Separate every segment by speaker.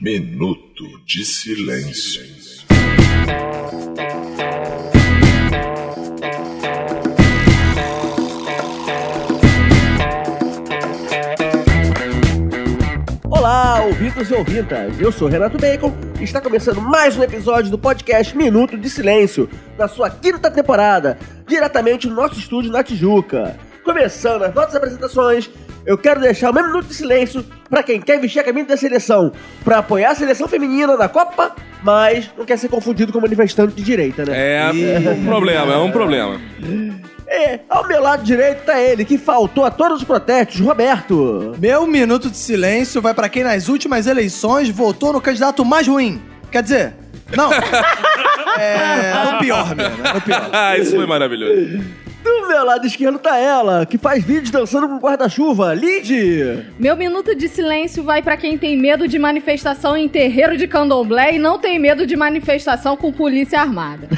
Speaker 1: Minuto de Silêncio.
Speaker 2: Olá, ouvintos e ouvintas. Eu sou Renato Bacon e está começando mais um episódio do podcast Minuto de Silêncio, na sua quinta temporada, diretamente no nosso estúdio na Tijuca. Começando as nossas apresentações, eu quero deixar o meu minuto de silêncio para quem quer vestir a camisa da seleção, para apoiar a seleção feminina na Copa, mas não quer ser confundido com manifestante de direita, né?
Speaker 3: É um problema, é um problema.
Speaker 2: É, ao meu lado direito tá ele, que faltou a todos os protestos, Roberto.
Speaker 4: Meu minuto de silêncio vai pra quem nas últimas eleições votou no candidato mais ruim. Quer dizer, não. é, no pior mesmo, é no pior.
Speaker 3: Isso foi maravilhoso.
Speaker 2: Do meu lado esquerdo tá ela, que faz vídeos dançando com guarda-chuva, Lid.
Speaker 5: Meu minuto de silêncio vai pra quem tem medo de manifestação em terreiro de candomblé e não tem medo de manifestação com polícia armada.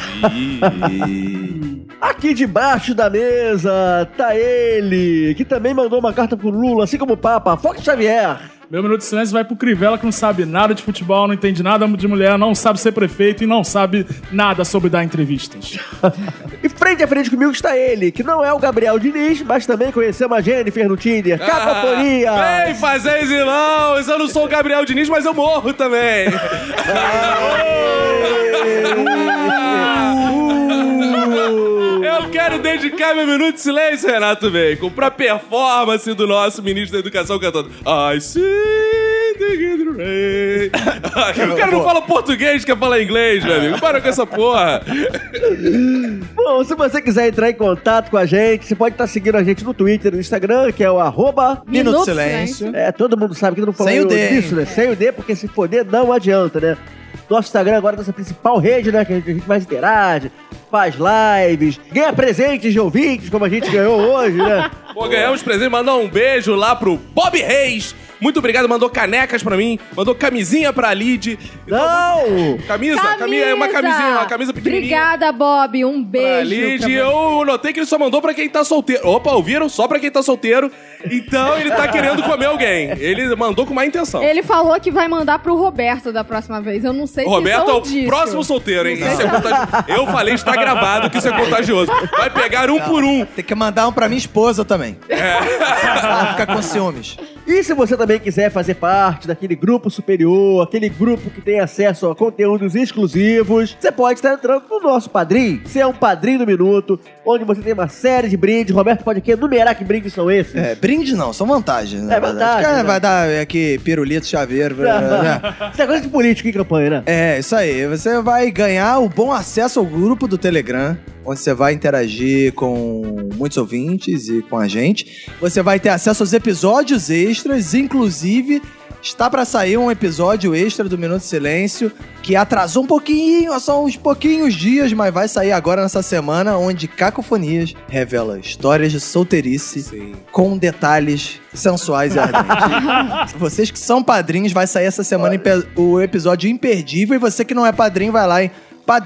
Speaker 2: Aqui debaixo da mesa tá ele, que também mandou uma carta pro Lula, assim como o Papa, Fox Xavier.
Speaker 6: Meu minuto de silêncio vai pro Crivella que não sabe nada de futebol, não entende nada de mulher, não sabe ser prefeito e não sabe nada sobre dar entrevistas.
Speaker 2: E frente a frente comigo está ele, que não é o Gabriel Diniz, mas também conhecemos a Jennifer no Tinder, Capaforia.
Speaker 3: Ah, Vem fazer irmãos! Eu não sou o Gabriel Diniz, mas eu morro também! Eu quero dedicar meu minuto de silêncio, Renato Bacon, pra performance do nosso ministro da Educação cantando I see the Gator Rain. O cara não fala português, quer falar inglês, meu amigo. Para com essa porra.
Speaker 2: Bom, se você quiser entrar em contato com a gente, você pode estar seguindo a gente no Twitter, no Instagram, que é o arroba...
Speaker 4: Minuto de
Speaker 5: de
Speaker 4: silêncio.
Speaker 2: É, todo mundo sabe que eu não falou
Speaker 4: Sem o D,
Speaker 2: disso, né? Sem o D, porque se foder não adianta, né? Nosso Instagram agora é nossa principal rede, né? Que a gente, a gente mais interage, faz lives, ganha presentes de ouvintes, como a gente ganhou hoje, né?
Speaker 3: Pô, ganhamos presente, mandar um beijo lá pro Bob Reis. Muito obrigado, mandou canecas pra mim, mandou camisinha pra Lid.
Speaker 2: Não!
Speaker 3: Camisa, camisa, é uma camisinha, uma camisa pequenininha.
Speaker 5: Obrigada, Bob. Um
Speaker 3: Pra
Speaker 5: beijo.
Speaker 3: Lid,
Speaker 5: pra você.
Speaker 3: eu notei que ele só mandou pra quem tá solteiro. Opa, ouviram? Só pra quem tá solteiro. Então ele tá querendo comer alguém. Ele mandou com má intenção.
Speaker 5: Ele falou que vai mandar pro Roberto da próxima vez. Eu não sei
Speaker 3: O
Speaker 5: se
Speaker 3: Roberto é
Speaker 5: são
Speaker 3: o
Speaker 5: disso.
Speaker 3: próximo solteiro, hein?
Speaker 5: Não sei
Speaker 3: Isso é contagioso. Eu falei, está gravado, que isso é contagioso. Vai pegar um por um. É.
Speaker 4: Tem que mandar um pra minha esposa também. Ela fica com ciúmes.
Speaker 2: E se você também quiser fazer parte daquele grupo superior, aquele grupo que tem acesso a conteúdos exclusivos, você pode estar entrando no nosso padrinho. Você é um padrinho do Minuto, onde você tem uma série de brindes. Roberto pode aqui enumerar que brindes são esses.
Speaker 4: É, brinde não, são vantagens. né?
Speaker 2: É vantagem,
Speaker 4: Cara,
Speaker 2: né?
Speaker 4: Vai dar aqui pirulito, chaveiro. né?
Speaker 2: Isso é coisa de político em campanha, né?
Speaker 4: É, isso aí. Você vai ganhar o bom acesso ao grupo do Telegram, onde você vai interagir com muitos ouvintes e com a gente. Você vai ter acesso aos episódios extras, inclusive está pra sair um episódio extra do Minuto de Silêncio que atrasou um pouquinho, só uns pouquinhos dias, mas vai sair agora nessa semana, onde Cacofonias revela histórias de solteirice com detalhes sensuais e ardentes. Vocês que são padrinhos, vai sair essa semana empe- o episódio imperdível. E você que não é padrinho, vai lá em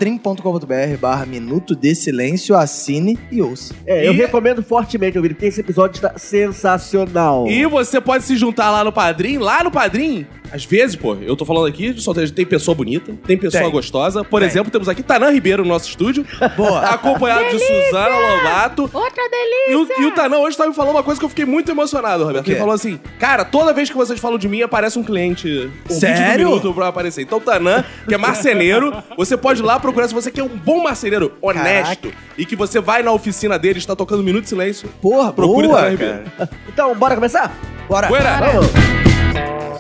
Speaker 4: padrim.com.br barra Minuto de Silêncio, assine e ouça.
Speaker 2: É, eu
Speaker 3: E-
Speaker 2: recomendo fortemente ouvir, porque esse episódio está sensacional.
Speaker 3: E você pode se juntar lá no Padrim. Lá no Padrim, às vezes, pô, eu tô falando aqui, só tem, tem pessoa bonita, tem pessoa
Speaker 4: Tem.
Speaker 3: gostosa. Por
Speaker 4: Tem.
Speaker 3: exemplo, temos aqui Tanã Ribeiro no nosso estúdio, tá
Speaker 4: Boa.
Speaker 3: acompanhado de Suzana Lovato.
Speaker 5: Outra delícia.
Speaker 3: E o, e o Tanão hoje tá me falando uma coisa que eu fiquei muito emocionado, Roberto.
Speaker 4: quê?
Speaker 3: Ele falou assim: Cara, toda vez que vocês falam de mim, aparece um cliente. Um
Speaker 4: Sério?
Speaker 3: vídeo do minuto pra aparecer. Então, Tanã, que é marceneiro, você pode ir lá procurar se você quer um bom marceneiro, honesto, e que você vai na oficina dele, está tocando um Minuto de Silêncio.
Speaker 4: Porra,
Speaker 3: Procure
Speaker 4: boa,
Speaker 3: Tanã
Speaker 4: cara.
Speaker 3: Ribeiro.
Speaker 2: Então, bora começar?
Speaker 4: Bora.
Speaker 3: Poeira.
Speaker 2: Vamos!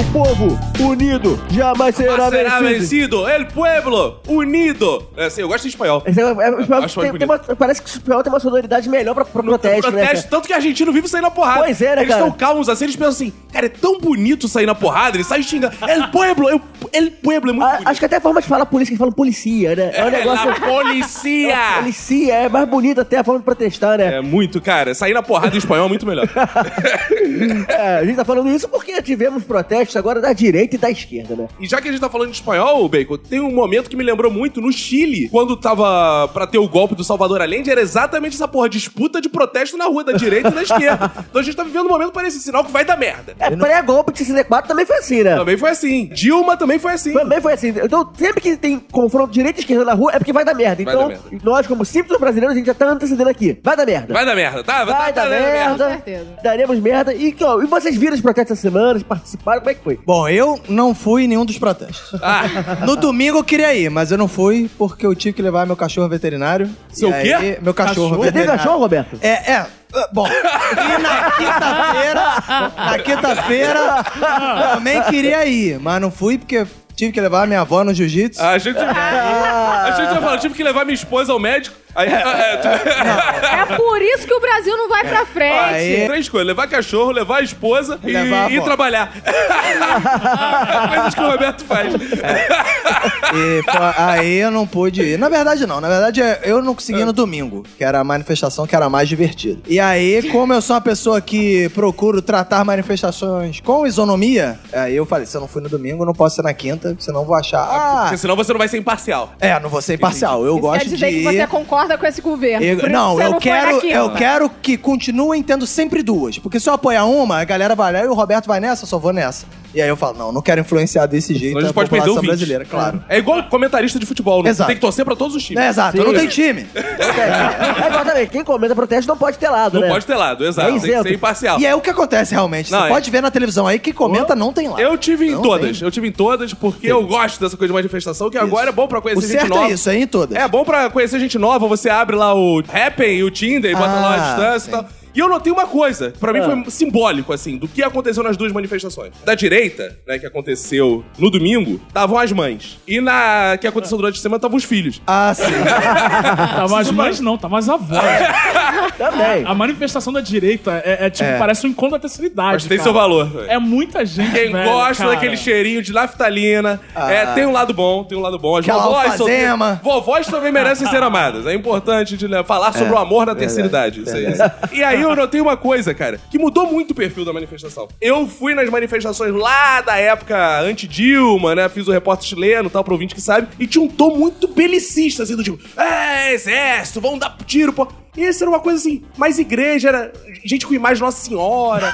Speaker 2: O povo unido jamais será,
Speaker 3: Será
Speaker 2: vencido.
Speaker 3: vencido, el pueblo unido. É assim, eu gosto de espanhol.
Speaker 2: Esse é- é- o espanhol
Speaker 3: Acho mais
Speaker 2: tem- tem uma- parece que o espanhol tem uma sonoridade melhor pra, pra protesto, né?
Speaker 3: Protesto, tanto que argentino vive saindo na porrada.
Speaker 2: Pois é, né,
Speaker 3: Eles
Speaker 2: cara?
Speaker 3: estão calmos assim, eles pensam assim: Cara, é tão bonito sair na porrada, ele sai xingando. El Pueblo, el, el Pueblo é muito
Speaker 2: A-
Speaker 3: bonito.
Speaker 2: acho que até a forma de falar polícia, que falam policia, né? É um Ah, negócio.
Speaker 3: La policia!
Speaker 2: Policia, é mais bonito até a forma de protestar, né?
Speaker 3: É muito, cara. Sair na porrada em espanhol é muito melhor.
Speaker 2: É, a gente tá falando isso porque tivemos protestos agora da direita e da esquerda, né?
Speaker 3: E já que a gente tá falando de espanhol, Bacon, tem um momento que me lembrou muito no Chile, quando tava pra ter o golpe do Salvador Allende, era exatamente essa porra, disputa de protesto na rua da direita e da esquerda. Então a gente tá vivendo um momento parecido, sinal que vai dar merda.
Speaker 2: É, pré-golpe de 64 também foi assim, né?
Speaker 3: Também foi assim. Dilma também foi assim.
Speaker 2: Também foi assim. Então, sempre que tem confronto direita e esquerda na rua, é porque vai dar merda.
Speaker 3: Vai
Speaker 2: Então,
Speaker 3: dar merda.
Speaker 2: nós, como simples brasileiros, a gente já tá antecedendo aqui. Vai dar merda.
Speaker 3: Vai dar merda, tá?
Speaker 2: Vai dar
Speaker 3: tá- tá
Speaker 2: merda.
Speaker 5: Com certeza.
Speaker 2: Daremos merda. E, ó, e vocês viram os protestos essa semana? Vocês Participaram? Como é que foi?
Speaker 4: Bom, eu não fui em nenhum dos protestos.
Speaker 3: Ah,
Speaker 4: No domingo eu queria ir, mas eu não fui porque eu tive que levar meu cachorro veterinário.
Speaker 3: Seu
Speaker 4: E aí,
Speaker 3: quê?
Speaker 4: Meu cachorro,
Speaker 6: Cachorro?
Speaker 2: Você tem
Speaker 4: veterinário.
Speaker 2: cachorro, Roberto?
Speaker 4: É, é. ah, Bom, e na quinta-feira, na quinta-feira, também queria ir, mas não fui porque tive que levar minha avó no jiu-jitsu.
Speaker 3: Ah, a gente. A gente já falou, tive que levar minha esposa ao médico. Aí. é,
Speaker 5: É por isso que o Brasil não vai pra frente.
Speaker 4: Aí-
Speaker 3: Três coisas: levar cachorro, levar a esposa e,
Speaker 4: Levar a
Speaker 3: e
Speaker 4: avó.
Speaker 3: trabalhar. Coisas que o Roberto faz.
Speaker 4: É. E pô, aí eu não pude ir. Na verdade, não. Na verdade, é, eu não consegui ir no domingo, que era a manifestação que era mais divertida. E aí, como eu sou uma pessoa que procuro tratar manifestações com isonomia, aí eu falei: se eu não fui no domingo, eu não posso ir na quinta, senão eu vou achar. Ah,
Speaker 3: É Porque senão você não vai ser imparcial.
Speaker 4: é, não vou ser imparcial. Eu
Speaker 5: Isso
Speaker 4: gosto
Speaker 5: quer dizer
Speaker 4: de.
Speaker 5: que
Speaker 4: ir.
Speaker 5: você concorda com esse governo.
Speaker 4: Eu-
Speaker 5: Por isso
Speaker 4: não,
Speaker 5: você
Speaker 4: eu
Speaker 5: foi
Speaker 4: quero,
Speaker 5: naquilo. né?"
Speaker 4: eu quero que continuem tendo sempre duas. Porque se eu apoiar uma, a galera vai lá e o Roberto vai nessa, eu só vou nessa. E aí eu falo, não, não quero influenciar desse jeito
Speaker 3: Senão Então a gente pode perder o
Speaker 4: Então, população
Speaker 3: vídeo.
Speaker 4: brasileira, claro.
Speaker 3: É igual comentarista de futebol, né?
Speaker 4: Exato.
Speaker 3: Tem que torcer pra todos os times.
Speaker 4: É, exato, eu não tenho time.
Speaker 2: É, exatamente. Quem comenta protesto não pode ter lado,
Speaker 3: Não
Speaker 2: né?
Speaker 3: pode ter lado, exato.
Speaker 2: É
Speaker 3: tem que
Speaker 2: isento.
Speaker 3: ser imparcial.
Speaker 4: E é o que acontece realmente.
Speaker 3: Então. Não,
Speaker 4: Você
Speaker 3: é.
Speaker 4: pode ver na televisão aí que comenta, não tem lá.
Speaker 3: Eu tive em
Speaker 4: Não
Speaker 3: todas,
Speaker 4: tem.
Speaker 3: eu tive em todas, porque eu gosto dessa coisa de manifestação, que agora é bom pra
Speaker 4: O
Speaker 3: conhecer gente
Speaker 4: certo
Speaker 3: nova.
Speaker 4: é isso, é em todas.
Speaker 3: É bom pra conhecer gente nova, você abre lá o Happen e o Tinder e bota
Speaker 4: Ah,
Speaker 3: lá a distância e
Speaker 4: sim.
Speaker 3: tal. E eu notei uma coisa, que pra mim
Speaker 2: Ah.
Speaker 3: foi simbólico, assim, do que aconteceu nas duas manifestações. Da direita, né, que aconteceu no domingo, estavam as mães. E na que aconteceu durante a semana, estavam os filhos.
Speaker 4: Ah, sim.
Speaker 6: Tá mais mães, não, tá mais avó.
Speaker 4: É.
Speaker 2: Também.
Speaker 6: A manifestação da direita é, é tipo, parece um encontro da terceira
Speaker 4: Ah,
Speaker 6: idade.
Speaker 3: Mas tem
Speaker 6: cara.
Speaker 3: seu valor. velho.
Speaker 6: É muita gente.
Speaker 3: Quem
Speaker 6: velho,
Speaker 3: gosta
Speaker 6: cara.
Speaker 3: daquele cheirinho de naftalina. É, tem um lado bom, tem um lado bom. As
Speaker 4: Ah. Aquela
Speaker 3: vovós,
Speaker 4: alfazema.
Speaker 3: também- vovós também merecem ser amadas. É importante de né, falar
Speaker 4: É,
Speaker 3: sobre o amor na terceira idade. Isso aí. E aí eu notei uma coisa, cara, que mudou muito o perfil da manifestação. Eu fui nas manifestações lá da época anti-Dilma, né? Fiz o repórter chileno, e tal, pro ouvinte que sabe. E tinha um tom muito belicista, assim, do tipo, é, exército, vão dar tiro, pô. E esse era uma coisa assim, mais igreja, era gente com imagem Nossa Senhora.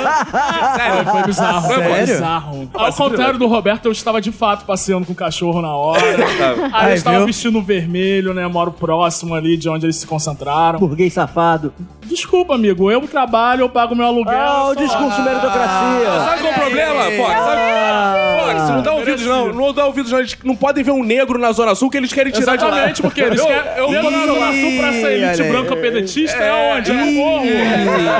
Speaker 6: Foi,
Speaker 3: Sério,
Speaker 6: foi bizarro, foi
Speaker 4: Sério?
Speaker 6: bizarro. Ao contrário do Roberto, eu estava de fato passeando com o cachorro na hora. Aí
Speaker 3: Tá.
Speaker 4: Aí,
Speaker 6: eu estava
Speaker 4: viu?
Speaker 6: vestindo vermelho, né? Moro próximo ali de onde eles se concentraram.
Speaker 2: Burguês safado.
Speaker 6: Desculpa, amigo, eu trabalho, eu pago meu aluguel.
Speaker 2: Ah, o
Speaker 6: sou-
Speaker 2: discurso de meritocracia.
Speaker 3: Sabe qual é o problema, Fox?
Speaker 4: Ah.
Speaker 3: Sabe... Fox, não dá ouvidos não. Não dá ouvidos não. Eles não podem ver um negro na Zona Sul que eles querem tirar
Speaker 6: Exatamente,
Speaker 3: de lá.
Speaker 6: porque eles
Speaker 3: eu,
Speaker 6: querem. Eu
Speaker 3: eu tô
Speaker 6: tô na
Speaker 3: na
Speaker 6: Zona
Speaker 3: Zona Sul.
Speaker 6: Sul pra essa elite
Speaker 4: olha aí.
Speaker 6: branca pedetista, é onde? É no morro.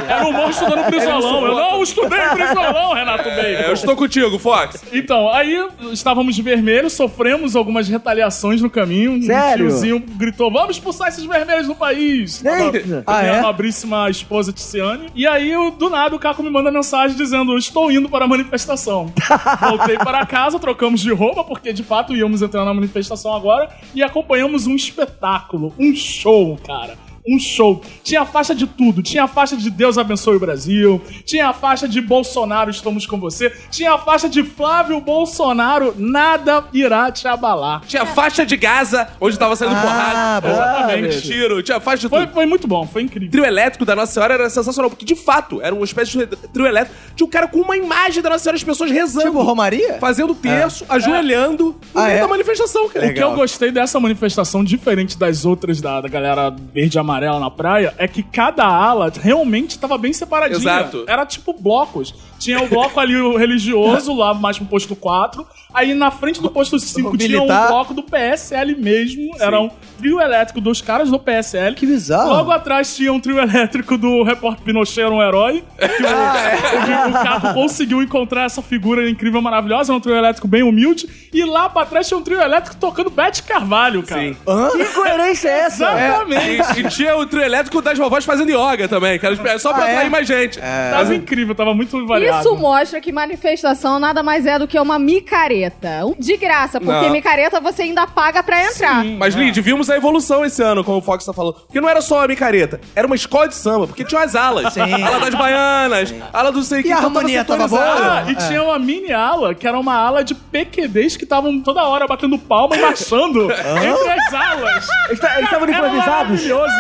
Speaker 6: Era um morro estudando prisolão. Eu não estudei prisolão, Renato Bacon.
Speaker 3: É, Eu estou contigo, Fox.
Speaker 6: Então, aí estávamos de vermelho, sofremos algumas retaliações no caminho. Um
Speaker 2: Sério?
Speaker 6: tiozinho gritou: vamos expulsar esses vermelhos do país!
Speaker 2: Eita.
Speaker 6: A
Speaker 4: Ah,
Speaker 6: um minha
Speaker 4: é?
Speaker 6: nobríssima esposa Tiziane. E aí, eu, do nada, o Caco me manda mensagem dizendo: Estou indo para a manifestação. Voltei para casa, trocamos de roupa, porque de fato íamos entrar na manifestação agora e acompanhamos um espetáculo, um show, cara. Um show. Tinha a faixa de tudo. Tinha a faixa de Deus abençoe o Brasil. Tinha a faixa de Bolsonaro, estamos com você. Tinha a faixa de Flávio Bolsonaro, nada irá te abalar.
Speaker 3: Tinha faixa de Gaza, onde tava saindo
Speaker 4: Ah,
Speaker 3: porrada.
Speaker 4: boa.
Speaker 6: Exatamente.
Speaker 3: Tiro, tinha faixa de
Speaker 6: Foi,
Speaker 3: tudo.
Speaker 6: foi muito bom, foi incrível.
Speaker 3: O trio elétrico da Nossa Senhora era sensacional, porque de fato era uma espécie de trio elétrico. Tinha um cara com uma imagem da Nossa Senhora, as pessoas rezando.
Speaker 4: Tipo, Romaria?
Speaker 3: Fazendo terço, ajoelhando, no
Speaker 4: Ah,
Speaker 3: meio
Speaker 4: é?
Speaker 3: da manifestação, cara.
Speaker 6: O que eu gostei dessa manifestação, diferente das outras da, da galera verde e amarela na praia, é que cada ala realmente tava bem separadinha.
Speaker 3: Exato.
Speaker 6: Era tipo blocos. Tinha o bloco ali, o religioso, lá mais pro posto 4. Aí na frente do posto 5 tinha um
Speaker 4: Militar.
Speaker 6: bloco do PSL mesmo. Era um trio elétrico dos caras do PSL.
Speaker 4: Que bizarro.
Speaker 6: Logo atrás tinha um trio elétrico do repórter Pinochet, era um herói. Que o,
Speaker 4: Ah, é.
Speaker 6: o, o Caco conseguiu encontrar essa figura incrível, maravilhosa. Era um trio elétrico bem humilde. E lá pra trás tinha um trio elétrico tocando Bete Carvalho, cara.
Speaker 3: Sim.
Speaker 4: Hã?
Speaker 2: Que coerência é essa?
Speaker 6: Exatamente.
Speaker 3: É, E, e tinha o trio elétrico das vovós fazendo ioga também, cara. É Só pra
Speaker 4: Ah, é?
Speaker 3: atrair mais gente. Tá
Speaker 6: Tava incrível, tava muito variado.
Speaker 5: Isso mostra que manifestação nada mais é do que uma micareta. Um- De graça, porque
Speaker 3: Não.
Speaker 5: micareta você ainda paga pra entrar.
Speaker 3: Mas, Lid, vimos a evolução esse ano, como o Fox tá falando. Porque não era só a micareta, era uma escola de samba, porque tinha as alas.
Speaker 4: Sim.
Speaker 3: Ala das baianas, ala do sei que.
Speaker 4: E a
Speaker 3: então tava
Speaker 4: harmonia tava
Speaker 3: sintonizado.
Speaker 4: boa?
Speaker 6: Ah, e tinha uma mini ala, que era uma ala de PQDs que estavam toda hora batendo palma e marchando entre as alas.
Speaker 2: Eles tá- eles estavam
Speaker 6: Era
Speaker 2: improvisados?
Speaker 6: maravilhoso.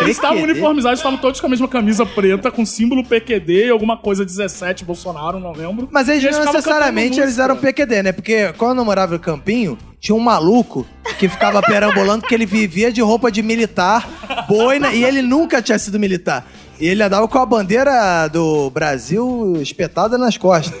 Speaker 6: Eles estavam
Speaker 4: PQD?
Speaker 6: uniformizados, estavam todos com a mesma camisa preta, com símbolo PQD e alguma coisa 17, Bolsonaro, não lembro.
Speaker 4: Mas eles,
Speaker 6: E
Speaker 4: não
Speaker 6: ficavam
Speaker 4: necessariamente
Speaker 6: cantando
Speaker 4: eles eram
Speaker 6: música.
Speaker 4: PQD, né? Porque quando eu morava no Campinho, tinha um maluco que ficava perambulando porque ele vivia de roupa de militar, boina, e ele nunca tinha sido militar. E ele andava com a bandeira do Brasil espetada nas costas.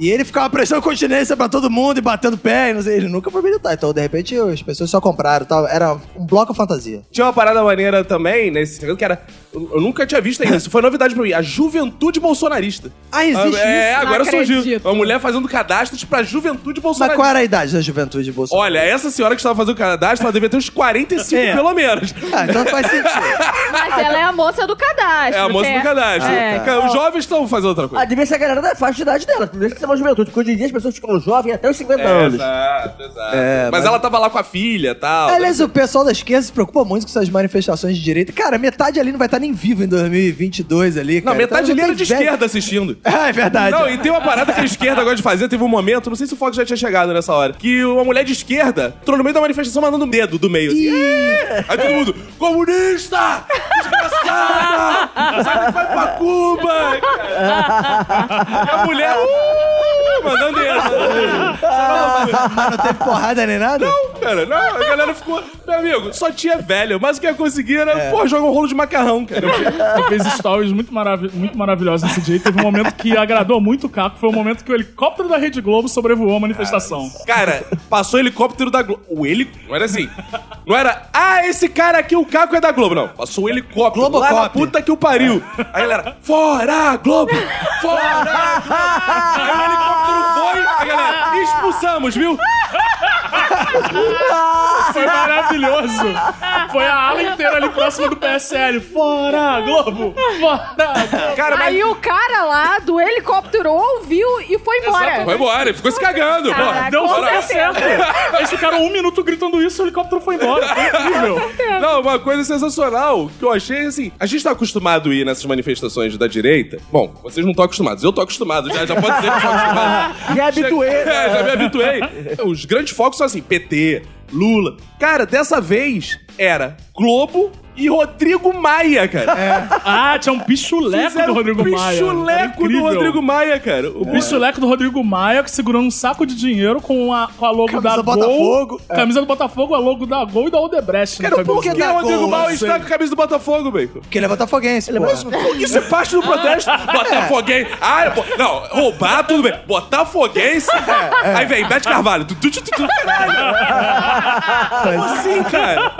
Speaker 4: E ele ficava prestando continência pra todo mundo e batendo pé, e não sei, ele nunca foi militar. Então, de repente, as pessoas só compraram e tal. Era um bloco fantasia.
Speaker 3: Tinha uma parada maneira também nesse segredo que era. Eu eu nunca tinha visto ainda. Isso foi novidade pra mim. A juventude bolsonarista.
Speaker 4: Ah, existe
Speaker 3: é,
Speaker 4: isso?
Speaker 3: agora
Speaker 5: Não
Speaker 3: surgiu.
Speaker 5: acredito.
Speaker 3: Uma mulher fazendo cadastros pra juventude
Speaker 4: Mas qual
Speaker 3: bolsonarista.
Speaker 4: era a idade da juventude de Bolsonaro?
Speaker 3: Olha, essa senhora que estava fazendo cadastro, ela devia ter uns 45
Speaker 4: É.
Speaker 3: pelo menos.
Speaker 4: Ah, então faz sentido.
Speaker 5: Mas ela é a moça do cadastro.
Speaker 3: É a moça
Speaker 5: que
Speaker 3: do cadastro.
Speaker 5: É.
Speaker 3: Cara, Os jovens estão fazendo outra coisa.
Speaker 2: Ah, devia ser a galera da faixa de idade dela. Não deixa de ser uma juventude, porque hoje em dia as pessoas ficam jovens até os 50 anos.
Speaker 3: É, Exato, exato.
Speaker 4: É,
Speaker 3: mas,
Speaker 4: mas-
Speaker 3: ela tava lá com a filha e tal.
Speaker 4: Aliás, o pessoal da esquerda se preocupa muito com essas manifestações de direita. Cara, metade ali não vai estar nem vivo em 2022 ali,
Speaker 3: não,
Speaker 4: cara.
Speaker 3: metade
Speaker 4: Então,
Speaker 3: ali era de
Speaker 4: tem velho-
Speaker 3: esquerda assistindo.
Speaker 4: Ah, é verdade.
Speaker 3: Não, e tem uma parada que a esquerda gosta de fazer. Teve um momento, não sei se o Fox já tinha chegado nessa hora, que uma mulher de esquerda entrou no meio da manifestação mandando um dedo do meio. assim. "É!" Aí todo mundo, comunista! Desgraçada! Sabe que vai pra Cuba! E a mulher, "Uh!" mandando dedo. mandando dedo.
Speaker 4: Mas não teve porrada nem nada?
Speaker 3: Não, cara, não, a galera ficou. Meu amigo, só tinha velho, mas o que ia conseguir era, pô, joga um rolo de macarrão, cara.
Speaker 6: Ele fez stories muito, maravi muito maravilhosos nesse dia. E teve um momento que agradou muito o Caco. Foi o momento que o helicóptero da Rede Globo sobrevoou a manifestação.
Speaker 3: Cara, passou o helicóptero da Globo. O helicóptero. Não era assim. Não era, ah, esse cara aqui, o Caco é da Globo. Não, passou o helicóptero.
Speaker 4: Globocop.
Speaker 3: Lá na puta que o pariu. Aí a galera, fora Globo! Fora Globo! Aí o helicóptero foi, a galera, expulsamos, viu?
Speaker 6: Foi maravilhoso. Foi a ala inteira ali próxima do PSL. Fora, Globo! Fora!
Speaker 3: Cara, mas.
Speaker 5: Aí o cara lá do helicóptero ouviu e foi embora.
Speaker 3: Foi embora, ele ficou se cagando. pô.
Speaker 5: Caraca,
Speaker 6: Deu
Speaker 5: É, Com
Speaker 6: super
Speaker 5: certeza.
Speaker 6: certo! Eles ficaram um minuto gritando isso e o helicóptero foi embora. Foi incrível.
Speaker 3: Não, uma coisa sensacional que eu achei assim. A gente tá acostumado a ir nessas manifestações da direita. Bom, vocês não estão acostumados. Eu tô acostumado, já, já pode ser que eu tô acostumado.
Speaker 2: Já habituei.
Speaker 3: É, já me
Speaker 6: né?
Speaker 3: habituei. Os grandes focos são assim: PT, Lula. Cara, dessa vez era Globo e Rodrigo Maia, cara.
Speaker 6: Ah, tinha um pichuleco do
Speaker 3: Fizeram um
Speaker 6: Rodrigo Maia. Era
Speaker 3: pichuleco do
Speaker 6: incrível. É.
Speaker 3: Rodrigo Maia, cara. O
Speaker 6: O pichuleco do Rodrigo Maia que segurando um saco de dinheiro com a, com a logo
Speaker 4: Camisa
Speaker 6: da
Speaker 4: do
Speaker 6: Gol.
Speaker 4: Botafogo.
Speaker 6: Camisa do Botafogo, a logo da Gol e da Odebrecht. né? na
Speaker 4: Cara, por que
Speaker 6: camisa.
Speaker 3: Por que é o
Speaker 4: Tá
Speaker 3: Rodrigo
Speaker 4: gol,
Speaker 3: Maia
Speaker 4: não
Speaker 3: está com a camisa do Botafogo, Bacon?
Speaker 4: Porque ele é botafoguense, ele
Speaker 3: Isso é parte do protesto. Botafoguense. Ah, bo- não, roubar, tudo bem. Botafoguense. Aí vem, Bete Carvalho. Tu, tu, tu, tu, tu. Como assim, cara?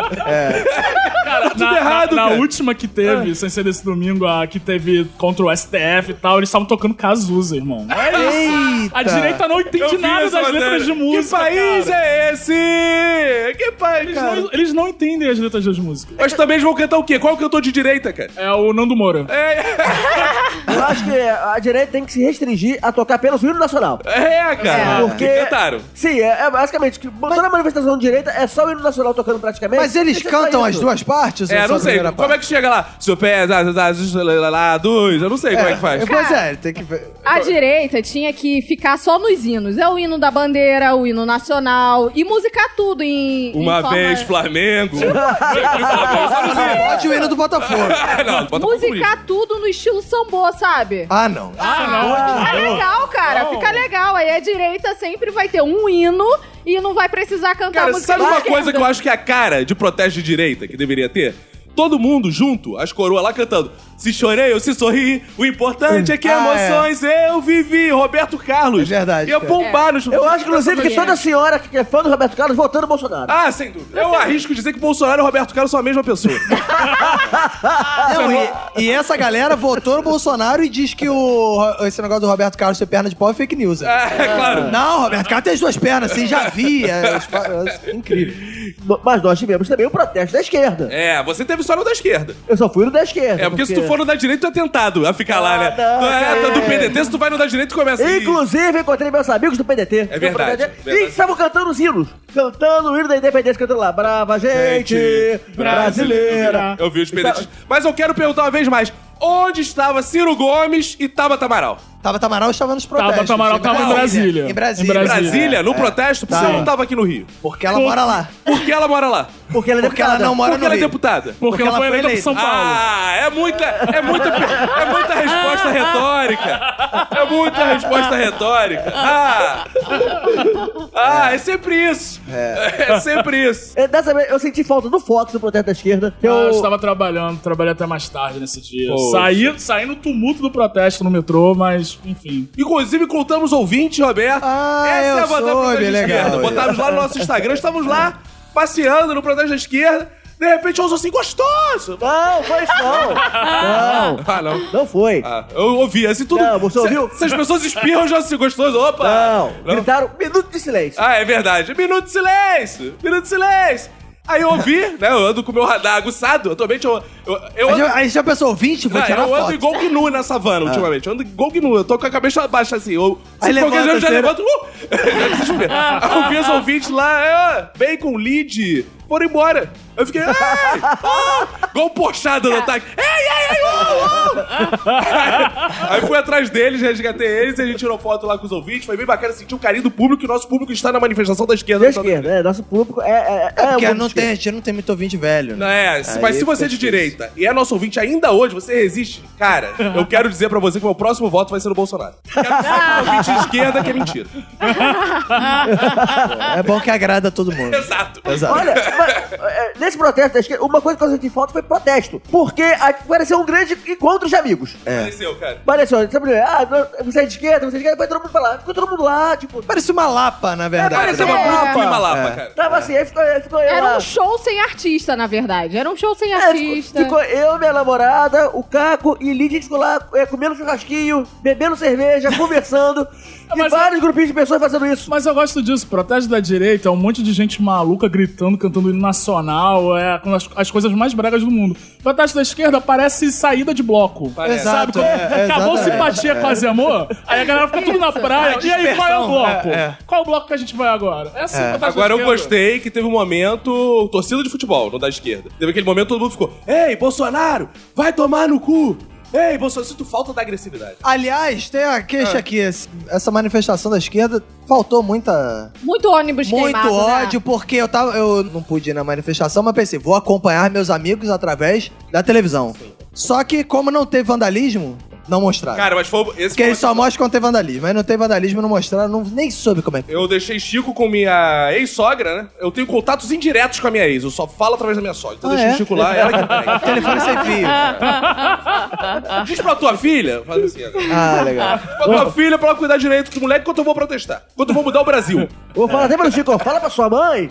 Speaker 6: Cara,
Speaker 3: tudo
Speaker 6: na,
Speaker 3: errado,
Speaker 6: na, na
Speaker 3: cara.
Speaker 6: última que teve, sem ser desse domingo, a que teve contra o STF e tal, eles estavam tocando Cazuza, irmão.
Speaker 4: Eita!
Speaker 6: A direita não
Speaker 3: Eu
Speaker 6: entende
Speaker 3: vi
Speaker 6: nada
Speaker 3: essa
Speaker 6: das
Speaker 3: matéria.
Speaker 6: letras de música.
Speaker 3: Que país
Speaker 6: cara.
Speaker 3: é esse? Que país,
Speaker 6: Eles não,
Speaker 3: cara?
Speaker 6: eles não entendem as letras das músicas.
Speaker 3: Mas também eles vão cantar o quê? Qual é o cantor de direita, cara?
Speaker 6: É o Nando Moura.
Speaker 2: Eu acho que a direita tem que se restringir a tocar apenas o hino nacional.
Speaker 3: É, cara.
Speaker 2: Porque-
Speaker 3: Que cantaram.
Speaker 2: Sim, é, é basicamente que toda manifestação de direita é só o hino nacional tocando praticamente.
Speaker 4: Mas eles
Speaker 2: Deixa só
Speaker 4: cantam as
Speaker 2: isso.
Speaker 4: duas partes? ou
Speaker 3: É,
Speaker 4: só
Speaker 3: não
Speaker 4: a
Speaker 3: sei.
Speaker 4: primeira
Speaker 3: Como é que chega lá? Seu pé, lá, lá, lá, lá, dois. Eu não sei como é que faz.
Speaker 4: Pois é, tem que ver.
Speaker 5: A direita tinha que ficar só nos hinos. É o hino da bandeira, o hino nacional e musicar tudo em.
Speaker 3: Uma
Speaker 5: em forma-
Speaker 3: vez Flamengo. Tá
Speaker 4: Não pode o hino do Botafogo.
Speaker 3: Ah, não, bota comunista.
Speaker 5: Musicar tudo no estilo sambô, sabe?
Speaker 4: Ah, não.
Speaker 6: Ah,
Speaker 5: Fica legal, cara.
Speaker 6: Não.
Speaker 5: Fica legal. Aí a direita sempre vai ter um hino e não vai precisar cantar
Speaker 3: Cara,
Speaker 5: música
Speaker 3: sabe
Speaker 5: de
Speaker 3: uma
Speaker 5: esquerda.
Speaker 3: coisa que eu acho que é a cara de protesto de direita que deveria ter? Todo mundo junto, as coroas lá cantando. se chorei ou se sorri, o importante é que
Speaker 4: Ah,
Speaker 3: emoções eu vivi. Roberto Carlos.
Speaker 4: É verdade,
Speaker 3: Ia
Speaker 4: cara.
Speaker 3: bombar nos...
Speaker 2: É. Eu acho, inclusive, que toda senhora que é fã do Roberto Carlos votando no Bolsonaro.
Speaker 3: Ah, sem dúvida. Eu arrisco dizer que Bolsonaro e Roberto Carlos são a mesma pessoa.
Speaker 4: Não, e, e essa galera votou no Bolsonaro e diz que o, esse negócio do Roberto Carlos ter perna de pau é fake news. né?
Speaker 3: ah, é claro.
Speaker 4: Não, Roberto Carlos tem as duas pernas, assim, já vi. é, as pa- é incrível.
Speaker 2: No- Mas nós tivemos também o protesto da esquerda.
Speaker 3: É, você teve só no da esquerda.
Speaker 2: Eu só fui no da esquerda.
Speaker 3: É, porque, se tu for no da direita, tu é tentado a ficar lá, né?
Speaker 2: Ah,
Speaker 3: tu
Speaker 2: não,
Speaker 3: é,
Speaker 2: cara.
Speaker 3: tu é do PDT, se tu vai no da direita, tu começa a-
Speaker 2: Inclusive, encontrei meus amigos do PDT.
Speaker 3: É
Speaker 2: Do
Speaker 3: verdade,
Speaker 2: PDT,
Speaker 3: verdade.
Speaker 2: E estavam cantando os hinos. Cantando o hino da independência, cantando lá. Brava gente, brasileira.
Speaker 3: Eu vi os penetes. Mas eu quero perguntar uma vez mais: onde estava Ciro Gomes e Tabata Amaral?
Speaker 4: Tava Tamaral estava nos protestos. assim.
Speaker 6: Tabata Amaral tava em Brasília.
Speaker 4: Em Brasília.
Speaker 6: Em
Speaker 3: Em
Speaker 6: Brasília.
Speaker 3: Brasília, no protesto, porque
Speaker 4: é. Tá.
Speaker 3: ela não estava aqui no Rio.
Speaker 4: Porque ela mora lá.
Speaker 3: Por que ela mora lá?
Speaker 2: Porque ela é
Speaker 4: Porque ela
Speaker 2: deputada.
Speaker 4: não mora
Speaker 3: Por que
Speaker 4: no
Speaker 3: ela é
Speaker 4: Rio.
Speaker 3: deputada?
Speaker 6: Porque ela foi eleita pro São Paulo.
Speaker 3: Ah, é muita, é muita, é muita resposta retórica. É muita resposta retórica. Ah, ah é sempre isso. É, sempre isso.
Speaker 2: É, Dessa vez, eu senti falta do Fox do protesto da esquerda.
Speaker 3: Ah,
Speaker 2: que
Speaker 6: Ah, Eu
Speaker 2: eu...
Speaker 6: estava trabalhando, trabalhei até mais tarde nesse dia.
Speaker 3: Poxa.
Speaker 6: Saí, saí no tumulto do protesto no metrô, mas enfim.
Speaker 3: Inclusive, contamos ouvinte, Roberto.
Speaker 4: Ah,
Speaker 3: Essa é a
Speaker 4: eu
Speaker 3: vantagem do
Speaker 4: soube,
Speaker 3: protesto da
Speaker 4: legal.
Speaker 3: esquerda. Botamos lá no nosso Instagram, estávamos lá passeando no protesto da esquerda. De repente, eu ouço assim, gostoso.
Speaker 2: Não, foi isso não. não,
Speaker 3: Ah, não.
Speaker 2: não foi.
Speaker 3: Ah, eu ouvi, assim, tudo...
Speaker 2: Não, você
Speaker 3: Se-
Speaker 2: ouviu?
Speaker 3: Se, as pessoas espirram, já assim, gostoso, opa.
Speaker 2: Não, gritaram minuto de silêncio.
Speaker 3: Ah, é verdade. Minuto de silêncio! Minuto de silêncio! Aí eu ouvi, né? Eu ando com o meu radar aguçado. Atualmente eu. Eu, eu
Speaker 4: Aí
Speaker 3: ando,
Speaker 4: já- Aí já pensou, 20, vou
Speaker 3: Ah,
Speaker 4: tirar
Speaker 3: eu ando
Speaker 4: foto.
Speaker 3: igual Gnu na savana ultimamente. Eu ando igual Gnu. Eu tô com a cabeça baixa assim. Eu, se
Speaker 4: Aí
Speaker 3: qualquer
Speaker 4: levanta,
Speaker 3: jeito eu já
Speaker 4: você-
Speaker 3: levanto. Uh! Já desespero. Aí eu vi os ouvintes lá, é, vem com lead, foram embora. Eu fiquei. Ei, ah! Igual pochada no ataque. Ei, ei, ei, uh, uh! Aí fui atrás deles, resgatei eles, a gente tirou foto lá com os ouvintes. Foi bem bacana sentir o carinho do público, que o nosso público está na manifestação da esquerda.
Speaker 2: Da
Speaker 3: Não tá-
Speaker 2: esquerda, é, nosso público é. é, é,
Speaker 4: Porque
Speaker 2: é um
Speaker 4: não
Speaker 2: pouco de
Speaker 4: tem, a gente não tem muito ouvinte velho.
Speaker 3: Não,
Speaker 4: Né?
Speaker 3: É, mas se
Speaker 4: fica
Speaker 3: você é de
Speaker 4: difícil.
Speaker 3: direita e é nosso ouvinte ainda hoje, você resiste, cara, eu quero dizer pra você que meu próximo voto vai ser no Bolsonaro. Quero dizer pro ouvinte de esquerda que é mentira.
Speaker 4: É bom que agrada todo mundo.
Speaker 3: Exato.
Speaker 4: Exato.
Speaker 2: Olha, mas, é, nesse protesto da esquerda, uma coisa que eu senti falta foi protesto. Porque a- pareceu um grande encontro de amigos.
Speaker 4: É.
Speaker 3: Apareceu, cara.
Speaker 2: Pareceu, sabe, ah, não, você é de esquerda, você é de esquerda, foi todo mundo pra lá. Ficou todo mundo lá, tipo.
Speaker 4: Parece uma lapa, na verdade.
Speaker 3: Pareceu
Speaker 4: né?
Speaker 3: uma
Speaker 5: É.
Speaker 3: puta clima lapa,
Speaker 4: É.
Speaker 3: cara.
Speaker 2: Tava assim, aí ficou, aí ficou eu
Speaker 5: Era
Speaker 2: lá.
Speaker 5: um show sem artista, na verdade. Era um show sem
Speaker 2: É, ficou,
Speaker 5: artista.
Speaker 2: ficou eu, minha namorada, o Caco e Lídia, a gente ficou lá é, comendo churrasquinho, bebendo cerveja, conversando. e
Speaker 6: mas-
Speaker 2: vários grupinhos de pessoas fazendo isso.
Speaker 6: Mas eu gosto disso. Protesto da direita é um monte de gente maluca gritando, cantando hino nacional. É com as, as coisas mais bregas do mundo. Protesto da esquerda parece saída de bloco.
Speaker 3: Parece.
Speaker 6: Sabe?
Speaker 4: Exato,
Speaker 6: Quando
Speaker 4: é, é,
Speaker 6: acabou
Speaker 4: exatamente.
Speaker 6: simpatia, quase amor. Aí a galera fica tudo na praia. E aí, qual é o bloco?
Speaker 4: né?
Speaker 6: Qual é o bloco que a gente vai agora? É assim, protesto da
Speaker 3: Agora eu
Speaker 6: esquerda.
Speaker 3: gostei que teve um momento torcida de futebol, não da esquerda. Teve aquele momento todo mundo ficou: Ei, Bolsonaro, vai tomar no cu! Ei, Bolsonaro, sinto falta da agressividade.
Speaker 4: Aliás, tem a queixa
Speaker 2: Ah.
Speaker 4: aqui. esse- Essa manifestação da esquerda faltou muita.
Speaker 5: Muito ônibus
Speaker 4: Muito
Speaker 5: queimado, né?
Speaker 4: ódio, porque eu tava. Eu não pude ir na manifestação, mas pensei, vou acompanhar meus amigos através da televisão. Só que, como não teve vandalismo, não mostraram.
Speaker 3: Cara, mas foi. Esse
Speaker 4: porque é
Speaker 3: foi
Speaker 4: eles só mostram quando tem vandalismo. Aí não tem vandalismo, não mostraram, não, nem soube como é que.
Speaker 3: Eu deixei Chico com minha ex-sogra, né? Eu tenho contatos indiretos com a minha ex. Eu só falo através da minha sogra. Então
Speaker 4: Ah,
Speaker 3: eu deixei
Speaker 4: é?
Speaker 3: o Chico lá, ela que tá pega.
Speaker 4: Telefone sem fio. Tá.
Speaker 3: Diz pra tua filha. Faz assim agora.
Speaker 4: Ah, legal.
Speaker 3: Pra tua filha, pra ela cuidar direito do moleque, enquanto eu vou protestar. Enquanto eu vou mudar o Brasil.
Speaker 2: Vou falar até pro Chico, fala pra sua mãe.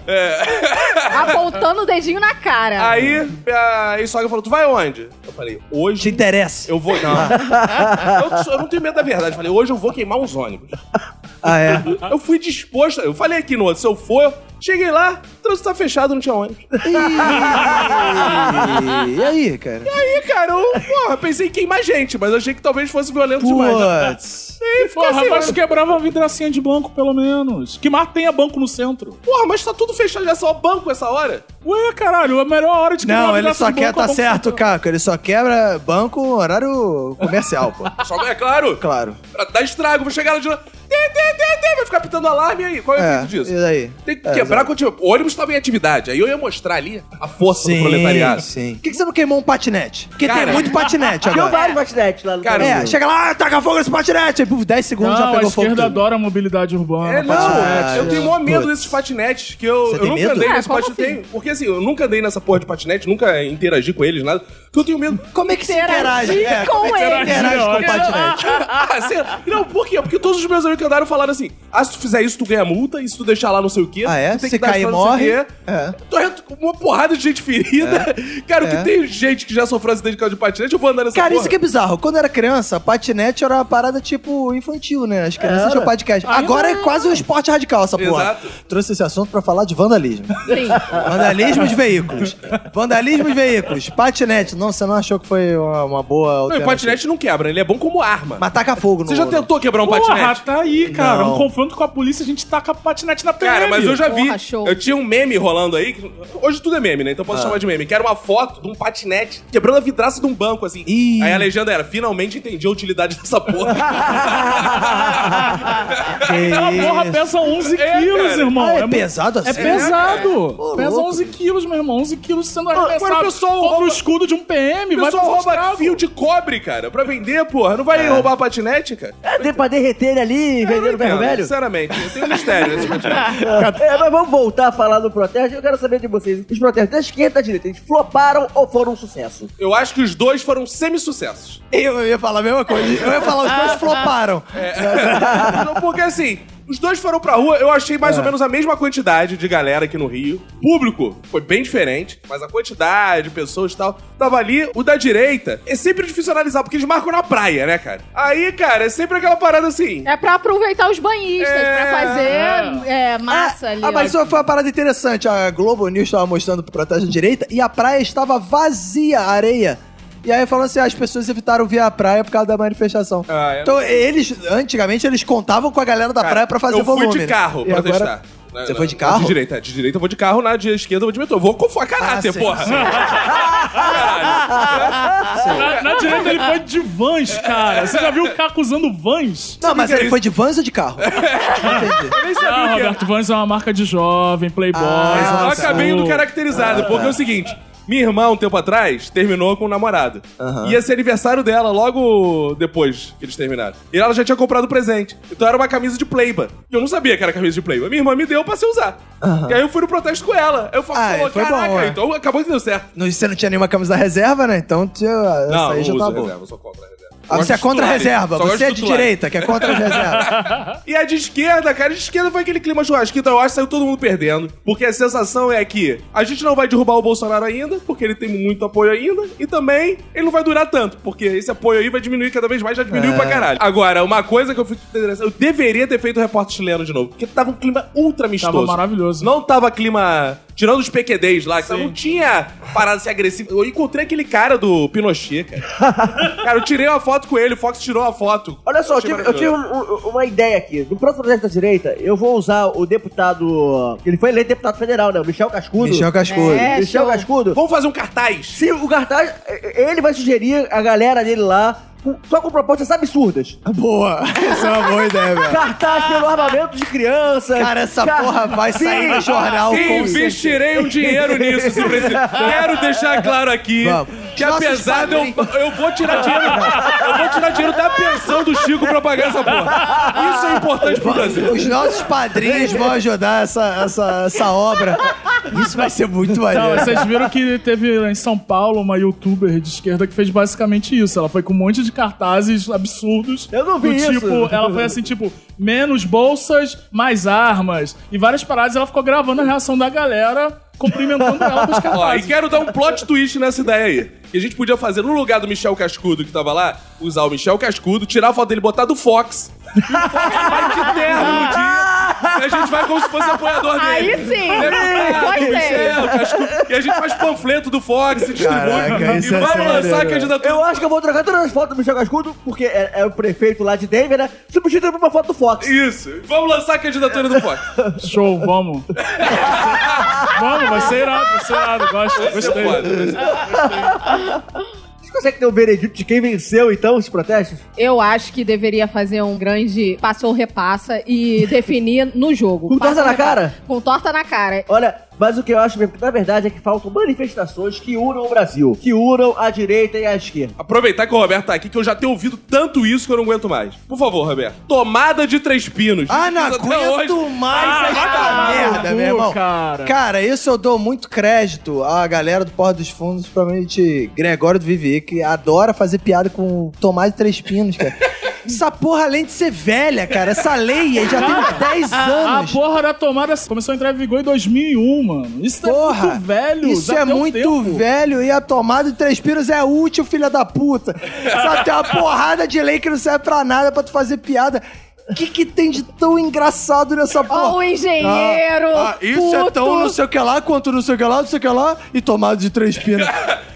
Speaker 5: Apontando Tá o dedinho na cara.
Speaker 3: Aí, minha ex-sogra falou: Tu vai onde? Eu falei:
Speaker 4: Te
Speaker 3: Hoje.
Speaker 4: interessa.
Speaker 3: Eu vou. Não. eu, eu não tenho medo da verdade. Eu falei: Hoje eu vou queimar uns ônibus.
Speaker 4: Ah, é.
Speaker 3: Eu fui disposto. Eu falei aqui no outro: Se eu for, cheguei lá, o trânsito tá fechado, não tinha ônibus.
Speaker 4: Ih, E aí, cara?
Speaker 3: Aí, cara, eu porra, pensei em queimar gente, mas achei que talvez fosse violento demais. né?
Speaker 4: Putz.
Speaker 3: E ficou
Speaker 6: Porra,
Speaker 3: assim,
Speaker 6: agora se quebrava a vidracinha de banco, pelo menos. Que mais tenha banco no centro.
Speaker 3: Porra, mas tá tudo fechado, já é só banco essa hora?
Speaker 6: Ué, caralho, é a melhor hora de quebrar a
Speaker 4: Não, ele
Speaker 6: vidraça
Speaker 4: só
Speaker 6: de
Speaker 4: quer,
Speaker 6: banco é
Speaker 4: tá
Speaker 3: um
Speaker 6: banco
Speaker 4: certo,
Speaker 6: central.
Speaker 4: Caco. Ele só quebra banco horário comercial, pô.
Speaker 3: Só, é claro,
Speaker 4: Claro.
Speaker 3: pra dar estrago, vou chegar lá de novo. Dê, dê, dê, dê, vai ficar pitando alarme e aí. Qual é o
Speaker 4: É,
Speaker 3: efeito disso?
Speaker 4: e daí?
Speaker 3: Tem que
Speaker 4: É,
Speaker 3: quebrar contigo. O ônibus estava em atividade. Aí eu ia mostrar ali a força do proletariado.
Speaker 4: sim. Por que, que você não queimou um patinete? Porque
Speaker 3: Cara.
Speaker 4: tem muito patinete
Speaker 2: Tinha
Speaker 4: agora.
Speaker 2: vários patinetes lá no
Speaker 3: Cara,
Speaker 2: Brasil.
Speaker 4: É, chega lá, taca fogo nesse patinete. Aí, por 10 segundos já
Speaker 6: Não, a
Speaker 4: pegou fogo.
Speaker 6: esquerda
Speaker 4: tudo.
Speaker 6: adora a mobilidade urbana.
Speaker 3: É, não,
Speaker 4: patinete.
Speaker 3: eu tenho o maior medo
Speaker 4: Ah, Putz.
Speaker 3: desses patinetes, que eu,
Speaker 4: Você
Speaker 3: eu
Speaker 4: tem
Speaker 3: nunca
Speaker 4: medo?
Speaker 3: andei
Speaker 5: Ah,
Speaker 3: nesse
Speaker 5: como
Speaker 3: patinete.
Speaker 5: assim?
Speaker 3: Porque assim, eu nunca andei nessa porra de patinete, nunca interagi com eles, nada. Porque eu tenho medo.
Speaker 4: Como é que se
Speaker 5: Interagir
Speaker 4: interage? É,
Speaker 5: com
Speaker 4: como é que
Speaker 5: ele.
Speaker 4: se interage com o patinete?
Speaker 3: Ah, sério? Não, por quê? Porque todos os meus amigos que andaram falaram assim: ah, se tu fizer isso, tu ganha multa, e se tu deixar lá não sei o quê,
Speaker 4: Ah, é?
Speaker 3: tu tem
Speaker 4: Se
Speaker 3: que dar
Speaker 4: cair,
Speaker 3: essa não sei o
Speaker 4: morre.
Speaker 3: quê.
Speaker 4: É.
Speaker 3: Tô reto com uma porrada de gente ferida. Cara, o que
Speaker 4: É.
Speaker 3: tem gente que já sofreu acidente por causa de patinete, eu vou andar nessa
Speaker 4: Cara,
Speaker 3: porra.
Speaker 4: isso que é bizarro. Quando eu era criança, patinete era uma parada tipo infantil, né? As crianças tinham podcast. Agora é quase um esporte radical essa porra.
Speaker 3: Exato.
Speaker 4: Trouxe esse assunto pra falar de vandalismo.
Speaker 5: Sim.
Speaker 4: vandalismo de veículos. Vandalismo de veículos. Patinete. Não, você não achou que foi uma, uma boa.
Speaker 3: Não, e
Speaker 4: alternativa?
Speaker 3: patinete não quebra, ele é bom como arma.
Speaker 4: Mas taca fogo no
Speaker 3: Você já
Speaker 4: outro.
Speaker 3: tentou quebrar um
Speaker 6: Porra,
Speaker 3: patinete?
Speaker 6: tá aí, cara.
Speaker 4: Não.
Speaker 6: Um confronto com a polícia, a gente taca patinete na PM.
Speaker 3: Cara, mas eu já vi.
Speaker 5: Porra, show.
Speaker 3: Eu tinha um meme rolando aí. que- Hoje tudo é meme, né? Então
Speaker 4: Ah.
Speaker 3: posso chamar de meme. Que era uma foto de um patinete quebrando a vidraça de um banco, assim.
Speaker 4: Ih.
Speaker 3: Aí a legenda era: finalmente entendi a utilidade dessa porra.
Speaker 6: Aquela
Speaker 4: Que
Speaker 6: porra
Speaker 4: isso.
Speaker 6: pesa 11
Speaker 3: É,
Speaker 6: quilos,
Speaker 3: cara.
Speaker 6: irmão.
Speaker 4: Ah, é
Speaker 6: mu-
Speaker 4: pesado assim?
Speaker 6: É pesado.
Speaker 4: Ô,
Speaker 6: pesa
Speaker 4: louco.
Speaker 6: 11 quilos, meu irmão. 11 quilos sendo
Speaker 3: agora o
Speaker 6: arremessado
Speaker 3: pessoal
Speaker 6: contra
Speaker 3: rouba-
Speaker 6: o escudo de um PM.
Speaker 3: O
Speaker 6: Vai
Speaker 3: pessoal
Speaker 6: fazer
Speaker 3: rouba
Speaker 6: estrago.
Speaker 3: fio de cobre, cara, pra vender, porra. Não vai roubar patinete, cara?
Speaker 2: É, tem pra derreter ele ali e É. vender no
Speaker 3: Cara,
Speaker 2: ferro velho?
Speaker 3: Sinceramente, eu tenho um mistério nesse patinete.
Speaker 2: É, mas vamos voltar a falar do protesto. Eu quero saber de vocês. Os protestos da esquerda e da direita, eles floparam ou foram um sucesso?
Speaker 3: Eu acho que os dois foram semi-sucessos.
Speaker 4: Eu ia falar a mesma coisa. Eu ia falar,
Speaker 3: Ah,
Speaker 4: os dois floparam.
Speaker 3: é. Não, Porque assim, os dois foram pra rua, eu achei
Speaker 2: É.
Speaker 3: mais ou menos a mesma quantidade de galera aqui no Rio. Público foi bem diferente, mas a quantidade, pessoas e tal, tava ali. O da direita é sempre difícil analisar, porque eles marcam na praia, né, cara? Aí, cara, é sempre aquela parada assim.
Speaker 5: É pra aproveitar os banhistas, pra fazer é, massa ali.
Speaker 4: Ah, mas
Speaker 5: ó.
Speaker 4: isso foi uma parada interessante. A Globo News estava mostrando pro protesto de direita e a praia estava vazia, a areia. E aí falando assim, ah, as pessoas evitaram vir à praia por causa da manifestação.
Speaker 3: Ah, é.
Speaker 4: Então eles, antigamente, eles contavam com a galera da praia pra fazer
Speaker 3: eu
Speaker 4: volume.
Speaker 3: fui de
Speaker 4: né?
Speaker 3: carro
Speaker 4: E
Speaker 3: pra
Speaker 4: agora-
Speaker 3: testar. Na-
Speaker 4: Você
Speaker 3: na-
Speaker 4: foi de
Speaker 3: na
Speaker 4: carro?
Speaker 3: De direita, de direita eu vou de carro, na de esquerda eu vou de metrô. Eu Vou com a caráter,
Speaker 4: Ah, sim,
Speaker 3: porra.
Speaker 4: sim.
Speaker 3: assim, né?
Speaker 6: Na, na direita ele foi de vans, cara. Você já viu o Caco usando vans?
Speaker 4: Não, mas
Speaker 3: é
Speaker 4: ele foi de vans ou de carro? Entendi.
Speaker 3: Eu nem sabia o
Speaker 6: Ah,
Speaker 3: que era.
Speaker 6: Roberto, Vans é uma marca de jovem, playboy. é
Speaker 4: Ah,
Speaker 3: Eu
Speaker 4: Nossa.
Speaker 3: acabei indo caracterizado, porque é o seguinte. Minha irmã, um tempo atrás, terminou com um namorado.
Speaker 4: Aham.
Speaker 3: Ia ser aniversário dela logo depois que eles terminaram. E ela já tinha comprado o presente. Então era uma camisa de pleiba. E eu não sabia que era camisa de pleiba. Minha irmã me deu pra se usar. E aí eu fui no protesto com ela. Eu
Speaker 4: Ah,
Speaker 3: falei,
Speaker 4: foi bom,
Speaker 3: caraca,
Speaker 4: é.
Speaker 3: então acabou que deu certo.
Speaker 4: Não, você não tinha nenhuma camisa da reserva, né? Então tinha, essa
Speaker 3: não,
Speaker 4: aí
Speaker 3: não
Speaker 4: já
Speaker 3: uso
Speaker 4: tá boa.
Speaker 3: reserva, eu sou contra a reserva.
Speaker 4: Ah,
Speaker 3: Gosto
Speaker 4: você é
Speaker 3: de
Speaker 4: contra a
Speaker 3: titulares.
Speaker 4: reserva,
Speaker 3: Só gosto
Speaker 4: você é de
Speaker 3: titulares.
Speaker 4: direita, que é contra a reserva.
Speaker 3: E a de esquerda, cara, a de esquerda foi aquele clima churrasquinho, então eu acho que saiu todo mundo perdendo. Porque a sensação é que a gente não vai derrubar o Bolsonaro ainda, porque ele tem muito apoio ainda, e também ele não vai durar tanto, porque esse apoio aí vai diminuir cada vez mais, já diminuiu
Speaker 2: É.
Speaker 3: pra caralho. Agora, uma coisa que eu fico interessado, eu deveria ter feito o repórter chileno de novo, porque tava um clima ultra amistoso.
Speaker 6: maravilhoso.
Speaker 3: Não tava clima. Tirando os PQDs lá, que
Speaker 6: Sim.
Speaker 3: não tinha parada de ser agressiva. Eu encontrei aquele cara do Pinochet, cara. cara, eu tirei uma foto com ele, o Fox tirou uma foto.
Speaker 2: Olha só, eu
Speaker 3: Achei
Speaker 2: tive, eu
Speaker 3: maravilhoso.
Speaker 2: tive um- um- uma ideia aqui. No próximo projeto da direita, eu vou usar o deputado. Ele foi eleito deputado federal, né? O Michel Cascudo.
Speaker 4: Michel Cascudo.
Speaker 5: É.
Speaker 2: Michel
Speaker 5: show.
Speaker 2: Cascudo.
Speaker 3: Vamos fazer um cartaz.
Speaker 2: Se o Cartaz. eh, Ele vai sugerir a galera dele lá com- só com propostas absurdas.
Speaker 4: Boa, essa é uma boa ideia, velho.
Speaker 2: Cartaz pelo armamento de crianças.
Speaker 4: Cara, essa
Speaker 2: Car-
Speaker 4: porra vai sair
Speaker 2: Sim.
Speaker 4: no jornal
Speaker 3: Sim,
Speaker 4: com certeza.
Speaker 3: investirei um dinheiro nisso, se precisar. Quero deixar claro aqui
Speaker 4: Vamos.
Speaker 3: que
Speaker 4: Nossos
Speaker 3: apesar de eu,
Speaker 4: padrinhos.
Speaker 3: eu vou tirar dinheiro. Eu vou tirar dinheiro da pensão do Chico pra pagar essa porra. Isso é importante pro Brasil.
Speaker 4: Os nossos padrinhos vão ajudar essa, essa, essa obra. Isso vai ser muito
Speaker 6: Então,
Speaker 4: maneiro.
Speaker 6: vocês viram que teve em São Paulo uma youtuber de esquerda que fez basicamente isso. Ela foi com um monte de cartazes absurdos.
Speaker 2: Eu não vi
Speaker 6: do
Speaker 2: isso.
Speaker 6: tipo, Ela foi assim, tipo, menos bolsas, mais armas. E várias paradas, ela ficou gravando a reação da galera, cumprimentando ela com os
Speaker 3: Ó, e
Speaker 6: cartazes.
Speaker 3: quero dar um plot twist nessa ideia aí. Que a gente podia fazer, no lugar do Michel Cascudo que tava lá, usar o Michel Cascudo, tirar a foto dele, botar do Fox. E o Fox vai de terra no dia. E a gente vai como se fosse apoiador dele.
Speaker 5: Aí sim.
Speaker 3: Deputado,
Speaker 5: Gostei.
Speaker 3: Michel Cascudo. E a gente faz panfleto do Fox, se distribui.
Speaker 4: Caraca, isso
Speaker 3: e
Speaker 4: é
Speaker 3: vai lançar a
Speaker 4: maneiro.
Speaker 3: candidatura
Speaker 2: Eu acho que eu vou trocar todas as fotos do Michel Cascudo, porque é, é o prefeito lá de Denver, né? Substituindo por uma foto do Fox.
Speaker 3: Isso. Vamos lançar a candidatura do Fox.
Speaker 6: Show, vamos. vamos, vai ser irado, vai ser irado. Gosto,
Speaker 3: Isso é
Speaker 6: gostei.
Speaker 3: foda.
Speaker 2: Acho que consegue ter o veredito de quem venceu, então, os protestos?
Speaker 5: Eu acho que deveria fazer um grande passo ou repassa e definir no jogo.
Speaker 2: Com torta
Speaker 5: Passe ou
Speaker 2: na
Speaker 5: repassa.
Speaker 2: cara?
Speaker 5: Com torta na cara.
Speaker 2: Olha, mas o que eu acho mesmo, na verdade, é que faltam manifestações que unam o Brasil, que unam a direita e a esquerda.
Speaker 3: Aproveitar que o Roberto tá aqui, que eu já tenho ouvido tanto isso que eu não aguento mais. Por favor, Roberto. Tomada de três pinos.
Speaker 4: Ah, não
Speaker 3: Fiz até hoje.
Speaker 4: aguento mais esta merda, meu irmão.
Speaker 6: cara.
Speaker 4: Cara, isso eu dou muito crédito à galera do Porra dos Fundos, provavelmente Gregório do Vivier, que adora fazer piada com tomate de três pinos, cara. Essa porra, além de ser velha, cara, essa lei aí já tem uns 10
Speaker 6: A
Speaker 4: anos.
Speaker 6: porra da tomada começou a entrar em vigor em 2001, mano. Isso
Speaker 4: Porra,
Speaker 6: é muito velho.
Speaker 4: Isso
Speaker 6: já
Speaker 4: é
Speaker 6: tem um
Speaker 4: muito
Speaker 6: tempo.
Speaker 4: velho e a tomada de três pinos é útil, filha da puta. Sabe, tem uma porrada de lei que não serve pra nada pra tu fazer piada. O que, que tem de tão engraçado nessa porra?
Speaker 5: Ó, o engenheiro.
Speaker 4: Ah, isso é
Speaker 5: puto.
Speaker 4: tão não sei o que lá, quanto não sei o que lá, não sei o que lá, e tomada de três pinos.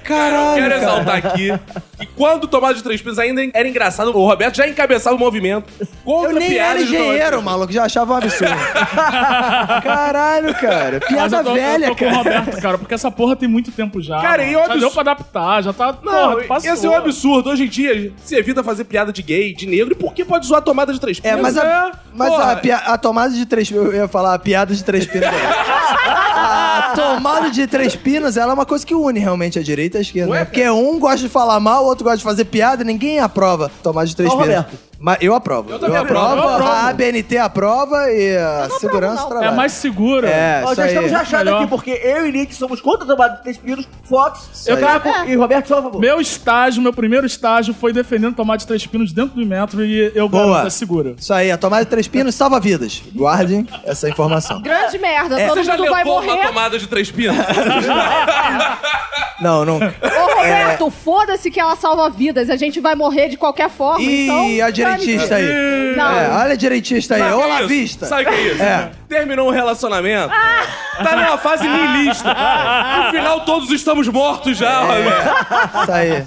Speaker 4: Caralho,
Speaker 3: Quero
Speaker 4: cara.
Speaker 3: exaltar aqui que quando Tomada de Três Pinos ainda era engraçado, o Roberto já encabeçava o movimento
Speaker 4: Eu
Speaker 3: contra
Speaker 4: nem
Speaker 3: piadas
Speaker 4: era
Speaker 3: de Tomada de Três
Speaker 4: engenheiro, maluco, já achava um absurdo. Caralho, cara.
Speaker 6: Mas
Speaker 4: Piada
Speaker 6: eu tô,
Speaker 4: velha,
Speaker 6: eu tô com
Speaker 4: cara.
Speaker 6: o Roberto, cara, porque essa porra tem muito tempo já.
Speaker 3: Cara,
Speaker 6: mano.
Speaker 3: e é um
Speaker 6: Já deu
Speaker 3: absurdo.
Speaker 6: pra adaptar, já tá.
Speaker 3: Não,
Speaker 6: porra, tu passou.
Speaker 3: esse é um absurdo. Hoje em dia se evita fazer piada de gay, de negro, e por que pode zoar tomada de três
Speaker 4: É,
Speaker 3: pinos?
Speaker 4: mas, a, mas
Speaker 3: porra,
Speaker 4: a, pia- a tomada de três pinos. Eu ia falar a piada de três pinos. é a tomada de três pinos ela é uma coisa que une realmente a direita e a esquerda.
Speaker 3: Ué,
Speaker 4: né? Porque um gosta de falar mal, o outro gosta de fazer piada, ninguém aprova tomada de três
Speaker 2: Ó,
Speaker 4: pinos.
Speaker 2: Roberto.
Speaker 4: Mas eu aprovo. Eu,
Speaker 3: também aprovo,
Speaker 4: aprovo,
Speaker 6: eu aprovo.
Speaker 4: a ABNT aprova e a segurança trabalha.
Speaker 6: É mais seguro.
Speaker 4: É,
Speaker 2: Ó,
Speaker 4: isso
Speaker 2: já
Speaker 4: aí.
Speaker 2: estamos rachados
Speaker 6: Melhor.
Speaker 2: aqui, porque eu e Nick somos contra a tomada de três pinos, Fox,
Speaker 4: Isso
Speaker 2: eu
Speaker 4: aí.
Speaker 2: Caco e Roberto só, por favor.
Speaker 6: Meu estágio, meu primeiro estágio foi defendendo tomate de três pinos dentro do metro e eu
Speaker 4: Boa.
Speaker 6: garanto, é segura.
Speaker 4: Isso aí, a tomada de três pinos salva vidas. Guardem essa informação.
Speaker 5: Grande merda.
Speaker 4: É,
Speaker 5: todo
Speaker 3: você já
Speaker 5: mundo vai
Speaker 3: levou uma
Speaker 5: morrer.
Speaker 3: tomada de três pinos?
Speaker 4: Não, nunca.
Speaker 5: Ô, Roberto, foda-se que ela salva vidas. A gente vai morrer de qualquer forma.
Speaker 4: Ih,
Speaker 5: então,
Speaker 4: a direitista aí.
Speaker 5: dane-se. Não.
Speaker 4: É, olha a direitista aí.
Speaker 3: Sabe o que é
Speaker 4: Olá,
Speaker 3: isso?
Speaker 4: vista.
Speaker 3: Sabe o que é isso?
Speaker 4: É.
Speaker 3: Terminou um relacionamento, tá numa fase niilista. No final todos estamos mortos já,
Speaker 4: É.
Speaker 3: Roberto.
Speaker 4: Isso Tá aí.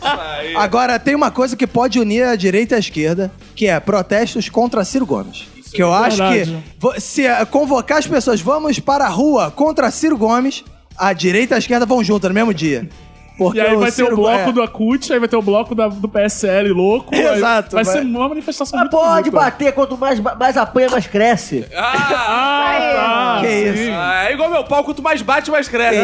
Speaker 3: aí.
Speaker 4: Agora, tem uma coisa que pode unir a direita e a esquerda, que é protestos contra Ciro Gomes. que eu acho
Speaker 6: verdade.
Speaker 4: que vo- se eh, convocar as pessoas, vamos para a rua contra Ciro Gomes, a direita e a esquerda vão juntas no mesmo dia. Porque
Speaker 6: E aí
Speaker 4: o
Speaker 6: vai ter
Speaker 4: Ciro
Speaker 6: o
Speaker 4: Go-
Speaker 6: bloco
Speaker 4: é.
Speaker 6: do Acute, aí vai ter o bloco da- do PSL louco. aí
Speaker 4: Exato,
Speaker 6: Vai,
Speaker 4: vai-
Speaker 6: ser uma manifestação
Speaker 2: Mas
Speaker 6: muito
Speaker 2: Ah, pode
Speaker 6: maluca.
Speaker 2: bater, quanto mais, ba- mais apanha, mais cresce.
Speaker 3: Ah,
Speaker 6: Ah, tá.
Speaker 4: Que isso?
Speaker 3: ah, é igual meu pau, quanto mais bate, mais cresce.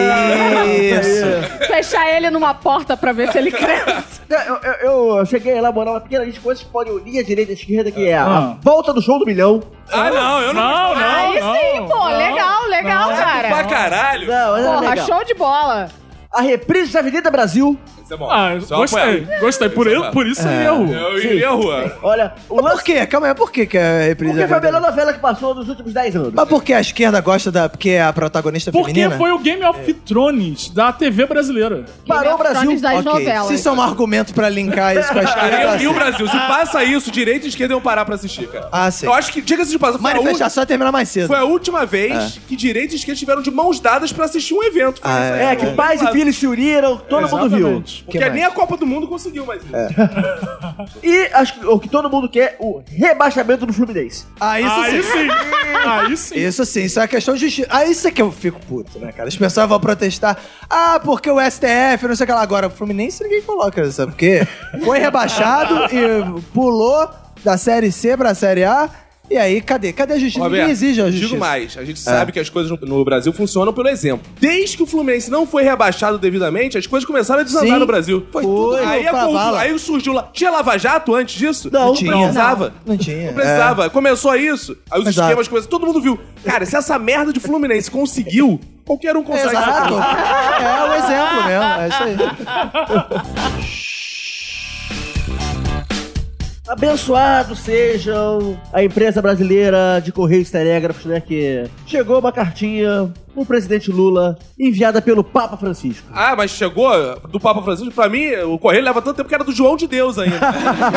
Speaker 4: Isso.
Speaker 5: fechar ele numa porta pra ver se ele cresce.
Speaker 2: Eu, eu- eu cheguei a elaborar uma pequena lista de coisas que podem unir a direita e a esquerda, que é a
Speaker 6: Ah.
Speaker 2: volta do show do milhão.
Speaker 3: Ah, não, eu não, é
Speaker 6: Não, não,
Speaker 5: Aí
Speaker 6: não,
Speaker 5: sim, pô.
Speaker 6: não.
Speaker 5: legal, legal, cara.
Speaker 4: É.
Speaker 3: Pra caralho.
Speaker 2: Não, mas era
Speaker 5: Porra,
Speaker 2: legal.
Speaker 5: show de bola.
Speaker 2: A reprise da Avenida Brasil.
Speaker 3: Isso é bom.
Speaker 6: Ah,
Speaker 3: Isso é um
Speaker 6: gostei,
Speaker 3: apoiado.
Speaker 6: gostei. Por,
Speaker 3: Isso é um
Speaker 6: eu, por isso é
Speaker 3: apoiado.
Speaker 6: erro.
Speaker 3: Eu iria à rua.
Speaker 2: Olha, o
Speaker 4: Mas
Speaker 2: lance.
Speaker 4: por quê? Calma aí, por que que é a reprise
Speaker 2: Porque
Speaker 4: é
Speaker 2: foi a melhor
Speaker 4: verdade?
Speaker 2: novela que passou nos últimos 10 anos.
Speaker 4: Mas por que a esquerda gosta da... Porque é a protagonista
Speaker 6: Porque
Speaker 4: feminina?
Speaker 6: foi o Game of Thrones da TV brasileira.
Speaker 2: Parou o Brasil.
Speaker 5: Crones das
Speaker 4: Ok,
Speaker 5: novelas.
Speaker 4: se isso é um argumento pra linkar isso com a esquerda...
Speaker 3: Cara,
Speaker 4: eu
Speaker 3: eu vi o
Speaker 4: aceito.
Speaker 3: Brasil. Se passa isso, direita e esquerda iam parar pra assistir, cara.
Speaker 4: Ah, sim.
Speaker 3: Eu acho que, diga-se de passagem, foi, a ú-
Speaker 4: Manifestação é terminar mais cedo. É.
Speaker 3: foi a última vez que direita e esquerda estiveram de mãos dadas pra assistir um evento. Foi
Speaker 4: Ah,
Speaker 3: isso aí.
Speaker 2: É, que pais e filhos se uniram, todo mundo viu.
Speaker 6: Exatamente.
Speaker 4: Que
Speaker 3: Porque
Speaker 4: mais? É.
Speaker 3: nem a Copa do Mundo conseguiu mais isso.
Speaker 2: E acho que- o que todo mundo quer, o rebaixamento do Fluminense.
Speaker 4: Ah, isso
Speaker 6: Aí
Speaker 4: sim.
Speaker 6: sim. Aí sim.
Speaker 4: Isso sim, isso é questão de justiça. Ah, isso é que eu fico puto, né, cara? As pessoas vão protestar. Ah, porque o STF, não sei o que lá. Agora, o Fluminense ninguém coloca, sabe por quê? Foi rebaixado e pulou da Série C pra Série A. E aí, cadê? Cadê a justiça?
Speaker 3: Roberto,
Speaker 4: ninguém exige a justiça. É.
Speaker 3: digo mais, a gente sabe que as coisas no- no Brasil funcionam pelo exemplo. Desde que o Fluminense não foi rebaixado devidamente, as coisas começaram a desandar
Speaker 4: Sim.
Speaker 3: no Brasil.
Speaker 4: Foi tudo
Speaker 3: aí, a
Speaker 4: pra
Speaker 3: confu-
Speaker 4: bala.
Speaker 3: aí surgiu lá. Tinha Lava Jato antes disso?
Speaker 4: Não, tinha.
Speaker 3: precisava.
Speaker 4: Não tinha.
Speaker 3: Não precisava. Começou isso. Aí os
Speaker 4: É. Exato.
Speaker 3: esquemas começaram. Todo mundo viu. Cara, se essa merda de Fluminense conseguiu, qualquer um
Speaker 4: É.
Speaker 3: consegue.
Speaker 4: Exato. É o exemplo mesmo. É isso aí.
Speaker 2: Abençoados sejam a imprensa brasileira de Correios e Telégrafos, né? Que chegou uma cartinha pro presidente Lula, enviada pelo Papa Francisco.
Speaker 3: Ah, mas chegou do Papa Francisco. Pra mim, o correio leva tanto tempo que era do João de Deus ainda.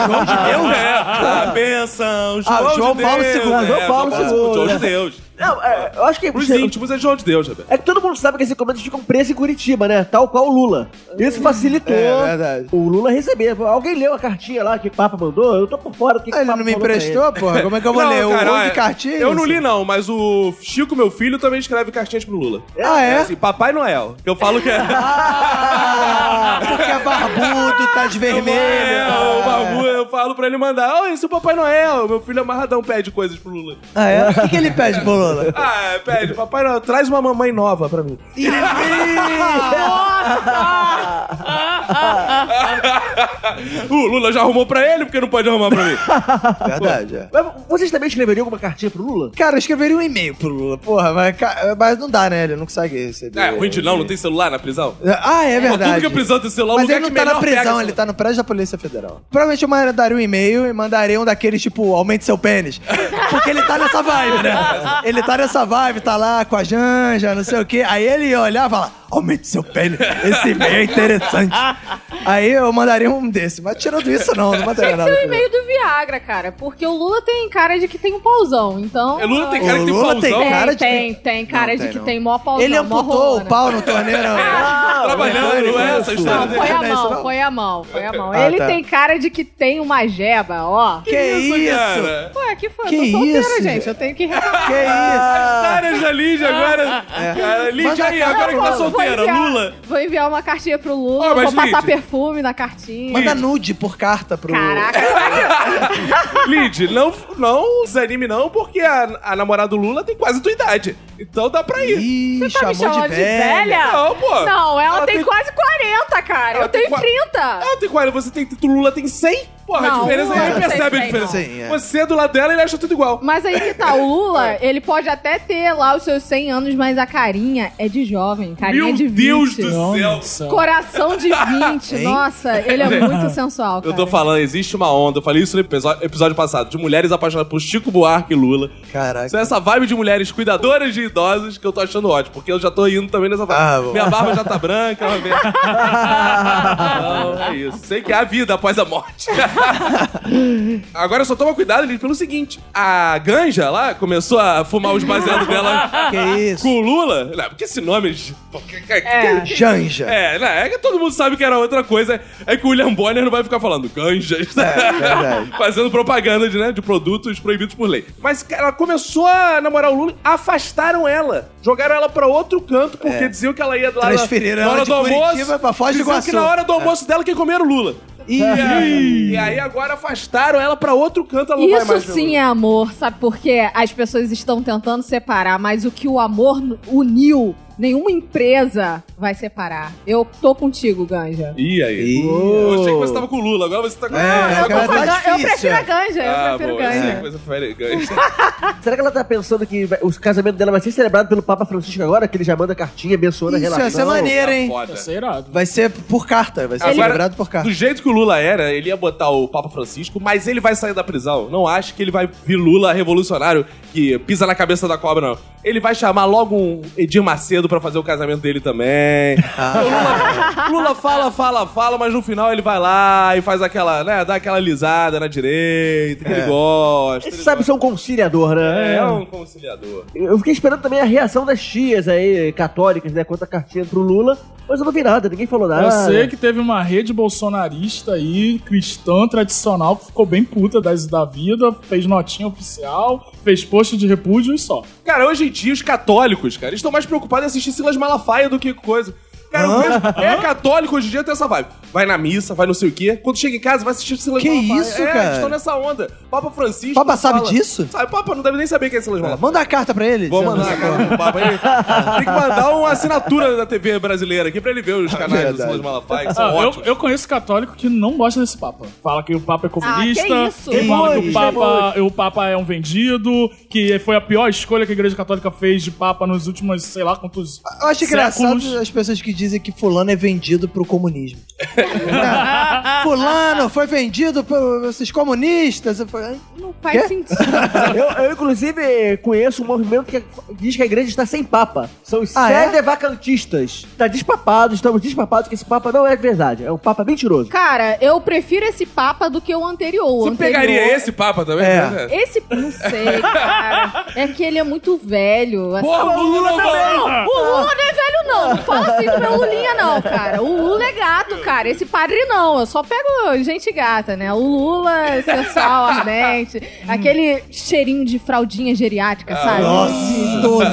Speaker 3: João de Deus? É. A benção, João,
Speaker 4: Ah, João
Speaker 3: de
Speaker 4: Paulo
Speaker 3: Deus.
Speaker 4: II.
Speaker 3: É,
Speaker 2: João Paulo
Speaker 3: João
Speaker 2: II,
Speaker 3: de
Speaker 2: né?
Speaker 3: Deus.
Speaker 2: Não, é, eu acho que.
Speaker 3: Pros íntimos é João de Deus, Roberto.
Speaker 2: É que todo mundo sabe que esses comentários ficam presos um em Curitiba, né? Tal qual o Lula. Isso facilitou
Speaker 4: É verdade.
Speaker 2: o Lula receber. Alguém leu a cartinha lá que o Papa mandou? Eu tô por fora. O que que
Speaker 4: Ah,
Speaker 2: o
Speaker 4: ele
Speaker 2: Papa
Speaker 4: não me
Speaker 2: falou pra ele?
Speaker 4: emprestou, porra? Como é que eu vou
Speaker 3: Não,
Speaker 4: ler? Um
Speaker 3: cara,
Speaker 4: monte
Speaker 3: olha,
Speaker 4: de cartinha?
Speaker 3: Eu não li, não, mas o Chico, meu filho, também escreve cartinhas pro Lula.
Speaker 4: Ah, é?
Speaker 3: assim, Papai Noel. Que eu falo que é.
Speaker 4: Ah, porque é barbudo, tá de vermelho.
Speaker 3: É, o
Speaker 4: Ah,
Speaker 3: Babu, eu falo pra ele mandar. Oh, esse é o Papai Noel. Meu filho amarradão pede coisas pro Lula.
Speaker 4: Ah, é? O que, que ele pede pro Lula?
Speaker 3: Ah, é, pede, Papai Noel, traz uma mamãe nova pra mim. o Uh, Lula já arrumou pra ele, porque não pode arrumar pra mim.
Speaker 4: Verdade, é.
Speaker 2: Mas vocês também escreveriam alguma cartinha pro Lula?
Speaker 4: Cara, eu escreveria um e-mail pro Lula, porra, mas, ca- mas não dá, né? Ele não consegue receber.
Speaker 3: É, ruim de não, não tem celular na prisão?
Speaker 4: Ah, é
Speaker 3: Pô,
Speaker 4: verdade.
Speaker 3: Tudo que a prisão tem celular, o
Speaker 4: Mas
Speaker 3: lugar
Speaker 4: ele não
Speaker 3: que
Speaker 4: tá na
Speaker 3: melhor pega
Speaker 4: prisão,
Speaker 3: celular.
Speaker 4: ele tá no prédio da Polícia Federal. Provavelmente eu mandaria um e-mail e mandaria um daqueles, tipo, aumente seu pênis. Porque ele tá nessa vibe, né? Ele tá nessa vibe, tá lá com a Janja, não sei o quê. Aí ele ia olhar e falar, aumente seu pênis, esse e-mail é interessante. Aí eu mandaria um desse, mas tirando isso, não, não mandaria
Speaker 5: Tem que
Speaker 4: nada.
Speaker 5: ser o
Speaker 4: pra ele.
Speaker 5: e-mail é do Viagra, cara. Porque o Lula tem cara de que tem um pauzão, então...
Speaker 3: É, Lula tem
Speaker 5: eu-
Speaker 3: cara tá que tem
Speaker 4: O Lula tem
Speaker 3: pauzão.
Speaker 5: Tem,
Speaker 4: cara de
Speaker 5: tem,
Speaker 4: que-
Speaker 5: tem cara
Speaker 4: Não,
Speaker 5: de
Speaker 4: tem,
Speaker 5: que
Speaker 4: não.
Speaker 5: tem mó pauzão,
Speaker 4: Ele
Speaker 5: mó né?
Speaker 4: amputou
Speaker 5: rola.
Speaker 4: o pau no torneiro.
Speaker 3: Trabalhando, não é essa história
Speaker 5: Não,
Speaker 3: dele.
Speaker 5: foi a
Speaker 4: Não é isso,
Speaker 5: mão,
Speaker 4: não?
Speaker 5: foi a mão, foi a mão.
Speaker 4: Ah,
Speaker 5: Ele
Speaker 4: tá.
Speaker 5: tem cara de que tem uma jeba, ó.
Speaker 4: Que isso?
Speaker 3: cara?
Speaker 5: Ué, que foi?
Speaker 4: Que
Speaker 5: eu tô solteira,
Speaker 4: isso,
Speaker 5: gente.
Speaker 4: gente?
Speaker 5: Eu tenho que reclamar.
Speaker 4: Que isso?
Speaker 3: Caras da Lídia agora.
Speaker 4: Ah.
Speaker 3: Cara, Lídia aí, agora que tá
Speaker 5: Vou- vou
Speaker 3: solteira,
Speaker 5: enviar-
Speaker 3: Lula.
Speaker 5: Vou enviar uma cartinha pro Lula,
Speaker 3: Ó, mas,
Speaker 5: vou passar
Speaker 3: gente-
Speaker 5: perfume na cartinha.
Speaker 4: Manda nude por carta pro...
Speaker 5: Caraca, tá
Speaker 3: Lid, não, não desanime não, porque a, a namorada do Lula tem quase tua idade. Então dá pra ir.
Speaker 4: Ih,
Speaker 5: você tá me
Speaker 4: chamou
Speaker 5: chamando
Speaker 4: de velha.
Speaker 3: Não, pô.
Speaker 5: Não, ela,
Speaker 3: Ela
Speaker 5: tem,
Speaker 3: tem-
Speaker 5: quase 40, cara.
Speaker 3: Ela
Speaker 5: eu tenho
Speaker 3: tem qua-
Speaker 5: 30.
Speaker 3: Ela Ah, tem quase, você tem, o Lula tem 100? Porra,
Speaker 5: Não,
Speaker 3: a diferença, é ele
Speaker 5: Lula
Speaker 3: nem
Speaker 5: não tem
Speaker 3: percebe a
Speaker 5: 100,
Speaker 3: diferença.
Speaker 4: não. Sim, é.
Speaker 3: Você do lado dela, ele acha tudo igual.
Speaker 5: Mas aí que tá, o Lula, ele pode até ter lá os seus 100 anos, mas a carinha é de jovem, carinha
Speaker 3: Meu
Speaker 5: de 20.
Speaker 3: Deus do céu.
Speaker 5: é
Speaker 6: Nossa.
Speaker 5: Coração de 20.
Speaker 4: Hein?
Speaker 5: Nossa, ele é muito sensual, cara.
Speaker 3: Eu tô falando, existe uma onda, eu falei isso no episódio, episódio passado, de mulheres apaixonadas por Chico Buarque e Lula.
Speaker 4: Caraca.
Speaker 3: São é essa vibe de mulheres cuidadoras de idosos que eu tô achando ótimo, porque eu já tô indo também nessa vibe.
Speaker 4: Ah, bom.
Speaker 3: Minha barba já tá branca, vai ver. Não, é isso. Sei que é a vida após a morte. Agora só toma cuidado, Liz, pelo seguinte. A Ganja lá começou a fumar os baseados dela
Speaker 4: Que isso?
Speaker 3: com o Lula. Não, porque esse nome...
Speaker 5: É.
Speaker 4: Janja.
Speaker 3: É, né? É que todo mundo sabe que era outra coisa. É que o William Bonner não vai ficar falando ganjas, né?
Speaker 4: É, verdade.
Speaker 3: Fazendo propaganda de, né, de produtos proibidos por lei. Mas cara, ela começou a namorar o Lula, afastaram ela. Jogaram ela pra outro canto, porque
Speaker 4: É.
Speaker 3: diziam que ela ia lá na-
Speaker 4: Transferiram
Speaker 3: na
Speaker 4: ela
Speaker 3: hora
Speaker 4: de
Speaker 3: do
Speaker 4: Curitiba
Speaker 3: almoço.
Speaker 4: pra Foz do
Speaker 3: diziam que
Speaker 4: Iguaçu. É.
Speaker 3: na hora do almoço dela quem comeram o Lula.
Speaker 4: Ih,
Speaker 3: E, e aí agora afastaram ela pra outro canto, ela não vai
Speaker 5: Isso
Speaker 3: mais ver o Lula.
Speaker 5: sim é amor, sabe? Porque as pessoas estão tentando separar, mas o que o amor uniu, nenhuma empresa vai separar. Eu tô contigo, Ganja.
Speaker 3: E aí?
Speaker 4: Ih.
Speaker 3: Eu achei que você tava com o Lula, agora você tá com
Speaker 4: É,
Speaker 5: Eu, tô
Speaker 4: cara,
Speaker 5: com
Speaker 4: tá
Speaker 5: a Ganja. eu
Speaker 4: difícil,
Speaker 5: prefiro a
Speaker 4: é.
Speaker 5: Ganja, eu
Speaker 3: Ah,
Speaker 5: prefiro
Speaker 3: bom,
Speaker 5: a
Speaker 3: essa
Speaker 5: Ganja.
Speaker 3: é coisa fera- ganja.
Speaker 2: Será que ela tá pensando que vai- o casamento dela vai ser celebrado pelo Papa Francisco agora? Que ele já manda cartinha, abençoando a
Speaker 4: Isso,
Speaker 2: relação.
Speaker 4: ia ser maneiro, é hein?
Speaker 3: tá Foda.
Speaker 6: Isso é irado.
Speaker 4: Vai ser por carta, vai ser
Speaker 3: Agora,
Speaker 4: celebrado por carta.
Speaker 3: Do jeito que o Lula era, ele ia botar o Papa Francisco, mas ele vai sair da prisão. Não acho que ele vai vir Lula revolucionário que pisa na cabeça da cobra, não. Ele vai chamar logo um Edir Macedo pra fazer o casamento dele também. O Lula, Lula fala, fala, fala, mas no final ele vai lá e faz aquela, né, dá aquela lisada na direita, que ele gosta.
Speaker 2: Você
Speaker 3: ele
Speaker 2: sabe
Speaker 3: gosta.
Speaker 2: ser um conciliador, né?
Speaker 3: É um conciliador.
Speaker 2: Eu fiquei esperando também a reação das tias aí, católicas, né? Quanto a cartinha pro Lula, mas eu não vi nada, ninguém falou nada.
Speaker 6: Eu sei que teve uma rede bolsonarista aí, cristã, tradicional, que ficou bem puta das, da vida, fez notinha oficial, fez post de repúdio e só.
Speaker 3: Cara, hoje em dia os católicos, cara, eles estão mais preocupados em assistir Silas Malafaia do que coisa. Cara, eu vejo- é católico hoje em dia tem essa vibe. Vai na missa, vai não sei o quê. Quando chega em casa, vai assistir Silas
Speaker 4: Que
Speaker 3: Malafaia.
Speaker 4: isso,
Speaker 3: é,
Speaker 4: cara?
Speaker 3: Eles estão nessa onda. Papa Francisco.
Speaker 4: Papa sabe
Speaker 3: fala-
Speaker 4: disso?
Speaker 3: Sabe, Papa não deve nem saber quem é Silas Malafaia.
Speaker 4: Manda a carta pra ele.
Speaker 3: Vou
Speaker 4: dizendo
Speaker 3: mandar a
Speaker 4: essa né?
Speaker 3: cara
Speaker 4: porra.
Speaker 3: do Papa aí. Tem que mandar uma assinatura da TV brasileira aqui pra ele ver os canais do
Speaker 4: É Verdade.
Speaker 3: Silas Malafaia, que são
Speaker 6: Ah, eu,
Speaker 3: ótimos.
Speaker 6: eu conheço católico que não gosta desse Papa. Fala que o Papa é comunista,
Speaker 5: Ah, que isso?
Speaker 6: que fala que o
Speaker 2: Demônios,
Speaker 6: Papa, o Papa é um vendido, que foi a pior escolha que a Igreja Católica fez de Papa nos últimos, sei lá quantos.
Speaker 4: Eu acho
Speaker 6: séculos.
Speaker 4: engraçado as pessoas que dizem que fulano é vendido pro comunismo. Fulano foi vendido por esses comunistas. Eu falei,
Speaker 5: Não faz
Speaker 4: Quê?
Speaker 5: sentido.
Speaker 2: Eu, eu, inclusive, conheço um movimento que diz que a igreja está sem papa. São os
Speaker 4: Ah, é?
Speaker 2: sede vacantistas. Tá despapado, estamos despapados que esse papa não é de verdade. É um papa mentiroso.
Speaker 5: Cara, eu prefiro esse Papa do que o anterior. O
Speaker 3: Você
Speaker 5: anterior-
Speaker 3: pegaria esse papa também?
Speaker 4: É.
Speaker 3: né?
Speaker 5: Esse, não sei, cara. É que ele é muito velho. assim.
Speaker 3: Porra, o Lula também!
Speaker 5: Não, o Lula não é velho, não. Não fala assim do meu Lulinha, não, cara. O Lula é gato, cara. Esse padre não. Eu só pego gente gata, né? O Lula é sensual, ardente. Aquele cheirinho de fraldinha geriátrica, sabe?
Speaker 4: Ah, Nossa.
Speaker 5: Idoso.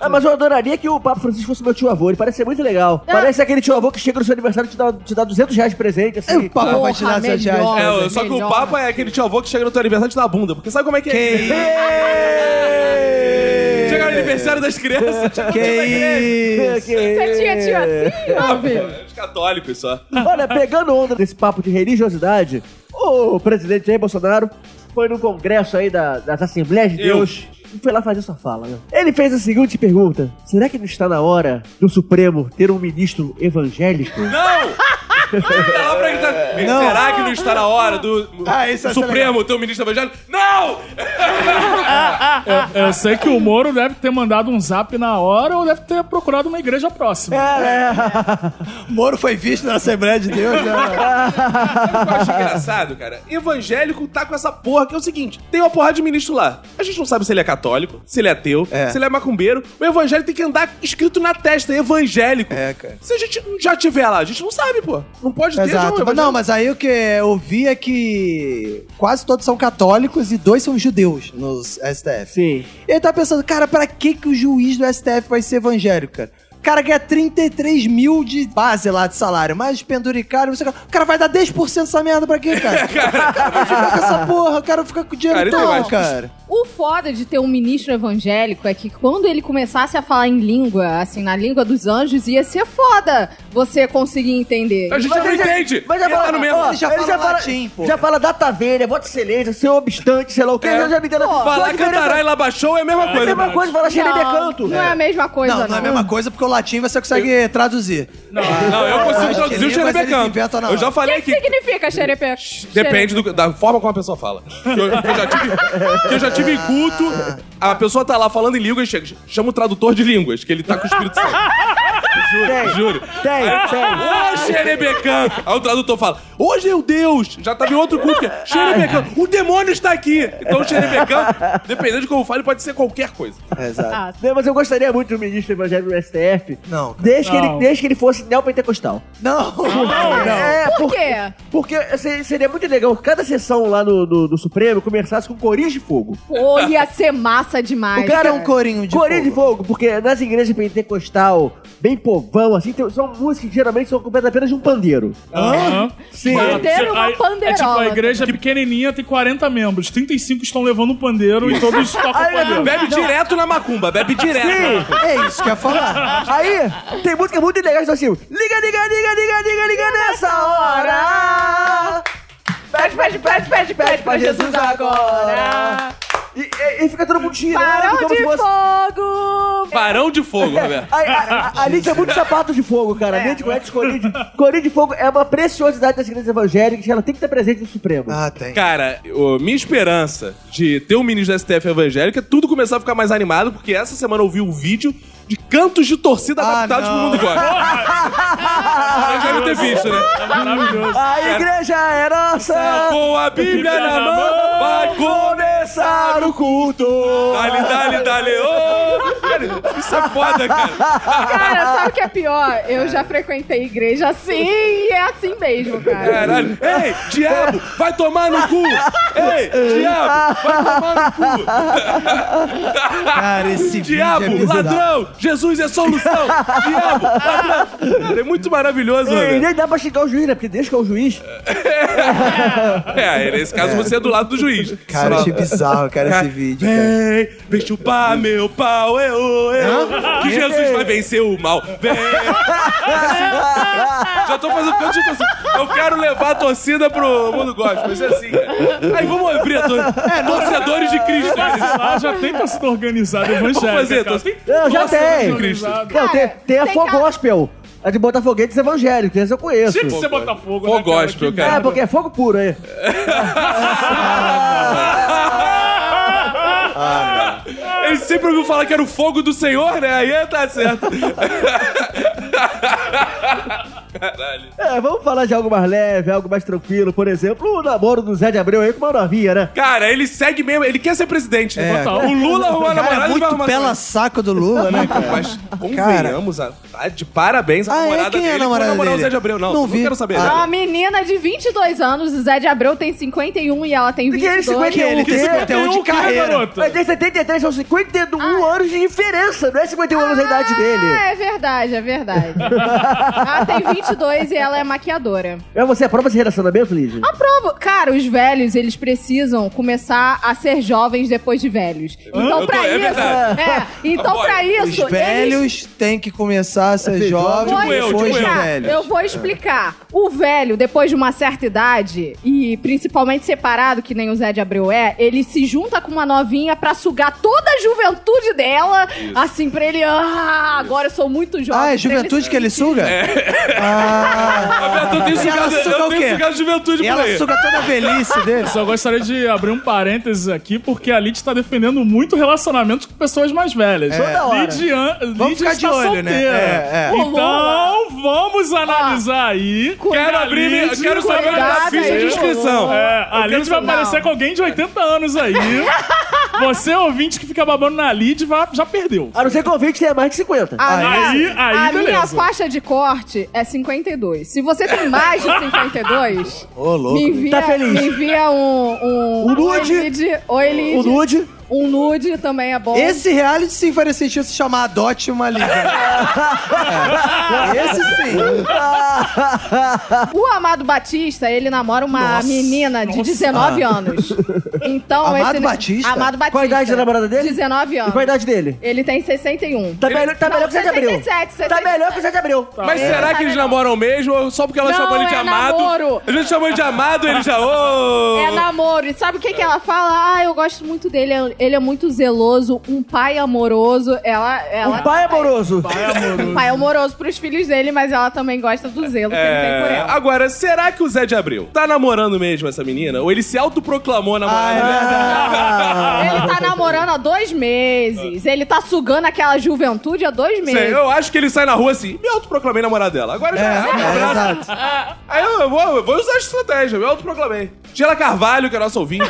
Speaker 2: Ah, mas eu adoraria que o Papa Francisco fosse meu tio avô. Ele parece ser muito legal.
Speaker 4: Ah.
Speaker 2: Parece aquele tio avô que chega no seu aniversário e te dá, te dá 200 reais de presente, assim.
Speaker 4: "Ei, É o Papa vai te dar
Speaker 5: Porra,
Speaker 4: essas
Speaker 5: melhor.
Speaker 4: reais.
Speaker 3: É, só que o
Speaker 5: Melhor.
Speaker 3: Papa é aquele tio avô que chega no teu aniversário e te dá a bunda. Porque sabe como é que é?
Speaker 4: Que-
Speaker 3: Chega no aniversário das crianças, chega no
Speaker 4: Que
Speaker 3: da igreja.
Speaker 4: isso?
Speaker 5: Você tinha tio assim,
Speaker 3: Ah,
Speaker 5: óbvio.
Speaker 3: pô, Os católicos só.
Speaker 2: Olha, é pegando onda desse papo de religiosidade, o presidente Jair Bolsonaro foi no congresso aí da- das Assembleias de
Speaker 3: Eu.
Speaker 2: Deus e foi lá fazer sua fala, né? Ele fez a seguinte pergunta: será que não está na hora do Supremo ter um ministro evangélico?
Speaker 3: Não! Tá lá pra gritar,
Speaker 4: Não.
Speaker 3: Será que não está na hora do
Speaker 4: Ah, isso ia ser
Speaker 3: Supremo ter o ministro evangélico? Não!
Speaker 6: Eu, eu sei que o Moro deve ter mandado um zap na hora ou deve ter procurado uma igreja próxima.
Speaker 3: É.
Speaker 4: Moro foi visto na Assembleia de Deus. né?
Speaker 3: Sabe o que eu acho engraçado, cara? Evangélico tá com essa porra que é o seguinte: tem uma porrada de ministro lá. A gente não sabe se ele é católico, se ele é ateu,
Speaker 4: É.
Speaker 3: se ele é macumbeiro. O evangélico tem que andar escrito na testa, evangélico.
Speaker 4: É, cara.
Speaker 3: Se a gente já tiver lá, a gente não sabe, pô. Não pode ter.
Speaker 4: Exato.
Speaker 3: já é um
Speaker 4: Mas não,
Speaker 3: evangélico.
Speaker 4: mas aí o que eu vi é que quase todos são católicos e dois são judeus nos STF.
Speaker 2: Sim.
Speaker 4: E ele tá pensando, cara, pra que, que o juiz do STF vai ser evangélico, cara? O cara ganha 33 mil de base lá de salário, mais penduricário, você... o cara vai dar 10% dessa merda pra quê, cara? O cara vai ficar com essa porra, o cara fica com o
Speaker 3: Cara,
Speaker 4: dinheiro
Speaker 3: ele
Speaker 4: todo,
Speaker 3: vai-
Speaker 4: cara.
Speaker 5: O foda de ter um ministro evangélico é que quando ele começasse a falar em língua, assim, na língua dos anjos, ia ser foda você conseguir entender.
Speaker 3: A gente
Speaker 2: Mas
Speaker 3: não
Speaker 2: ele já-
Speaker 3: entende.
Speaker 2: Mas já
Speaker 3: Ele tá
Speaker 2: fala,
Speaker 3: no mesmo.
Speaker 2: ó,
Speaker 4: Ele já fala latim, pô.
Speaker 2: Já fala data velha, voto excelência, seu obstante, sei lá o quê.
Speaker 3: É.
Speaker 2: Eu já me entendo. Só a
Speaker 3: Falar
Speaker 2: diferença-
Speaker 3: cantará e labachou é a mesma
Speaker 2: É a
Speaker 3: coisa.
Speaker 2: mesma coisa, falar xerebe canto.
Speaker 5: não é a mesma coisa,
Speaker 4: Não,
Speaker 5: não.
Speaker 4: não é a mesma coisa porque o latim você consegue traduzir.
Speaker 6: Não,
Speaker 3: Não, eu consigo
Speaker 4: Mas
Speaker 3: traduzir o
Speaker 4: ele- mas ele
Speaker 3: xerebecanto.
Speaker 4: inventa na
Speaker 3: Eu
Speaker 4: hora.
Speaker 3: já falei
Speaker 5: O que
Speaker 3: aqui.
Speaker 5: significa xerepeca?
Speaker 3: Depende do- da forma como a pessoa fala. Que eu, que eu já tive, que eu já tive em culto, a pessoa tá lá falando em línguas, chega- chama o tradutor de línguas, que ele tá com o Espírito Santo.
Speaker 2: Tem,
Speaker 3: Juro, juro.
Speaker 2: tem, tem.
Speaker 3: Ô, xerebecanto! Aí o tradutor fala, ô meu Deus! Já tava em outro culto, que é xerebecanto, o demônio está aqui! Então o xerebecanto, dependendo de como fala, ele pode ser qualquer coisa.
Speaker 4: Exato.
Speaker 5: Ah,
Speaker 2: Não, mas eu gostaria muito do ministro evangélico do STF.
Speaker 4: Não, cara.
Speaker 2: Desde que, ele,
Speaker 6: Não.
Speaker 2: desde que ele fosse neopentecostal.
Speaker 4: Não,
Speaker 2: É,
Speaker 5: por quê?
Speaker 2: Porque se- seria muito legal que cada sessão lá no, do, do Supremo começasse com coris de fogo.
Speaker 5: Ou ia ser massa demais.
Speaker 4: O cara é um
Speaker 5: cara.
Speaker 4: corinho de
Speaker 2: coris de
Speaker 4: fogo.
Speaker 2: fogo, porque nas igrejas pentecostal, bem povão, assim, tem- são músicas que geralmente são acompanhadas apenas de um pandeiro.
Speaker 6: Aham.
Speaker 3: Ah,
Speaker 2: Sim.
Speaker 5: Pandeiro e uma
Speaker 6: Aí, É tipo,
Speaker 5: pandeirona.
Speaker 6: a igreja pequenininha tem 40 membros, 35 estão levando um pandeiro e todos tocam
Speaker 2: Aí,
Speaker 6: pandeiro.
Speaker 3: Bebe direto na macumba, bebe direto.
Speaker 4: É isso que eu ia falar.
Speaker 2: Aí, tem música muito legal, que são assim, liga, liga, liga, liga, liga, liga nessa hora.
Speaker 5: Pede, pede, pede, pede, pede pra Jesus agora.
Speaker 2: E, e- e fica todo mundo girando,
Speaker 5: Barão
Speaker 2: como
Speaker 5: de
Speaker 2: se fosse...
Speaker 5: fogo.
Speaker 3: Varão de fogo, Roberto.
Speaker 2: Aí, a, a, ali tinha muito sapato de fogo, cara. É. Lente, corrente, corinho de, corinho de fogo é uma preciosidade das igrejas evangélicas que ela tem que estar presente no Supremo.
Speaker 4: Ah, tem.
Speaker 3: Cara, o- minha esperança de ter um ministro da STF evangélica é tudo começar a ficar mais animado, porque essa semana eu vi um vídeo de cantos de torcida
Speaker 4: Ah,
Speaker 3: adaptados pro
Speaker 4: não.
Speaker 3: mundo gospel. Vocês devem ter visto, né?
Speaker 6: É maravilhoso.
Speaker 2: A igreja é nossa!
Speaker 3: Com a Bíblia na mão, vai começar o culto. Dale, dale, dale, ô! Cara, Isso é foda, cara.
Speaker 5: Cara, sabe o que é pior? Eu já frequentei igreja assim e é assim mesmo, cara.
Speaker 3: Caralho. Ei, diabo, vai tomar no cu. Ei, diabo, vai tomar no cu.
Speaker 4: Cara, esse
Speaker 3: Diabo,
Speaker 4: vídeo é bizarro.
Speaker 3: ladrão, Jesus é solução. Diabo, ladrão. Cara, é muito maravilhoso,
Speaker 2: E
Speaker 3: né?
Speaker 2: nem dá pra xingar o juiz, né? Porque desde que é o juiz.
Speaker 3: É, nesse caso você é do lado do juiz.
Speaker 4: Cara,
Speaker 3: Só-
Speaker 4: achei bizarro, cara,
Speaker 3: É.
Speaker 4: esse vídeo. cara.
Speaker 3: Vem, vem chupar meu pau, eu, eu. Que Jesus vai vencer o mal. Vem. Já tô fazendo canto de torcida. Eu quero levar a torcida pro mundo gospel. Isso é assim, cara. Aí vamos abrir a torcida.
Speaker 4: É,
Speaker 3: Torcedores de Cristo. né?
Speaker 6: Lá já tem tá torcida organizada evangélica.
Speaker 3: Vamos fazer,
Speaker 6: cara.
Speaker 3: torcida.
Speaker 2: Não, já
Speaker 6: Nossa,
Speaker 2: tem!
Speaker 6: organizada.
Speaker 2: Não, tem, tem a
Speaker 5: Tem
Speaker 2: Fo
Speaker 5: ca-
Speaker 2: Gospel. A de Botafoguetes evangélicos, essa eu conheço.
Speaker 6: Tinha que ser Botafogo,
Speaker 3: Fogo
Speaker 6: né, cara?
Speaker 3: gospel,
Speaker 6: Que
Speaker 3: cara.
Speaker 2: É, porque é fogo puro aí.
Speaker 3: Ele sempre ouviu falar que era o fogo do Senhor, né? Aí tá certo. Caralho.
Speaker 2: É, vamos falar de algo mais leve, algo mais tranquilo. Por exemplo, o namoro do Zé de Abreu aí com uma novinha, né?
Speaker 3: Cara, ele segue mesmo, ele quer ser presidente, né?
Speaker 4: É.
Speaker 3: Total. O Lula arrumou a
Speaker 4: Cara,
Speaker 3: namorada
Speaker 4: é
Speaker 3: e vai
Speaker 4: muito
Speaker 3: arrumar
Speaker 4: pela saco do Lula, né, cara?
Speaker 3: Mas convenhamos, a, tá de parabéns a
Speaker 4: Ah, é?
Speaker 3: namorada
Speaker 4: Quem é a
Speaker 3: dele.
Speaker 4: namorada
Speaker 3: Não,
Speaker 4: dele?
Speaker 3: Zé de Abreu, não.
Speaker 4: Não
Speaker 3: Não,
Speaker 4: vi. Ah.
Speaker 3: quero saber.
Speaker 5: É uma menina de 22 anos, o Zé de Abreu tem 51 e ela tem
Speaker 2: Porque ele
Speaker 5: 22.
Speaker 2: é 51,
Speaker 4: Tem
Speaker 2: que é?
Speaker 4: 51 de
Speaker 6: que é,
Speaker 4: carreira.
Speaker 6: garoto?
Speaker 2: Mas tem 73, são 51 anos de diferença, não é 51 anos a idade dele.
Speaker 5: Ah, é verdade, é verdade. ela tem 22 e ela é maquiadora.
Speaker 2: É você aprova esse relacionamento, Lídia?
Speaker 5: Aprovo. Cara, os velhos, eles precisam começar a ser jovens depois de velhos. Então,
Speaker 3: Eu
Speaker 5: pra
Speaker 3: tô- é
Speaker 5: isso.
Speaker 3: verdade.
Speaker 5: é, então,
Speaker 3: Apoio.
Speaker 5: pra
Speaker 4: Os
Speaker 5: isso.
Speaker 4: velhos têm que começar a ser
Speaker 2: Ser
Speaker 4: jovens
Speaker 5: Vou
Speaker 3: Tipo eu,
Speaker 4: depois
Speaker 3: tipo eu.
Speaker 4: de
Speaker 5: explicar.
Speaker 4: velhos.
Speaker 5: Eu vou explicar. O velho, depois de uma certa idade, e principalmente separado, que nem o Zé de Abreu é, ele se junta com uma novinha pra sugar toda a juventude dela, assim, pra ele. Ah, agora eu sou muito jovem.
Speaker 4: Ah, é
Speaker 5: pra ele
Speaker 4: juventude que ele suga?
Speaker 3: É,
Speaker 4: Ah,
Speaker 3: Roberto, eu tenho
Speaker 4: E ela
Speaker 3: sugado,
Speaker 4: suga
Speaker 3: eu
Speaker 4: o quê?
Speaker 3: tenho sugado juventude
Speaker 4: e
Speaker 3: por
Speaker 4: ela
Speaker 3: aí.
Speaker 4: suga toda a velhice dele.
Speaker 6: Só gostaria de abrir um parênteses aqui, porque a Lid está defendendo muito relacionamentos com pessoas mais velhas.
Speaker 2: Toda hora.
Speaker 6: Lid, an- Lid
Speaker 4: ficar
Speaker 6: está
Speaker 4: de olho,
Speaker 6: solteira.
Speaker 4: né? É,
Speaker 5: é.
Speaker 6: Então, vamos analisar aí.
Speaker 3: Quero abrir, minha-
Speaker 6: Lid-
Speaker 3: quero saber
Speaker 5: cuidado
Speaker 3: minha ficha de
Speaker 5: aí,
Speaker 3: inscrição.
Speaker 6: É, a
Speaker 3: Eu quero
Speaker 6: Lid vai
Speaker 3: saber.
Speaker 6: aparecer com alguém de 80 anos aí. Você, ouvinte que fica babando na Lid, vai- já perdeu.
Speaker 2: A não ser que o ouvinte tenha mais de 50.
Speaker 5: A,
Speaker 4: Aí,
Speaker 5: minha,
Speaker 6: aí
Speaker 5: a
Speaker 6: beleza.
Speaker 5: minha faixa de corte é 52. Se você tem mais de 52,
Speaker 4: Ô, louco.
Speaker 5: me envia,
Speaker 2: Tá feliz.
Speaker 5: me envia um, um,
Speaker 2: Um nude.
Speaker 5: Oi, Lid. Oi, Lid.
Speaker 2: o nude.
Speaker 5: Um nude também é bom.
Speaker 4: Esse reality sim faria sentido se chamar Adote uma Liga. É. Esse sim.
Speaker 5: O Amado Batista, ele namora uma
Speaker 4: Nossa,
Speaker 5: menina de 19 anos. Então,
Speaker 4: Amado
Speaker 5: esse...
Speaker 4: Batista?
Speaker 5: Amado Batista.
Speaker 2: Ah. Qual a idade da namorada dele?
Speaker 5: 19
Speaker 2: E
Speaker 5: anos.
Speaker 2: qual a idade dele?
Speaker 5: Ele tem 61.
Speaker 2: Tá, melhor, tá
Speaker 5: Não,
Speaker 2: melhor que o Zé de Abreu.
Speaker 5: 67, 67.
Speaker 2: Tá melhor que o Zé de Abreu.
Speaker 3: Mas
Speaker 5: É.
Speaker 3: será que eles namoram mesmo? Ou só porque ela
Speaker 5: Não,
Speaker 3: chamou ele de
Speaker 5: é
Speaker 3: amado?
Speaker 5: namoro.
Speaker 3: A gente chamou ele de amado, ele já. Ô!
Speaker 5: É namoro. E sabe o que, que ela fala? Ah, eu gosto muito dele. Ele é muito zeloso, um pai amoroso. Ela, ela
Speaker 2: Um pai amoroso.
Speaker 3: é
Speaker 5: um pai amoroso pros filhos dele, mas ela também gosta do zelo que ele tem por
Speaker 3: É,
Speaker 5: ela.
Speaker 3: Agora, será que o Zé de Abril tá namorando mesmo essa menina? Ou ele se autoproclamou
Speaker 4: Ah, é
Speaker 3: namorado?
Speaker 4: verdade.
Speaker 5: Ele tá namorando há dois meses. Ele tá sugando aquela juventude há
Speaker 3: Sei,
Speaker 5: dois meses.
Speaker 3: eu acho que ele sai na rua assim, me autoproclamei namorado dela. Agora
Speaker 4: É,
Speaker 3: já é, um
Speaker 4: é,
Speaker 3: abraço.
Speaker 4: exato.
Speaker 3: Aí eu, eu vou, eu vou usar a estratégia, me autoproclamei. Tira Carvalho, que é nosso ouvinte.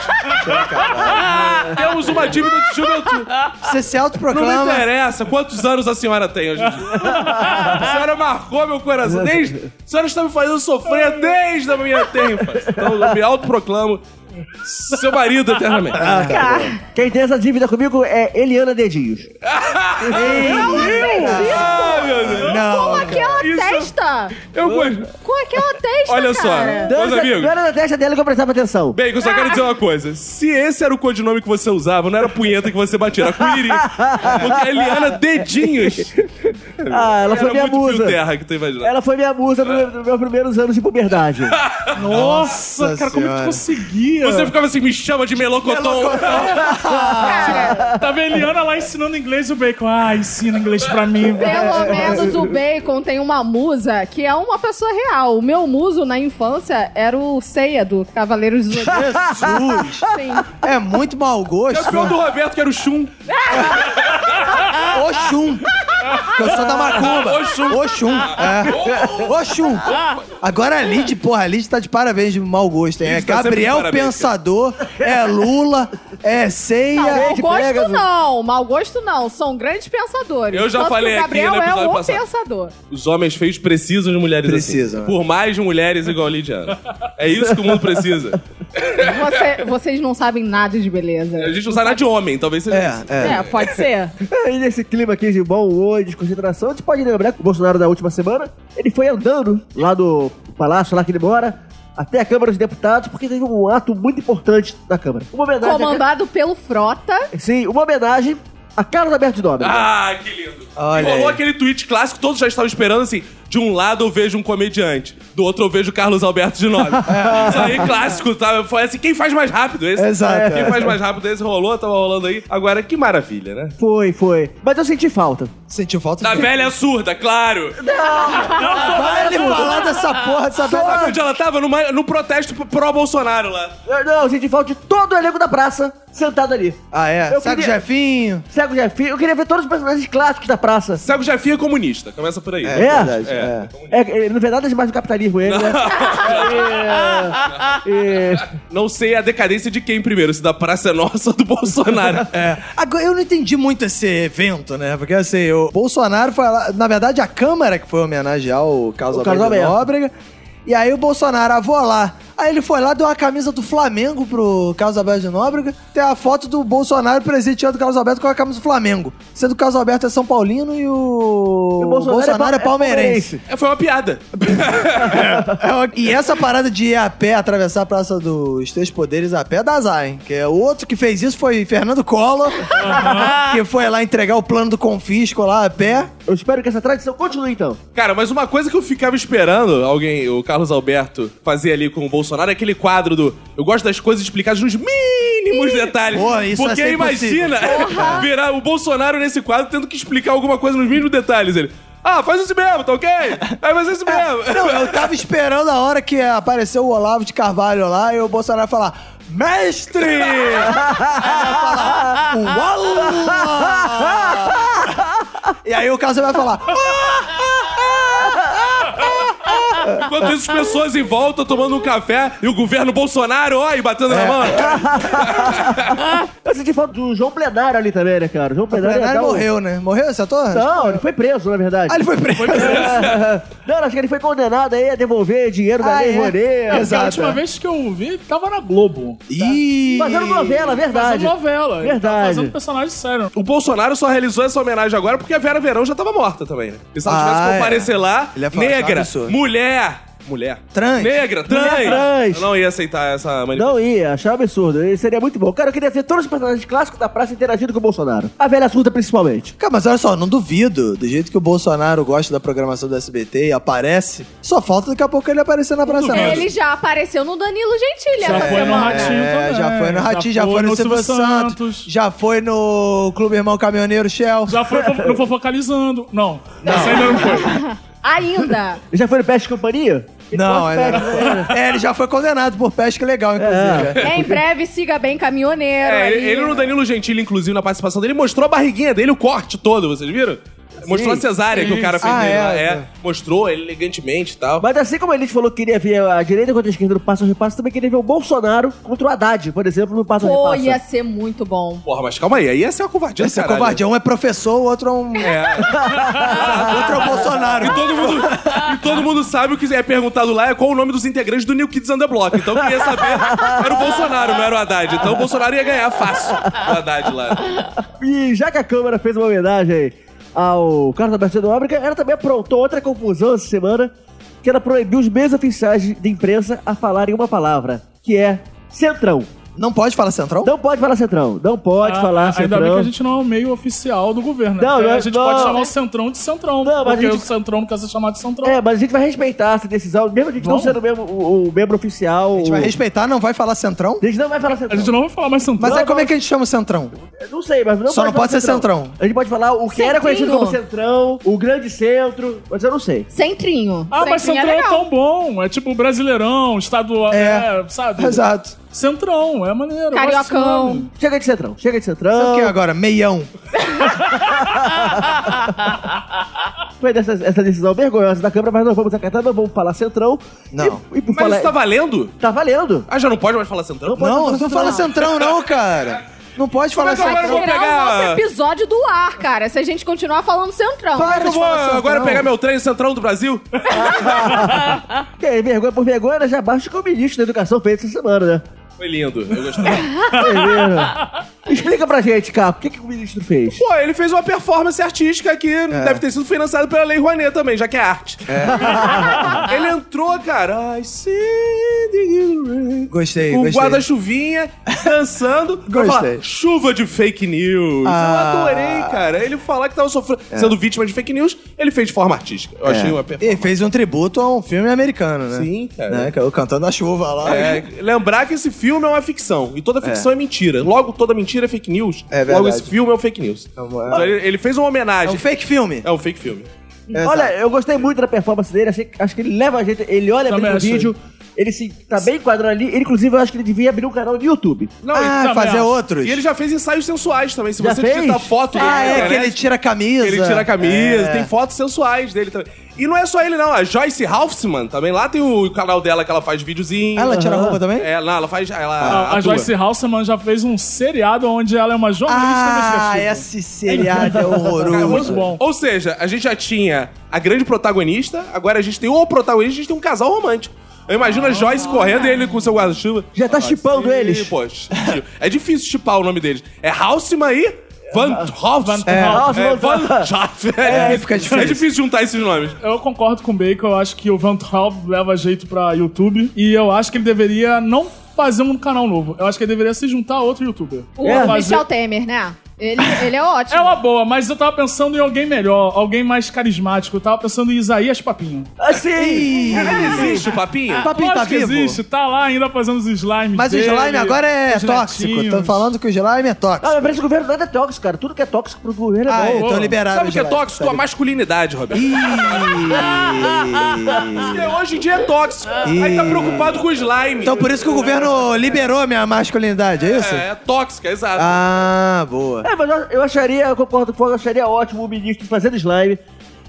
Speaker 3: Temos uma dívida de juventude.
Speaker 4: Você se
Speaker 3: Não me
Speaker 4: autoproclama.
Speaker 3: interessa quantos anos a senhora tem hoje em dia. A senhora marcou meu coração. Desde, a senhora está me fazendo sofrer desde a minha tempo. Então eu me autoproclamo seu marido eternamente.
Speaker 2: Quem tem essa dívida comigo é Eliana Dedinhos.
Speaker 3: Ai, meu Deus.
Speaker 5: Com
Speaker 4: Não.
Speaker 5: aquela
Speaker 3: Isso-
Speaker 5: testa!
Speaker 3: Eu gosto.
Speaker 5: Com aquela testa,
Speaker 3: Olha só.
Speaker 5: cara.
Speaker 3: Meus
Speaker 2: Dança-
Speaker 3: amigos.
Speaker 2: Não era na testa dela que eu prestava atenção.
Speaker 3: Bem, eu só quero dizer uma coisa. Se esse era o codinome que você usava, não era punheta que você batia, era Cuiri. Porque a Eliana Dedinhos.
Speaker 2: Ah, ela foi
Speaker 3: era
Speaker 2: minha
Speaker 3: muito
Speaker 2: musa.
Speaker 3: fio terra É. que tu imaginando.
Speaker 2: Ela foi minha musa nos meus- nos meus primeiros anos de puberdade.
Speaker 6: Nossa,
Speaker 4: Nossa
Speaker 6: cara, como é que
Speaker 4: Senhora.
Speaker 6: tu conseguia?
Speaker 3: Você ficava assim, me chama de melocotão.
Speaker 5: Cara,
Speaker 6: Tava a Eliana lá ensinando inglês e o Bacon. Ah, ensina inglês pra mim, velho.
Speaker 5: pelo menos o Bacon tem uma musa que é uma pessoa real. O meu muso na infância era o Ceia do Cavaleiros do Zodíaco.
Speaker 4: Jesus.
Speaker 5: Sim.
Speaker 4: É muito mau gosto.
Speaker 3: Campeão do Roberto, que era o Chum.
Speaker 4: Oxum. Que Eu sou da Macumba.
Speaker 3: Oxum.
Speaker 4: Oxum. É. Oxum. Agora a Lid, porra, a Lid tá de parabéns de mau gosto, hein? É
Speaker 3: Lid tá sempre
Speaker 4: Gabriel
Speaker 3: de parabéns,
Speaker 4: Pensador, é Lula, é Ceia.
Speaker 5: Não, mau
Speaker 2: Gente, pega-
Speaker 5: gosto não, mau gosto não. São grandes pensadores.
Speaker 3: Eu já
Speaker 5: Tanto que
Speaker 3: falei
Speaker 5: o
Speaker 3: aqui
Speaker 5: Gabriel
Speaker 3: no
Speaker 5: é
Speaker 3: episódio
Speaker 5: o
Speaker 3: passado.
Speaker 5: pensador.
Speaker 3: Os homens feios precisam de mulheres
Speaker 4: Precisam,
Speaker 3: assim.
Speaker 4: é.
Speaker 3: Por mais de mulheres igual a Lidiana. É isso que o mundo precisa.
Speaker 5: Você- vocês não sabem nada de beleza.
Speaker 3: A gente não sai nada de homem, talvez seja
Speaker 4: É,
Speaker 3: isso.
Speaker 4: é.
Speaker 5: É, pode ser.
Speaker 2: E nesse clima aqui de bom humor e desconcentração, a gente pode lembrar que o Bolsonaro da última semana, ele foi andando lá do palácio, lá que ele mora, até a Câmara dos Deputados, porque teve um ato muito importante na Câmara. Uma homenagem... à-
Speaker 5: Comandado pelo Frota.
Speaker 2: Sim, uma homenagem a Carlos Alberto de Nóbrega.
Speaker 3: Ah, que lindo.
Speaker 4: Olha
Speaker 3: e rolou
Speaker 4: aí.
Speaker 3: aquele tweet clássico, todos já estavam esperando assim. De um lado eu vejo um comediante, do outro eu vejo Carlos Alberto de Nobre. Isso aí, clássico, tá? Foi assim, quem faz mais rápido esse?
Speaker 4: Exato.
Speaker 3: Quem faz mais rápido esse rolou, tava rolando aí. Agora, que maravilha, né?
Speaker 2: Foi, foi. Mas eu senti falta.
Speaker 4: Sentiu falta
Speaker 3: Da velha surda, claro!
Speaker 4: Vai ele falar dessa porra, dessa
Speaker 3: Sabe
Speaker 4: velha...
Speaker 3: onde ela tava? Numa- no protesto pró-Bolsonaro lá.
Speaker 2: Eu, não, eu senti falta de todo o elenco da praça sentado ali.
Speaker 4: Ah, é?
Speaker 2: Eu
Speaker 4: Sabe
Speaker 2: queria-
Speaker 4: o Jefinho?
Speaker 2: Cego Jefinho, eu queria ver todos os personagens clássicos da praça.
Speaker 3: Sabe, o Jefinho é comunista, começa por aí.
Speaker 2: É?
Speaker 4: verdade,
Speaker 2: É. É, é, na verdade, é demais do capitalismo ele, né? É, é.
Speaker 3: Não sei a decadência de quem primeiro, se da Praça é Nossa ou do Bolsonaro.
Speaker 4: É. Agora, eu não entendi muito esse evento, né? Porque assim, o Bolsonaro foi lá. Na verdade, a Câmara que foi homenagear o Carlos
Speaker 2: O Carlos
Speaker 4: Alberto
Speaker 2: Alberto.
Speaker 4: Nóbrega. E aí o Bolsonaro, ah, vou lá. Aí ele foi lá, deu uma camisa do Flamengo pro Carlos Alberto de Nóbrega. Tem a foto do Bolsonaro presenteando o Carlos Alberto com a camisa do Flamengo. Sendo que o Carlos Alberto é São Paulino e o,
Speaker 2: E o
Speaker 4: Bolsonaro,
Speaker 2: Bolsonaro
Speaker 4: é,
Speaker 2: é pa- é
Speaker 4: palmeirense.
Speaker 3: É, foi uma piada.
Speaker 4: É E essa parada de ir a pé, atravessar a Praça dos Três Poderes a pé, dá azar, hein? Que é, o outro que fez isso foi Fernando Collor, que foi lá entregar o plano do confisco lá a pé.
Speaker 2: Eu espero que essa tradição continue, então.
Speaker 3: Cara, mas uma coisa que eu ficava esperando alguém, o Carlos Alberto, fazer ali com o Bolsonaro é aquele quadro do Eu gosto das coisas explicadas nos mínimos detalhes.
Speaker 4: Pô, isso é
Speaker 3: Porque
Speaker 4: vai ser
Speaker 3: imagina virar o Bolsonaro nesse quadro tendo que explicar alguma coisa nos mínimos detalhes. Ele. Ah, faz isso mesmo, tá ok? Aí faz isso mesmo.
Speaker 4: É. Não, eu tava esperando a hora que apareceu o Olavo de Carvalho lá e o Bolsonaro falar. Mestre! Aí vai falar, "Uala!" E aí o Carlos vai falar,
Speaker 3: Enquanto isso, as pessoas em volta tomando um café e o governo Bolsonaro, ó, e batendo
Speaker 4: É.
Speaker 3: na mão.
Speaker 2: Eu senti falta do João Plenário ali também, né, cara? O João
Speaker 4: o
Speaker 2: Plenário,
Speaker 4: Plenário
Speaker 2: ia dar um-
Speaker 4: morreu, né? Morreu esse ator?
Speaker 2: Não, ele foi preso, na verdade.
Speaker 4: Ah, ele foi preso.
Speaker 2: Não, acho que ele foi condenado aí a devolver dinheiro da
Speaker 4: Ah,
Speaker 2: Lei
Speaker 4: é?
Speaker 2: Rouanet.
Speaker 6: Porque a
Speaker 4: Exato.
Speaker 6: última vez que eu vi, ele tava na Globo.
Speaker 4: Ih!
Speaker 2: Fazendo novela, verdade.
Speaker 6: Fazendo novela. Ele tava
Speaker 2: Verdade.
Speaker 6: Fazendo um personagem sério.
Speaker 3: O Bolsonaro só realizou essa homenagem agora porque a Vera Verão já tava morta também, né? E se ela tivesse
Speaker 4: Ah,
Speaker 3: que
Speaker 4: é.
Speaker 3: comparecer lá,
Speaker 4: Ele ia falar, tá
Speaker 3: negra,
Speaker 4: absurdo.
Speaker 3: mulher, mulher,
Speaker 4: Trans.
Speaker 3: negra, trans.
Speaker 2: Mulher trans.
Speaker 3: Eu não ia aceitar essa manifestação.
Speaker 2: Não ia, achava absurdo. Ele seria muito bom. Cara, eu queria ver todos os personagens clássicos da praça interagindo com o Bolsonaro. A velha surda, principalmente.
Speaker 4: Cara, mas olha só, não duvido. Do jeito que o Bolsonaro gosta da programação do SBT e aparece, só falta daqui a pouco ele aparecer na Praça
Speaker 6: duvido.
Speaker 4: Nossa.
Speaker 5: Ele já apareceu no Danilo Gentili
Speaker 6: Já
Speaker 5: essa
Speaker 6: foi no
Speaker 5: semana.
Speaker 6: Ratinho também.
Speaker 4: É, já foi no Ratinho, já, foi no, Silvio Santos, já foi no Clube Irmão Caminhoneiro Shell.
Speaker 6: Já foi no no Fofocalizando. Não, essa é ainda não foi.
Speaker 5: Ainda.
Speaker 2: Ele já foi no Peste e Companhia? Ele
Speaker 4: Não,
Speaker 2: gosta de
Speaker 4: ainda
Speaker 2: peste, né?
Speaker 4: não. É, ele já foi condenado por pesca legal, inclusive.
Speaker 5: É, em breve, siga bem caminhoneiro.
Speaker 3: É,
Speaker 5: aí.
Speaker 3: ele, ele no Danilo Gentili, inclusive, na participação dele, mostrou a barriguinha dele, o corte todo, vocês viram? Mostrou a cesárea que o cara fez
Speaker 4: Ah,
Speaker 3: nele
Speaker 4: é,
Speaker 3: lá, é,
Speaker 4: é.
Speaker 3: Mostrou ele elegantemente e tal.
Speaker 2: Mas assim como a gente falou que queria ver a direita contra a esquerda no passo a repasso, também queria ver o Bolsonaro contra o Haddad, por exemplo, no passo a
Speaker 5: Pô,
Speaker 2: repasso.
Speaker 5: ia ser muito bom.
Speaker 3: Porra, mas calma aí, aí ia ser uma covardia.
Speaker 4: Esse é
Speaker 3: caralho. né?
Speaker 4: covardia. Um é professor, o outro é um. outro é o Bolsonaro.
Speaker 3: E todo, mundo, e todo mundo sabe o que é perguntado lá é qual o nome dos integrantes do New Kids on the Block. Então quem ia saber era o Bolsonaro, não era o Haddad. Então o Bolsonaro ia ganhar fácil o Haddad lá.
Speaker 2: E já que a Câmara fez uma homenagem ao Carlos Alberto de Nóbrega, ela também aprontou outra confusão essa semana, que ela proibiu os meios oficiais de de imprensa a falarem uma palavra, que é centrão.
Speaker 4: Não pode falar central?
Speaker 2: Não pode falar centrão, não pode
Speaker 6: Ah,
Speaker 2: falar
Speaker 6: Ainda bem que
Speaker 2: centrão.
Speaker 6: a gente não é o meio oficial do governo. né?
Speaker 2: Não,
Speaker 6: Então
Speaker 2: não,
Speaker 6: a gente
Speaker 2: não.
Speaker 6: pode chamar o Centrão de Centrão.
Speaker 2: Não, mas a
Speaker 6: porque
Speaker 2: gente-
Speaker 6: o Centrão não quer ser chamado de Centrão.
Speaker 2: É, mas a gente vai respeitar essa decisão, mesmo a gente
Speaker 6: Vamos.
Speaker 2: não sendo mesmo o, o membro oficial.
Speaker 4: A gente vai respeitar, não vai falar centrão?
Speaker 2: A gente não vai falar
Speaker 6: A
Speaker 2: centrão.
Speaker 6: gente não vai falar mais Centrão.
Speaker 4: Mas
Speaker 2: Não,
Speaker 4: é como
Speaker 2: não.
Speaker 4: é que a gente chama o centrão?
Speaker 2: Eu Não sei, mas não
Speaker 4: Só não
Speaker 2: falar
Speaker 4: pode ser centrão.
Speaker 2: A gente pode falar o que era
Speaker 5: Centrinho.
Speaker 2: conhecido como centrão, o grande centro, mas eu não sei.
Speaker 5: Centrinho.
Speaker 6: Ah, mas
Speaker 5: Centrinho é
Speaker 6: Centrão é,
Speaker 5: legal.
Speaker 6: tão bom. É tipo Brasileirão, Estado...
Speaker 4: É.
Speaker 6: É, sabe?
Speaker 4: Exato.
Speaker 6: Centrão, é maneiro. eu gosto desse
Speaker 5: Cariocão.
Speaker 6: nome.
Speaker 2: Chega de centrão, chega de
Speaker 4: Sabe o que é
Speaker 2: centrão.
Speaker 4: agora? Meião. é?
Speaker 2: Foi dessa, essa decisão vergonhosa da Câmara, mas não vamos acatar, não vamos falar centrão.
Speaker 4: Não.
Speaker 2: E, e por
Speaker 3: Mas
Speaker 2: falar,
Speaker 3: isso tá valendo?
Speaker 2: tá valendo.
Speaker 3: Ah, já não pode mais falar centrão?
Speaker 2: Pode
Speaker 4: não,
Speaker 2: falar
Speaker 4: não fala centrão, não, cara. Não pode falar
Speaker 3: é que agora
Speaker 5: Vai
Speaker 3: eu vou
Speaker 4: centrão.
Speaker 5: tirar
Speaker 3: pegar-
Speaker 5: o nosso episódio do ar, cara, se a gente continuar falando Centrão.
Speaker 4: Para
Speaker 3: Eu
Speaker 4: de
Speaker 3: vou
Speaker 4: falar centrão.
Speaker 3: agora pegar meu trem centrão do Brasil?
Speaker 2: Que aí, vergonha por vergonha, já basta o que o ministro da Educação fez essa semana, né? Tá
Speaker 3: Foi lindo, eu gostei.
Speaker 2: Explica pra gente, Caco, o que, que o ministro fez?
Speaker 3: Pô, ele fez uma performance artística que deve ter sido financiada pela Lei Rouanet também, já que é arte. ele entrou, cara, I see the rain.
Speaker 4: Gostei,
Speaker 3: com
Speaker 4: gostei.
Speaker 3: guarda-chuvinha, dançando. pra falar,
Speaker 4: Gostei.
Speaker 3: Chuva de fake news. Eu
Speaker 4: Ah. É.
Speaker 3: adorei, cara. Ele falar que tava sofrendo, sendo vítima de fake news, ele fez de forma artística. Eu achei uma performance.
Speaker 4: E fez um tributo a um filme americano, né?
Speaker 3: Sim, cara.
Speaker 4: Né? Que é o Cantando na Chuva lá.
Speaker 3: É, lembrar que esse filme é uma ficção. E toda ficção é, mentira. Logo, toda mentira é fake news.
Speaker 4: É verdade.
Speaker 3: Logo, esse filme é um fake news.
Speaker 4: uma-
Speaker 3: Então, ele, ele fez uma
Speaker 4: É
Speaker 3: homenagem.
Speaker 4: um fake filme.
Speaker 3: É um fake filme.
Speaker 2: Olha, eu gostei muito da performance dele, achei- acho que ele leva a gente, ele olha
Speaker 6: Também
Speaker 2: bem o
Speaker 6: achei.
Speaker 2: vídeo, ele se tá bem enquadrado ali, ele, inclusive eu acho que ele devia abrir um canal no YouTube.
Speaker 3: Não,
Speaker 4: ah,
Speaker 6: tá
Speaker 4: fazer
Speaker 6: mesmo.
Speaker 4: outros.
Speaker 3: E ele já fez ensaios sensuais também. Se
Speaker 2: Já
Speaker 3: você
Speaker 2: fez?
Speaker 3: digitar foto
Speaker 4: Ah,
Speaker 3: dele na
Speaker 4: é, que
Speaker 3: internet,
Speaker 4: ele tira a camisa.
Speaker 3: né? ele tira a camisa,
Speaker 4: É.
Speaker 3: tem fotos sensuais dele também. E não é só ele, não. A Joyce Halfman também. Lá tem o canal dela que ela faz videozinho.
Speaker 4: Ah, ela tira a
Speaker 2: Aham.
Speaker 4: roupa também?
Speaker 3: É, não, ela faz. Ela
Speaker 6: Ah,
Speaker 2: Ah,
Speaker 6: A, a
Speaker 3: atua.
Speaker 6: Joyce Halseman já fez um seriado onde ela é uma jornalista
Speaker 4: Ah,
Speaker 6: investigativa.
Speaker 4: esse seriado é horroroso.
Speaker 6: Cara, é muito bom.
Speaker 3: Ou seja, a gente já tinha a grande protagonista, agora a gente tem o protagonista, a gente tem um casal romântico. Eu imagino a Joyce correndo e ele com seu guarda-chuva.
Speaker 2: Já tá chipando
Speaker 3: Ih,
Speaker 2: eles.
Speaker 3: pô, chip. é difícil chipar o nome deles. É Halsman e Van Hoff.
Speaker 6: É.
Speaker 2: Hoff.
Speaker 3: É, Van Hoff.
Speaker 4: É, fica difícil.
Speaker 3: É difícil juntar esses nomes.
Speaker 6: Eu concordo com o Bacon, eu acho que o Van Traub leva jeito pra YouTube e eu acho que ele deveria não fazer um canal novo. Eu acho que ele deveria se juntar a outro youtuber.
Speaker 5: tipo, O
Speaker 6: Pra fazer-
Speaker 5: Michel Temer, né? Ele, ele é ótimo.
Speaker 6: É uma boa, mas eu tava pensando em alguém melhor, alguém mais carismático. Eu tava pensando em Isaías Papinho.
Speaker 2: Assim!
Speaker 3: Existe o papinho?
Speaker 4: O Papinho
Speaker 6: Lógico
Speaker 4: tá
Speaker 6: que
Speaker 4: vivo?
Speaker 6: existe, tá lá ainda fazendo os slimes.
Speaker 4: Mas o
Speaker 6: dele,
Speaker 4: slime
Speaker 3: né?
Speaker 4: agora é
Speaker 6: os
Speaker 4: tóxico.
Speaker 6: netinhos.
Speaker 4: Estão falando que o slime é
Speaker 2: Ah,
Speaker 4: tóxico.
Speaker 2: mas pra esse governo nada é tóxico, cara. Tudo que é tóxico pro governo é
Speaker 4: Ah,
Speaker 2: bom.
Speaker 4: então liberaram
Speaker 3: Sabe o que é tóxico? Tua masculinidade, Roberto. Porque hoje em dia é tóxico. Aí tá preocupado com o slime.
Speaker 4: Ah. Então por isso que o governo liberou minha masculinidade, é isso?
Speaker 3: É, é tóxica, exato.
Speaker 4: Ah, boa.
Speaker 2: É, mas eu, eu acharia, eu concordo com o Fogo, eu acharia ótimo o ministro fazendo slime.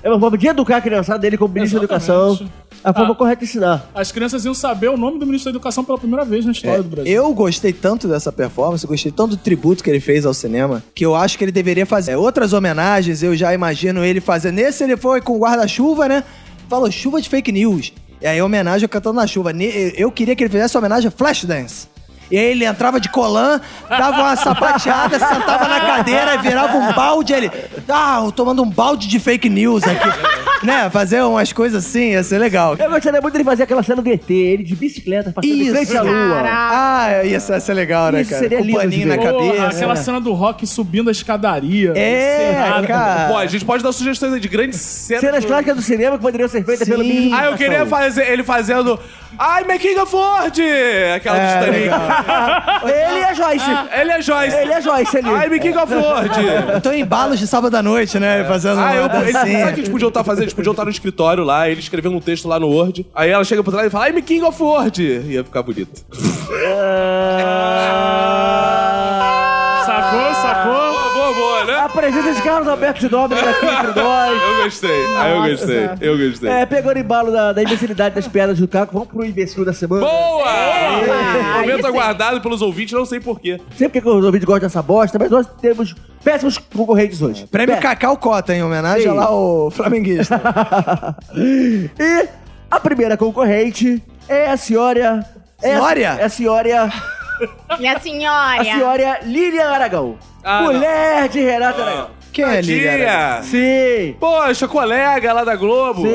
Speaker 2: É uma forma de educar a criançada dele como ministro da
Speaker 6: Exatamente.
Speaker 2: educação. A forma correta de ensinar.
Speaker 6: As crianças iam saber o nome do ministro da Educação pela primeira vez na
Speaker 4: É,
Speaker 6: história do Brasil.
Speaker 4: Eu gostei tanto dessa performance, gostei tanto do tributo que ele fez ao cinema, que eu acho que ele deveria fazer é, outras homenagens. Eu já imagino ele fazer. Nesse ele foi com guarda-chuva, né? Falou chuva de fake news. E aí homenagem ao cantando na chuva. Ne- Eu queria que ele fizesse homenagem a Flashdance. E aí ele entrava de colã, dava uma sapateada, sentava na cadeira, virava um balde, ele... Ah, eu tomando um balde de fake news aqui. né? Fazer umas coisas assim, ia ser legal.
Speaker 2: Eu gostaria muito dele fazer aquela cena do ET, ele de bicicleta, passando em
Speaker 4: Isso.
Speaker 2: frente à lua.
Speaker 5: Caraca.
Speaker 4: Ah, ia ser, ia ser legal, né,
Speaker 2: Isso
Speaker 4: cara?
Speaker 2: seria
Speaker 4: Com
Speaker 2: lindo de
Speaker 4: paninho
Speaker 2: ver.
Speaker 4: na
Speaker 6: Porra,
Speaker 4: cabeça.
Speaker 6: aquela cena do rock subindo a escadaria.
Speaker 4: É,
Speaker 6: encerrado.
Speaker 4: cara.
Speaker 3: Pô, a gente pode dar sugestões aí de grandes cenas.
Speaker 2: Cenas clássicas do cinema que poderiam ser feitas
Speaker 4: Sim.
Speaker 2: pelo ministro da
Speaker 3: Ah, eu
Speaker 2: educação.
Speaker 3: queria fazer ele fazendo. Ai, making a Ford! Aquela
Speaker 4: É,
Speaker 3: do Titanic.
Speaker 4: legal.
Speaker 2: Ele é Joyce.
Speaker 3: Ele é Joyce.
Speaker 2: Ele é Joyce ali.
Speaker 3: Ai, making a Ford!
Speaker 4: Eu tô em balos de sábado à noite, né? Fazendo
Speaker 3: Ah,
Speaker 4: uma assim.
Speaker 3: eu, eles,
Speaker 4: dancinha.
Speaker 3: sabe o que eles podiam estar fazendo? Eles podiam estar no escritório lá, ele escrevendo um texto lá no Word. Aí ela chega por trás e fala, I'm King of Word. Ia ficar bonito.
Speaker 6: Sacou, sacou?
Speaker 3: Boa, boa, boa, né?
Speaker 2: A presença de Carlos Alberto de Nobre aqui entre nós.
Speaker 3: Eu gostei, ah, eu
Speaker 5: Nossa.
Speaker 3: gostei, eu gostei.
Speaker 2: É, pegando embalo da, da imbecilidade das piadas do Caco, vamos pro imbecil da semana.
Speaker 3: Boa!
Speaker 4: É,
Speaker 5: aí
Speaker 3: Momento
Speaker 5: sim.
Speaker 3: aguardado pelos ouvintes, não sei porquê.
Speaker 2: Sempre que os ouvintes gostam dessa bosta, mas nós temos péssimos concorrentes
Speaker 3: É,
Speaker 2: hoje.
Speaker 4: Prêmio
Speaker 2: Pé-
Speaker 4: Cacau Cota, em homenagem
Speaker 2: Sim.
Speaker 4: a lá o flamenguista.
Speaker 2: E a primeira concorrente é a senhora. É
Speaker 4: Senhora?
Speaker 2: A, é a senhora.
Speaker 5: Minha senhora.
Speaker 2: A senhora Lilian Aragão.
Speaker 3: Ah,
Speaker 2: mulher de Renato Aragão.
Speaker 4: Quem é ele, cara?
Speaker 3: Tia!
Speaker 2: Sim.
Speaker 3: Poxa, colega lá da Globo.
Speaker 2: Sim.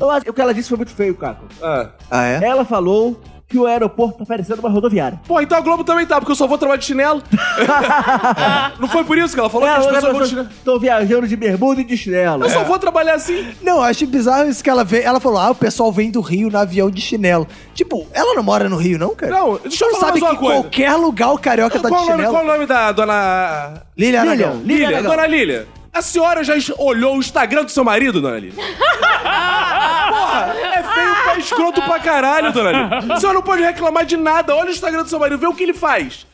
Speaker 2: Eu acho que o que ela disse foi muito feio, Caco.
Speaker 3: Ah.
Speaker 4: Ah, é?
Speaker 2: Ela falou que o aeroporto tá parecendo uma rodoviária.
Speaker 3: Pô, então a Globo também tá, porque eu só vou trabalhar de chinelo. não foi por isso que ela
Speaker 4: É,
Speaker 3: falou que as pessoas vão É. de chinelo.
Speaker 2: Estão viajando de bermuda e de chinelo.
Speaker 3: Eu só vou trabalhar assim.
Speaker 4: Não, eu achei bizarro isso que ela veio. Ela falou: ah, o pessoal vem do Rio no avião de chinelo. Tipo, ela não mora no Rio, não, cara?
Speaker 3: Não, deixa eu
Speaker 4: Ela
Speaker 3: falar
Speaker 4: sabe
Speaker 3: mais uma
Speaker 4: que
Speaker 3: coisa.
Speaker 4: qualquer lugar o carioca tá de
Speaker 3: Qual o nome,
Speaker 4: chinelo.
Speaker 3: qual o nome da dona.
Speaker 4: Lilian Aragão.
Speaker 2: Lilian.
Speaker 3: Lília?
Speaker 2: Aragão.
Speaker 3: Dona Lília, a senhora já es- olhou o Instagram do seu marido, dona Lília? Porra, é feio pra escroto pra caralho, dona Lília. A senhora não pode reclamar de nada. Olha o Instagram do seu marido, vê o que ele faz.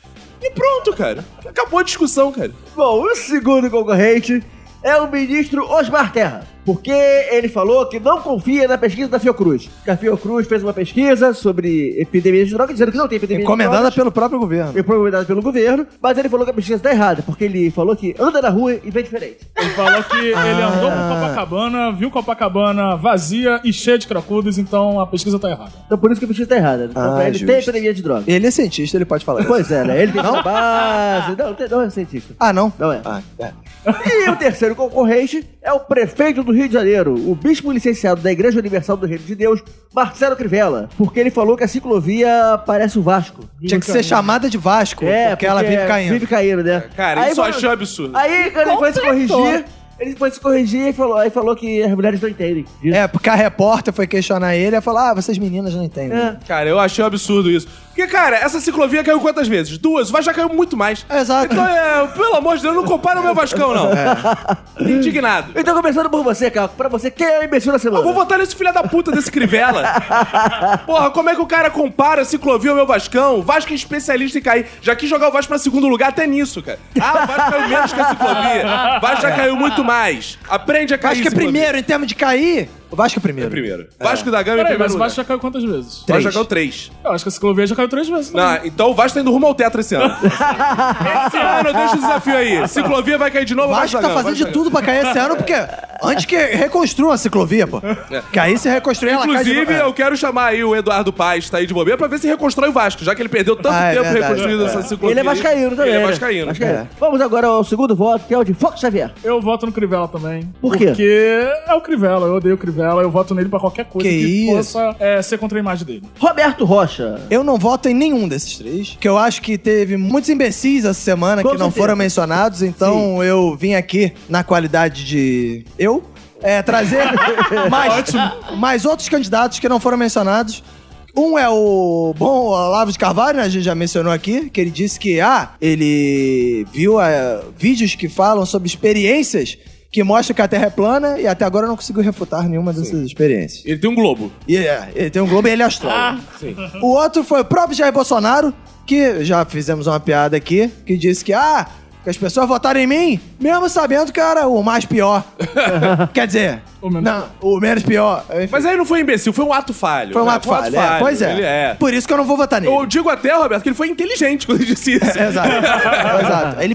Speaker 3: E pronto, cara. Acabou a discussão, cara.
Speaker 2: Bom, o segundo concorrente é o ministro Osmar Terra. Porque ele falou que não confia na pesquisa da Fiocruz. Que a Fiocruz fez uma pesquisa sobre epidemias de droga, dizendo que não tem epidemia de
Speaker 4: Encomendada
Speaker 2: drogas.
Speaker 4: pelo próprio governo.
Speaker 2: E promovida pelo governo, mas ele falou que a pesquisa tá errada, porque ele falou que anda na rua e vê diferente.
Speaker 6: Ele falou que ele
Speaker 4: Ah.
Speaker 6: andou por Copacabana, viu Copacabana vazia e cheia de cracudos, então a pesquisa tá errada.
Speaker 2: Então por isso que a pesquisa tá errada. Então,
Speaker 4: Ah,
Speaker 2: pra ele
Speaker 4: justo.
Speaker 2: tem epidemia de droga.
Speaker 4: Ele é cientista, ele pode falar isso.
Speaker 2: Pois é, né? Ele tem essa base. Não, tem- não é cientista.
Speaker 4: Ah, não?
Speaker 2: Não é.
Speaker 4: Ah, é.
Speaker 2: E o terceiro concorrente é o prefeito do Rio de Janeiro, o bispo licenciado da Igreja Universal do Reino de Deus, Marcelo Crivella, porque ele falou que a ciclovia parece o Vasco. Então, é,
Speaker 4: Tinha que ser chamada de Vasco,
Speaker 3: É,
Speaker 4: porque ela vive caindo.
Speaker 2: Vive caindo, né?
Speaker 3: Cara, isso eu
Speaker 2: foi-
Speaker 3: achei um absurdo.
Speaker 2: Aí quando ele foi se
Speaker 5: Completou.
Speaker 2: corrigir, ele foi se corrigir e falou, aí falou que as mulheres não entendem. disso.
Speaker 4: É, porque a repórter foi questionar ele e falou: Ah, vocês meninas não entendem.
Speaker 2: É.
Speaker 3: Cara, eu achei um absurdo isso. Porque, cara, essa ciclovia caiu quantas vezes? Duas. O Vasco já caiu muito mais.
Speaker 4: É, exato.
Speaker 3: Então, é, pelo amor de Deus, não compara o meu Vascão, não. Indignado.
Speaker 2: Então começando por você, Caco, pra você, quem é o imbecil da semana?
Speaker 3: Eu vou votar nesse filho da puta desse Crivella. Porra, como é que o cara compara a ciclovia ao meu Vascão? O Vasco é especialista em cair. Já quis jogar o Vasco pra segundo lugar até nisso, cara. Ah, o Vasco caiu menos que a ciclovia. O Vasco já caiu muito mais. Aprende a cair.
Speaker 4: Vasco é
Speaker 3: ciclovia.
Speaker 4: primeiro, em termos de cair. O Vasco é primeiro.
Speaker 3: É primeiro. Vasco da Gama é
Speaker 6: Peraí,
Speaker 3: primeiro.
Speaker 6: mas o
Speaker 3: lugar.
Speaker 6: Vasco já caiu quantas vezes?
Speaker 3: O Vasco já
Speaker 4: Três.
Speaker 3: caiu três.
Speaker 6: Eu acho que a ciclovia já caiu três vezes. né? também.
Speaker 3: Não, então o Vasco tá indo rumo ao tetra esse ano. esse ano, deixa o desafio aí. Ciclovia vai cair de novo.
Speaker 4: O Vasco tá fazendo de tudo pra cair esse ano, porque antes que reconstrua a ciclovia, pô. Que aí se reconstruir ela cai de
Speaker 3: Inclusive,
Speaker 4: novo.
Speaker 3: eu quero chamar aí o Eduardo Paz, tá aí de bobeira, pra ver se reconstrói o Vasco, já que ele perdeu tanto
Speaker 4: Ah, é
Speaker 3: tempo
Speaker 4: verdade.
Speaker 3: reconstruindo essa ciclovia.
Speaker 2: Ele é
Speaker 3: aí.
Speaker 2: vascaíno também.
Speaker 3: Ele é
Speaker 2: né?
Speaker 3: vascaíno.
Speaker 2: Vamos agora ao segundo voto, que é o de Fox Xavier.
Speaker 6: Eu voto no Crivella também.
Speaker 2: Por quê?
Speaker 6: Porque é o Crivella, eu odeio o Crivella, eu voto nele pra qualquer coisa
Speaker 4: Que
Speaker 6: que,
Speaker 4: isso?
Speaker 6: possa é, ser contra a imagem dele.
Speaker 2: Roberto Rocha.
Speaker 4: Eu não voto em nenhum desses três, porque eu acho que teve muitos imbecis essa semana
Speaker 2: Com
Speaker 4: que não
Speaker 2: certeza.
Speaker 4: foram mencionados, então eu vim aqui na qualidade de eu é, trazer mais, mais outros candidatos que não foram mencionados. Um é o bom Olavo de Carvalho, né? a gente já mencionou aqui, que ele disse que ah, ele viu ah, vídeos que falam sobre experiências que mostram que a Terra é plana e até agora não conseguiu refutar nenhuma dessas experiências.
Speaker 3: Ele tem um globo.
Speaker 4: E é, ele tem um globo e ele é astrólogo.
Speaker 3: sim.
Speaker 4: O outro foi o próprio Jair Bolsonaro, que já fizemos uma piada aqui, que disse que, ah, que as pessoas votaram em mim, mesmo sabendo que eu era o mais pior. Quer dizer,
Speaker 6: O menos
Speaker 4: não, o menos pior. Enfim,
Speaker 3: Mas aí não foi imbecil, foi um ato falho.
Speaker 4: foi um
Speaker 3: né?
Speaker 4: ato falho. é, pois é.
Speaker 3: Ele é.
Speaker 4: Por isso que eu não vou votar nele.
Speaker 3: Eu digo até, Roberto, que ele foi inteligente quando ele disse isso.
Speaker 4: É, Exato. Exato. Ele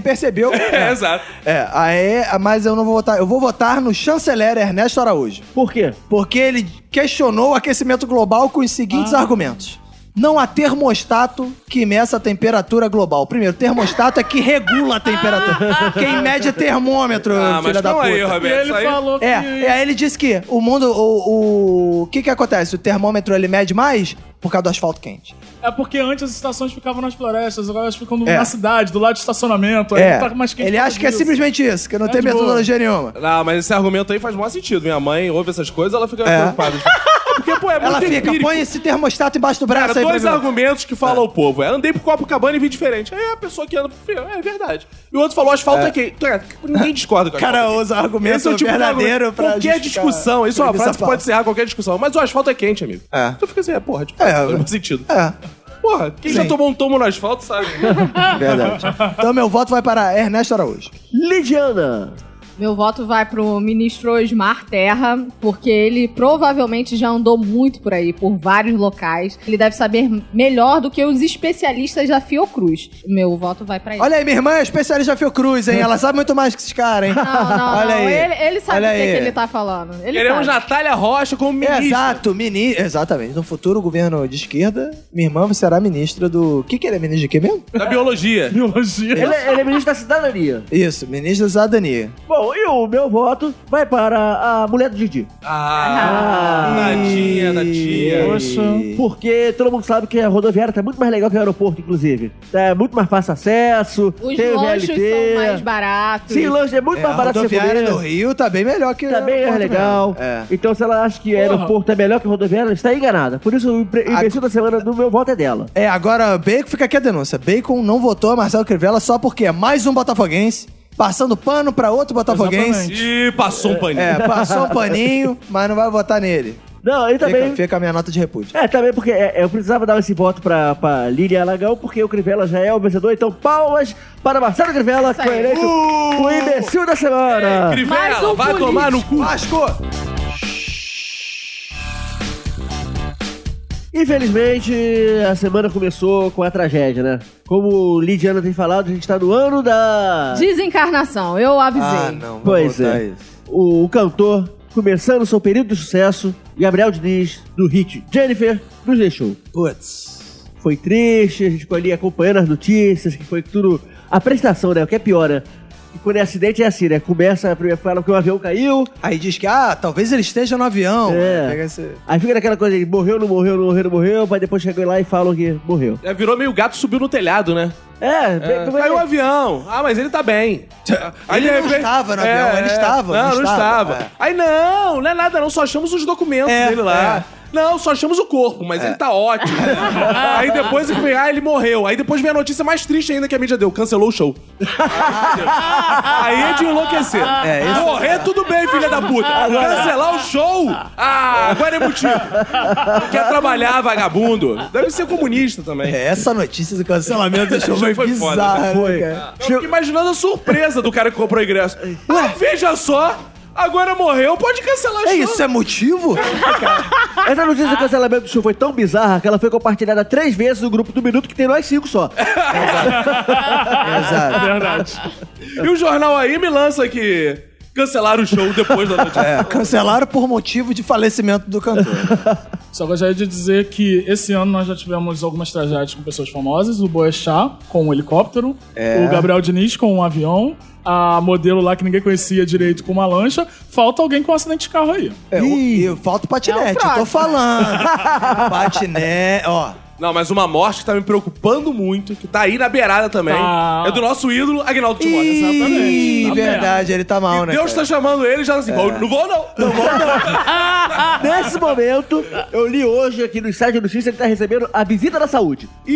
Speaker 4: percebeu.
Speaker 3: É, exato.
Speaker 4: É, aí, mas eu não vou votar. Eu vou votar no chanceler Ernesto Araújo.
Speaker 2: Por quê?
Speaker 4: porque ele questionou o aquecimento global com os seguintes
Speaker 3: Ah.
Speaker 4: argumentos. Não há termostato que meça a temperatura global. Primeiro, termostato é que regula a temperatura. Quem mede é termômetro,
Speaker 3: Ah, mas
Speaker 4: filha da
Speaker 3: calma
Speaker 4: puta.
Speaker 3: aí,
Speaker 6: E
Speaker 3: Roberto.
Speaker 6: ele
Speaker 3: isso aí-
Speaker 6: falou que.
Speaker 4: É, e aí ele disse que o mundo, o, o que que acontece? O termômetro ele mede mais por causa do asfalto quente.
Speaker 6: É porque antes as estações ficavam nas florestas, agora elas ficam no-
Speaker 4: É.
Speaker 6: na cidade, do lado do estacionamento. Aí
Speaker 4: É,
Speaker 6: tá mais quente
Speaker 4: ele
Speaker 6: por
Speaker 4: acha que é
Speaker 6: causa disso.
Speaker 4: simplesmente isso, que não
Speaker 3: É
Speaker 4: tem
Speaker 6: de boa.
Speaker 4: metodologia nenhuma.
Speaker 3: Não, mas esse argumento aí faz o maior sentido. Minha mãe ouve essas coisas, ela fica
Speaker 4: É.
Speaker 3: preocupada. Porque, pô, é muito
Speaker 4: Ela fica,
Speaker 3: empírico.
Speaker 4: põe esse termostato embaixo do braço
Speaker 3: Cara,
Speaker 4: aí. pra
Speaker 3: dois
Speaker 4: mim.
Speaker 3: argumentos que falam ao povo. É, andei pro Copacabana e vi diferente. Aí a pessoa que anda pro fio, é verdade. E o outro falou, asfalto é, que... Cara, ninguém discorda com
Speaker 4: O cara
Speaker 3: asfalto é
Speaker 4: usa argumento
Speaker 3: Esse é o tipo de
Speaker 4: verdadeiro
Speaker 3: argumento.
Speaker 4: pra
Speaker 3: Qualquer
Speaker 4: justificar
Speaker 3: discussão, isso é uma
Speaker 4: proibir
Speaker 3: frase que
Speaker 4: essa
Speaker 3: pode
Speaker 4: fala.
Speaker 3: encerrar qualquer discussão. Mas o asfalto é quente, amigo.
Speaker 4: É.
Speaker 3: Então fica assim, é, porra, de
Speaker 4: É,
Speaker 3: fato, faz sentido.
Speaker 4: É.
Speaker 3: Porra, quem já
Speaker 4: Sim.
Speaker 3: tomou um tomo no asfalto sabe. né?
Speaker 4: Verdade. Então meu voto vai para Ernesto Araújo.
Speaker 2: Lidiana.
Speaker 5: Meu voto vai pro ministro Osmar Terra, porque ele provavelmente já andou muito por aí, por vários locais. Ele deve saber melhor do que os especialistas da Fiocruz. Meu voto vai pra ele.
Speaker 4: Olha aí, minha irmã é especialista da Fiocruz, hein? Ela sabe muito mais que esses caras, hein?
Speaker 5: Não, não,
Speaker 4: Olha
Speaker 5: não.
Speaker 4: aí.
Speaker 5: Ele, ele sabe
Speaker 4: Olha
Speaker 5: o que,
Speaker 4: aí.
Speaker 5: que ele tá falando. Ele
Speaker 3: Queremos
Speaker 5: sabe.
Speaker 3: é um Natália Rocha como ministra.
Speaker 4: É, Exato, ministro. Exatamente. No futuro governo de esquerda, minha irmã será ministra do. O que, que ele é ministro de quê mesmo?
Speaker 3: Da biologia.
Speaker 6: Biologia.
Speaker 2: Ele, é- ele é ministro da cidadania.
Speaker 4: Isso, ministra da cidadania.
Speaker 2: Bom, e o meu voto vai para a mulher do Didi.
Speaker 3: Ah, tadinha da tia.
Speaker 6: Poxa.
Speaker 2: Porque todo mundo sabe que a rodoviária tá muito mais legal que o aeroporto, inclusive. É muito mais fácil acesso,
Speaker 5: Os
Speaker 2: tem o
Speaker 5: lanches
Speaker 2: VLT.
Speaker 5: são mais baratos.
Speaker 2: Sim, lanche é muito
Speaker 4: É,
Speaker 2: mais
Speaker 4: a
Speaker 2: barato que você
Speaker 4: rodoviária do
Speaker 2: comer.
Speaker 4: Rio tá bem melhor que.
Speaker 2: Também é
Speaker 4: Porto
Speaker 2: legal.
Speaker 4: Velho. É.
Speaker 2: Então, se ela acha que
Speaker 6: Porra.
Speaker 2: aeroporto é melhor que rodoviária, ela está enganada. Por isso, o impre-
Speaker 4: A-
Speaker 2: imbecil da semana do meu voto é dela.
Speaker 4: É, agora, Bacon, fica aqui a denúncia. Bacon não votou a Marcelo Crivella só porque é mais um botafoguense, passando pano pra outro botafoguense.
Speaker 6: Exatamente.
Speaker 3: Ih, passou um paninho.
Speaker 4: É, passou um paninho, mas não vai votar nele.
Speaker 2: Não, ele também.
Speaker 4: Fica, fica a minha nota de repúdio.
Speaker 2: É, também porque é, eu precisava dar esse voto pra, pra Lilian Alagão, porque o Crivella já é o vencedor. Então, palmas para Marcelo Crivella, que
Speaker 5: Isso
Speaker 2: foi
Speaker 5: aí.
Speaker 2: eleito
Speaker 4: Uh!
Speaker 2: o imbecil da
Speaker 4: É,
Speaker 2: semana.
Speaker 5: Mais
Speaker 3: Crivella,
Speaker 5: um
Speaker 3: vai
Speaker 5: político.
Speaker 3: tomar no cu.
Speaker 4: Vasco!
Speaker 2: Infelizmente, a semana começou com a tragédia, né? Como Lidiana tem falado, a gente tá no ano da.
Speaker 5: Desencarnação, eu avisei.
Speaker 4: Ah, não. vou
Speaker 2: Pois
Speaker 4: botar
Speaker 2: é.
Speaker 4: isso.
Speaker 2: O, o cantor começando seu período de sucesso, Gabriel Diniz, do hit Jennifer, nos deixou.
Speaker 4: Putz.
Speaker 2: Foi triste, a gente ficou ali acompanhando as notícias, que foi tudo. A prestação, né? O que é pior, né? E quando é acidente é assim, né? Começa a primeira fala que o avião caiu,
Speaker 4: Aí diz que, ah, talvez ele esteja no avião.
Speaker 2: É.
Speaker 4: Pega esse...
Speaker 2: aí fica naquela coisa de morreu, não morreu, não morreu, não morreu, mas depois chegou lá e falam que morreu.
Speaker 3: É, virou meio gato subiu no telhado, né?
Speaker 2: É,
Speaker 3: É,
Speaker 2: pe- pe-
Speaker 3: caiu o avião. Ah, mas ele tá bem.
Speaker 4: Ele não estava no avião, ele estava,
Speaker 3: É, Não,
Speaker 4: não
Speaker 3: não estava.
Speaker 4: estava.
Speaker 3: Aí não, não é nada não, só achamos os documentos
Speaker 4: É,
Speaker 3: dele lá.
Speaker 4: é.
Speaker 3: Não, só achamos o corpo, mas ele tá ótimo. Aí depois ele vem, ah, ele morreu. Aí depois vem a notícia mais triste ainda que a mídia deu, cancelou o show. Aí é de enlouquecer.
Speaker 4: É, esse-
Speaker 3: Morrer tudo bem, filha da puta. Cancelar o show? Ah, agora é motivo. Quer trabalhar, vagabundo. Deve ser comunista também.
Speaker 4: É, essa notícia do cancelamento do show foi,
Speaker 3: Foi foda,
Speaker 4: bizarra, né,
Speaker 2: foi.
Speaker 4: cara?
Speaker 3: Eu fico imaginando a surpresa do cara que comprou o ingresso. Ah, veja só, agora morreu, pode cancelar
Speaker 4: É
Speaker 3: show.
Speaker 4: isso, é motivo?
Speaker 2: Essa notícia do cancelamento do show foi tão bizarra que ela foi compartilhada três vezes no grupo do Minuto, que tem nós cinco só.
Speaker 4: Exato.
Speaker 6: É Verdade.
Speaker 3: E o jornal aí me lança que cancelaram o show depois da notícia.
Speaker 4: É, cancelaram por motivo de falecimento do cantor.
Speaker 6: Só gostaria de dizer que esse ano nós já tivemos algumas tragédias com pessoas famosas. O Boechat com um helicóptero, o Gabriel Diniz com um avião, a modelo lá que ninguém conhecia direito com uma lancha. Falta alguém com um acidente de carro aí.
Speaker 4: É, o- e falta o patinete,
Speaker 2: É
Speaker 4: eu tô
Speaker 5: próximo.
Speaker 2: né?
Speaker 4: falando. patinete, ó.
Speaker 3: Não, mas uma morte que tá me preocupando muito, que tá aí na beirada também,
Speaker 4: Ah.
Speaker 6: Tá.
Speaker 3: é do nosso ídolo, Agnaldo Timóteo.
Speaker 6: exatamente.
Speaker 4: Ih,
Speaker 6: Tá
Speaker 4: verdade, ele tá mal, né?
Speaker 3: Deus tá
Speaker 4: cara? É.
Speaker 3: chamando ele e já assim, "Vou- não vou não, não vou não.
Speaker 2: Nesse momento, eu li hoje aqui no site do Notícias, ele tá recebendo a visita da saúde.
Speaker 3: Ih,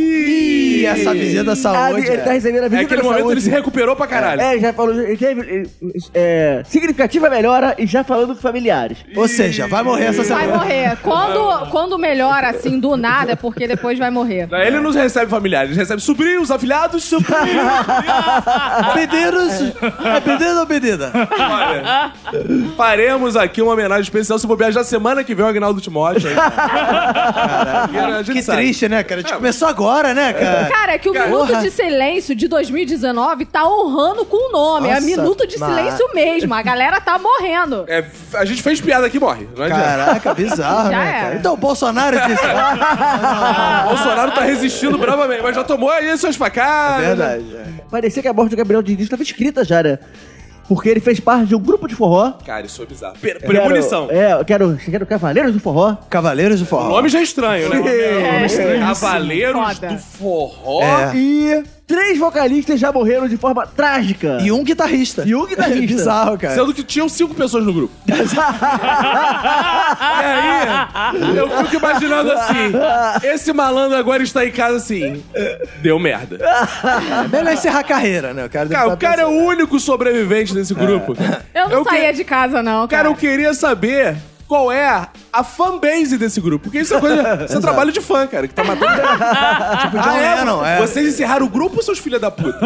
Speaker 4: Ih, essa visita à
Speaker 2: A vi-
Speaker 4: saúde.
Speaker 2: ele tá
Speaker 4: é.
Speaker 2: recebendo a
Speaker 3: É
Speaker 2: visita
Speaker 3: aquele
Speaker 2: da
Speaker 3: momento que
Speaker 2: saúde.
Speaker 3: ele se recuperou pra caralho.
Speaker 2: É, já falou, ele teve ele, é, significativa melhora e já falando com familiares.
Speaker 4: Ou seja, vai morrer essa
Speaker 5: Vai
Speaker 4: semana.
Speaker 5: morrer. Quando, quando melhora assim do nada, é porque depois vai morrer.
Speaker 3: Daí Ele nos recebe familiares, ele recebe sobrinhos, afilhados, sobrinhos.
Speaker 4: Pedeiros. É pedido ou pedida?
Speaker 3: Olha, faremos aqui uma homenagem especial se bobear já semana que vem o Agnaldo Timóteo. aí. Porque a gente
Speaker 4: Que
Speaker 3: sabe.
Speaker 4: triste, né, cara? A gente começou agora, né, cara?
Speaker 5: Cara, é que o
Speaker 3: Cara,
Speaker 5: Minuto
Speaker 4: porra.
Speaker 5: de Silêncio de 2019 tá honrando com o nome. é
Speaker 4: Nossa,
Speaker 5: Minuto de
Speaker 4: mas-
Speaker 5: Silêncio mesmo. A galera tá morrendo.
Speaker 3: É, a gente fez piada aqui, morre. Não adianta.
Speaker 4: Caraca, bizarro,
Speaker 5: Já
Speaker 4: né,
Speaker 5: era.
Speaker 4: cara? Então, o Bolsonaro disse.
Speaker 3: Bolsonaro tá resistindo bravamente, mas já tomou aí suas facadas. né?
Speaker 4: Verdade. é.
Speaker 2: Parecia que a morte do Gabriel Diniz estava escrita já, né? Porque ele fez parte de um grupo de forró.
Speaker 3: Cara, isso é bizarro. Pre- premonição.
Speaker 2: Quero, é, eu quero, quero Cavaleiros do Forró.
Speaker 4: Cavaleiros do
Speaker 3: O
Speaker 4: Forró.
Speaker 3: nome já é estranho, né?
Speaker 5: É, estranhíssimo.
Speaker 3: Cavaleiros
Speaker 5: Foda.
Speaker 3: do Forró.
Speaker 4: É.
Speaker 2: E três vocalistas já morreram de forma trágica.
Speaker 4: E um guitarrista.
Speaker 2: E um guitarrista.
Speaker 4: Bizarro, cara.
Speaker 3: Sendo que tinham cinco pessoas no grupo. e aí, eu fico imaginando assim: esse malandro agora está em casa assim. Deu merda.
Speaker 4: É melhor encerrar a carreira, né? O cara, deve
Speaker 3: Cara,
Speaker 4: tá
Speaker 3: o cara é o
Speaker 4: pensando.
Speaker 3: único sobrevivente desse grupo.
Speaker 5: Eu não
Speaker 3: que-
Speaker 5: saía de casa, não.
Speaker 3: Cara,
Speaker 5: Cara,
Speaker 3: eu queria saber qual é a fanbase desse grupo. Porque isso é coisa. Isso é trabalho de fã, cara, que tá matando. tipo
Speaker 4: John Lennon, é.
Speaker 3: Vocês encerraram o grupo, seus filhos da puta?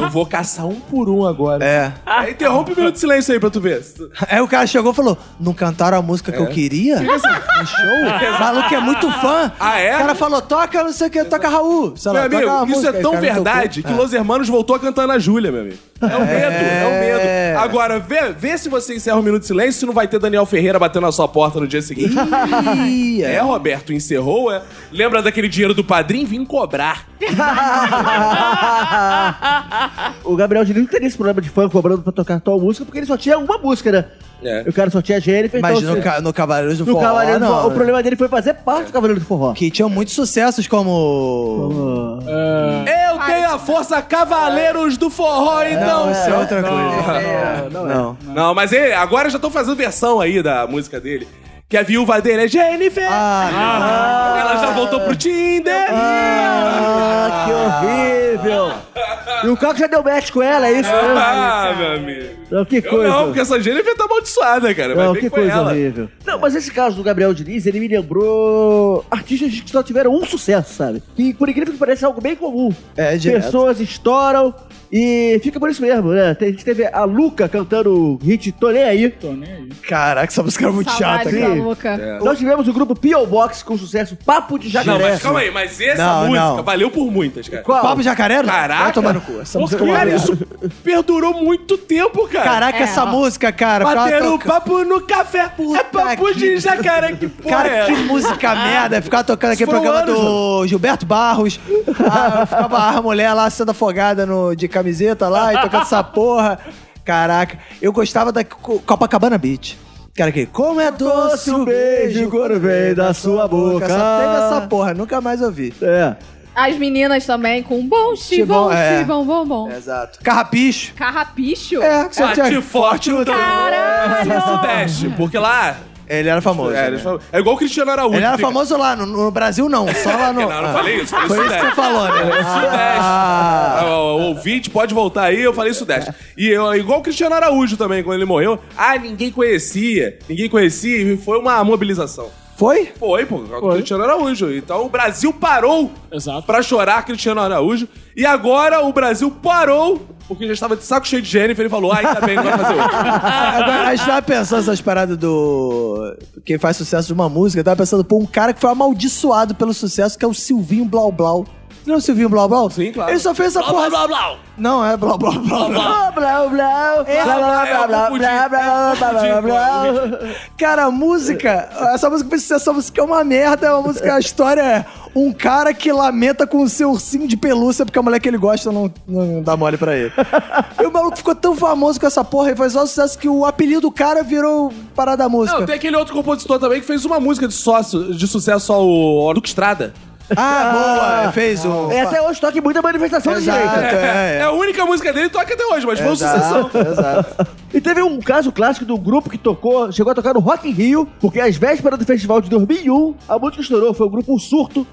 Speaker 3: eu vou caçar um por um agora.
Speaker 4: É.
Speaker 3: Aí interrompe o minuto de silêncio aí pra tu ver.
Speaker 4: Aí o cara chegou e falou: Não cantaram a música que eu queria? No show? O maluco é muito fã.
Speaker 3: Ah, é?
Speaker 4: O cara falou: Toca, não sei o que, toca Raul. Sei
Speaker 3: Meu
Speaker 4: lá, toca uma
Speaker 3: amigo, isso
Speaker 4: música.
Speaker 3: é
Speaker 4: Aí o
Speaker 3: tão
Speaker 4: cara não tocou.
Speaker 3: verdade que
Speaker 4: É.
Speaker 3: Los Hermanos voltou a cantar na Júlia, meu amigo. É o medo, é, o medo. Agora, vê, vê se você encerra o Minuto de Silêncio se não vai ter Daniel Ferreira batendo na sua porta no dia seguinte.
Speaker 4: Ih,
Speaker 3: É,
Speaker 4: é.
Speaker 3: Roberto, encerrou, é. Lembra daquele dinheiro do padrinho? Vim cobrar.
Speaker 2: O Gabriel Diniz não teria esse problema de fã cobrando pra tocar tal música, porque ele só tinha uma música, né?
Speaker 3: É.
Speaker 2: O cara só tinha Jennifer,
Speaker 4: Mas
Speaker 2: então...
Speaker 4: no, ca- no Cavaleiros do
Speaker 2: no
Speaker 4: Forró.
Speaker 2: Cavaleiro do
Speaker 4: não,
Speaker 2: Forró, o
Speaker 4: né?
Speaker 2: problema dele foi fazer parte do Cavaleiro do Forró.
Speaker 4: Que tinham muitos sucessos como.
Speaker 3: Eu tenho a força Cavaleiros do Forró, então.
Speaker 4: Não, isso é outra coisa.
Speaker 2: não,
Speaker 4: Não.
Speaker 3: Não, mas ele- agora já estão fazendo versão aí da música dele. Que a viúva dele é Jennifer.
Speaker 4: Ah,
Speaker 3: Ela já voltou pro Tinder.
Speaker 2: Ah, que horrível! E o Caco já deu match com ela, é isso mesmo?
Speaker 3: Ah, meu amigo.
Speaker 2: Não, que
Speaker 3: Eu
Speaker 2: coisa.
Speaker 3: não, porque essa Jennifer tá amaldiçoada, cara. Vai
Speaker 2: Não,
Speaker 3: ver
Speaker 2: que
Speaker 3: com
Speaker 2: coisa
Speaker 3: ela.
Speaker 2: horrível. Não, mas esse caso do Gabriel Diniz, ele me lembrou artistas que só tiveram um sucesso, sabe? Que, por incrível que pareça, é algo bem comum.
Speaker 4: É, direto.
Speaker 2: Pessoas estouram e fica por isso mesmo, né? Tem- A gente teve a Luca cantando o hit Tô Nem Aí.
Speaker 6: Tô nem aí.
Speaker 4: Caraca, essa música era é muito chata,
Speaker 5: Saudade
Speaker 4: cara.
Speaker 5: da Luca.
Speaker 2: Nós tivemos o grupo P.O. Box com o sucesso Papo de Jacaré.
Speaker 3: Ah, Não, mas calma aí, mas essa
Speaker 4: Não,
Speaker 3: música
Speaker 4: não.
Speaker 3: valeu por muitas, cara.
Speaker 2: Qual?
Speaker 4: Papo jacaré?
Speaker 3: Caraca.
Speaker 4: Vai tomar no cu. Essa música é uma
Speaker 3: Cara,
Speaker 4: merda.
Speaker 3: isso perdurou muito tempo, cara.
Speaker 4: Caraca,
Speaker 5: É,
Speaker 4: essa
Speaker 5: ó.
Speaker 4: música, cara.
Speaker 3: Bateram
Speaker 4: ficava
Speaker 3: o papo no café.
Speaker 4: Puta
Speaker 3: é papo
Speaker 4: que-
Speaker 3: de jacaré, que porra é
Speaker 4: Cara, que
Speaker 3: essa?
Speaker 4: música merda. Ficava tocando aquele
Speaker 3: Foram
Speaker 4: programa
Speaker 3: anos,
Speaker 4: do Gilberto Barros. Ah, ficava a mulher lá sendo afogada no, de camiseta lá e tocando essa porra. Caraca, eu gostava da Co- Copacabana Beach. Cara, que como é doce o beijo quando vem da sua boca. Só teve essa porra, nunca mais ouvi.
Speaker 2: É.
Speaker 5: As meninas também com bom
Speaker 4: Chibom,
Speaker 5: chibom,
Speaker 4: é.
Speaker 5: chibom, bom, bom.
Speaker 4: Exato. Carrapicho.
Speaker 5: Carrapicho?
Speaker 4: É, que você
Speaker 3: Bate
Speaker 4: tinha...
Speaker 3: forte no
Speaker 5: Caralho!
Speaker 3: Sudeste, porque lá...
Speaker 4: Ele era famoso.
Speaker 3: É,
Speaker 4: né?
Speaker 3: eles falam- é igual o Cristiano Araújo.
Speaker 4: Ele era
Speaker 3: fica-
Speaker 4: famoso lá, no, no Brasil não, só lá no...
Speaker 3: Não, eu não falei isso, falei
Speaker 4: Foi isso que você
Speaker 3: Sudeste.
Speaker 4: falou, né?
Speaker 3: Sudeste.
Speaker 4: Ah.
Speaker 3: Ah, O o ouvinte pode voltar aí, eu falei Sudeste. E eu, igual o Cristiano Araújo também, quando ele morreu. Ah, ninguém conhecia. Ninguém conhecia e foi uma mobilização.
Speaker 4: Foi?
Speaker 3: Foi, pô, o
Speaker 6: Foi.
Speaker 3: Cristiano Araújo. Então o Brasil parou
Speaker 6: Exato.
Speaker 3: pra chorar Cristiano Araújo. E agora o Brasil parou, porque já estava de saco cheio de Jennifer. Ele falou, ai, tá bem, não vai fazer outro.
Speaker 4: Agora, a gente tava pensando essas paradas do. Quem faz sucesso de uma música, eu tava pensando, pô, um cara que foi amaldiçoado pelo sucesso, que é o Silvinho Blau Blau. Não é o Silvinho Blau Blau?
Speaker 3: Sim, claro.
Speaker 4: Ele só fez essa porra.
Speaker 3: blá, blá, blá.
Speaker 4: Não, é Blau Blau Blau.
Speaker 2: Blá, blá,
Speaker 4: Blau.
Speaker 2: blá, blá, blá, blá, blá, blá, blá, blá, blá, blá.
Speaker 4: Cara, a música. Essa música fez sucesso, essa música é uma merda. É uma música, a história é um cara que lamenta com o seu ursinho de pelúcia porque a mulher que ele gosta não, não dá mole pra ele. e o maluco ficou tão famoso com essa porra e faz só sucesso que o apelido do cara virou parada da música.
Speaker 3: Não, tem aquele outro compositor também que fez uma música de, sócio, de sucesso ao Orlando Estrada.
Speaker 4: Ah, boa, fez o.
Speaker 2: É, até hoje toque muita manifestação de
Speaker 4: Exato,
Speaker 2: direita.
Speaker 4: é,
Speaker 3: É.
Speaker 4: é.
Speaker 3: a única música dele que toca até hoje, mas foi um sucessão.
Speaker 4: Exato, exato.
Speaker 2: E teve um caso clássico de um grupo que tocou, chegou a tocar no Rock in Rio, porque às vésperas do festival de 2001, a música estourou, foi o grupo Surto,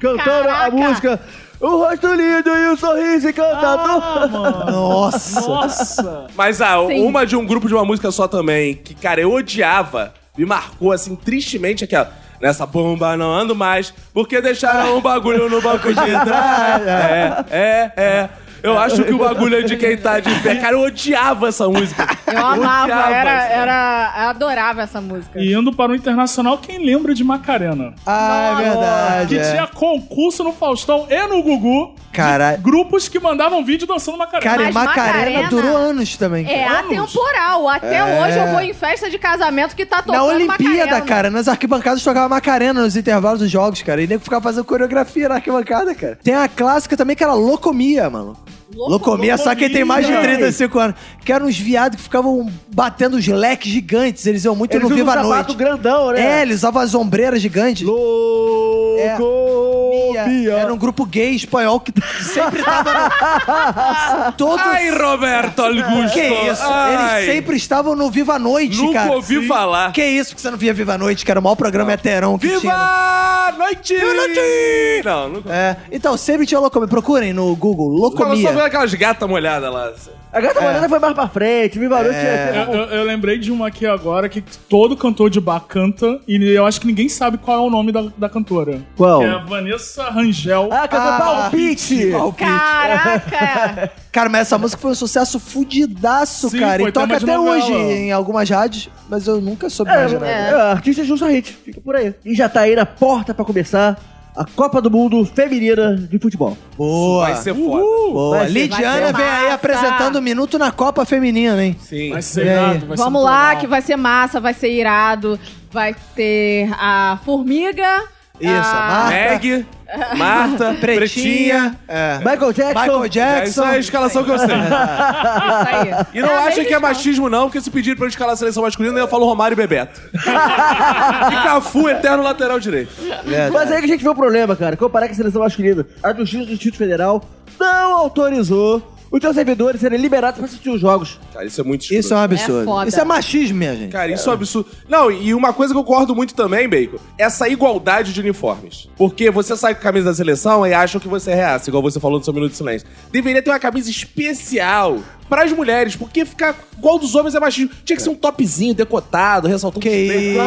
Speaker 2: cantando a
Speaker 5: Caraca!
Speaker 2: música O Rosto Lindo e o Sorriso Encantador.
Speaker 6: Ah, mano.
Speaker 4: Nossa.
Speaker 6: Nossa.
Speaker 3: Mas ah,
Speaker 5: Sim.
Speaker 3: uma de um grupo de uma música só também, que, cara, eu odiava, me marcou assim, tristemente aquela. Nessa bomba não ando mais, porque deixaram um bagulho no banco de trás. É, é, é. Eu acho que o bagulho é de quem tá de pé. Cara, eu odiava essa música.
Speaker 5: Eu amava,
Speaker 3: odiava
Speaker 5: era,
Speaker 3: essa.
Speaker 5: era, eu adorava essa música.
Speaker 6: E indo para o internacional, quem lembra de Macarena?
Speaker 4: Ah, é verdade.
Speaker 6: Que tinha
Speaker 4: É.
Speaker 6: concurso no Faustão e no Gugu.
Speaker 4: Caralho.
Speaker 6: Grupos que mandavam vídeo dançando Macarena.
Speaker 4: Cara, e
Speaker 5: Mas
Speaker 4: Macarena
Speaker 5: Macarena-
Speaker 4: durou anos também.
Speaker 5: É
Speaker 4: cara.
Speaker 5: atemporal. Até hoje eu vou em festa de casamento que tá tocando
Speaker 4: Na Olimpíada,
Speaker 5: Macarena.
Speaker 4: cara, nas arquibancadas tocava Macarena nos intervalos dos jogos, cara. E nego ficava fazendo coreografia na arquibancada, cara. Tem a clássica também que era Locomia, mano.
Speaker 5: Loco-
Speaker 4: Locomia, só quem tem mais de
Speaker 6: Locomia.
Speaker 4: 35 anos. Que eram uns viados que ficavam batendo os leques gigantes. Eles iam muito
Speaker 2: Eles
Speaker 4: no
Speaker 2: usam
Speaker 4: Viva
Speaker 2: um
Speaker 4: a
Speaker 2: sapato
Speaker 4: Noite.
Speaker 2: grandão, né?
Speaker 4: É, eles usavam as ombreiras gigantes.
Speaker 2: Loucomia.
Speaker 4: Era um grupo gay espanhol que sempre tava no... Todos...
Speaker 3: Ai, Roberto Augusto.
Speaker 4: que isso?
Speaker 3: Ai.
Speaker 4: Eles sempre estavam no Viva a Noite,
Speaker 3: Nunca
Speaker 4: cara.
Speaker 3: ouvi falar.
Speaker 4: Que isso que você não via Viva a Noite, que era o maior programa heterão que
Speaker 3: Viva
Speaker 4: tinha. né?
Speaker 3: a noite! Viva noite! Não, nunca.
Speaker 4: É, então, sempre tinha Locomia. Procurem no Google,
Speaker 3: Ficava só vendo
Speaker 4: Locomia.
Speaker 3: aquelas gatas molhadas lá.
Speaker 2: A gata morena foi mais pra frente, Viva a Noite
Speaker 6: Eu,
Speaker 2: tinha
Speaker 6: eu- eu lembrei de uma aqui agora que todo cantor de bar canta e eu acho que ninguém sabe qual é o nome da, da cantora.
Speaker 2: Qual?
Speaker 6: É um- a Vanessa Rangel.
Speaker 2: Ah, cantou
Speaker 4: Ah,
Speaker 2: palpite!
Speaker 5: Caraca!
Speaker 4: Cara, mas essa música foi um sucesso fudidaço,
Speaker 6: Sim,
Speaker 4: cara. E
Speaker 6: foi
Speaker 4: toca
Speaker 6: tema de
Speaker 4: até
Speaker 6: novela.
Speaker 4: hoje em algumas rádios, mas eu nunca soube mais de nada.
Speaker 2: É, é, artista Jussa Hit, fica por aí. E já tá aí na porta pra começar a Copa do Mundo Feminina de Futebol.
Speaker 4: Boa.
Speaker 3: Vai ser foda.
Speaker 6: um-
Speaker 4: Boa.
Speaker 2: Vai ser-
Speaker 5: vai
Speaker 4: Lidiana
Speaker 5: ser
Speaker 4: vem aí
Speaker 5: massa.
Speaker 4: apresentando o minuto na Copa Feminina, hein?
Speaker 3: Sim.
Speaker 6: Vai ser
Speaker 4: E aí?
Speaker 6: irado, é, vai ser
Speaker 5: Vamos
Speaker 6: muito
Speaker 5: lá,
Speaker 6: legal.
Speaker 5: que vai ser massa, vai ser irado. Vai ter a Formiga. Ah,
Speaker 4: Isso,
Speaker 5: a...
Speaker 3: Meg, Marta, Pretinha.
Speaker 4: Pretinha. É.
Speaker 2: Michael Jackson.
Speaker 4: Michael Jackson.
Speaker 3: Essa é a escalação que eu sei.
Speaker 5: Isso aí.
Speaker 3: E não
Speaker 5: a
Speaker 3: achem que é
Speaker 5: mesma
Speaker 3: machismo, não, porque se pedir pra eu escalar a seleção masculina, eu falo Romário e Bebeto. e Cafu, eterno lateral direito.
Speaker 4: Verdade.
Speaker 2: Mas aí que a gente vê o problema, cara. Comparar com a seleção masculina. A Justiça do Distrito Federal não autorizou os seus servidores serem liberados pra assistir os jogos.
Speaker 3: Cara, isso é muito escroto.
Speaker 4: Isso é um absurdo.
Speaker 5: foda.
Speaker 4: Isso é machismo, minha gente.
Speaker 3: Cara, isso é um absurdo. Não, e uma coisa que eu concordo muito também, Bacon, é essa igualdade de uniformes. Porque você sai com a camisa da seleção e acham que você é reaça, igual você falou no seu Minuto de Silêncio. Deveria ter uma camisa especial pras mulheres, porque ficar igual dos homens é machismo. Tinha que ser um topzinho, decotado, ressaltando
Speaker 4: Que
Speaker 3: os peitos.
Speaker 4: isso?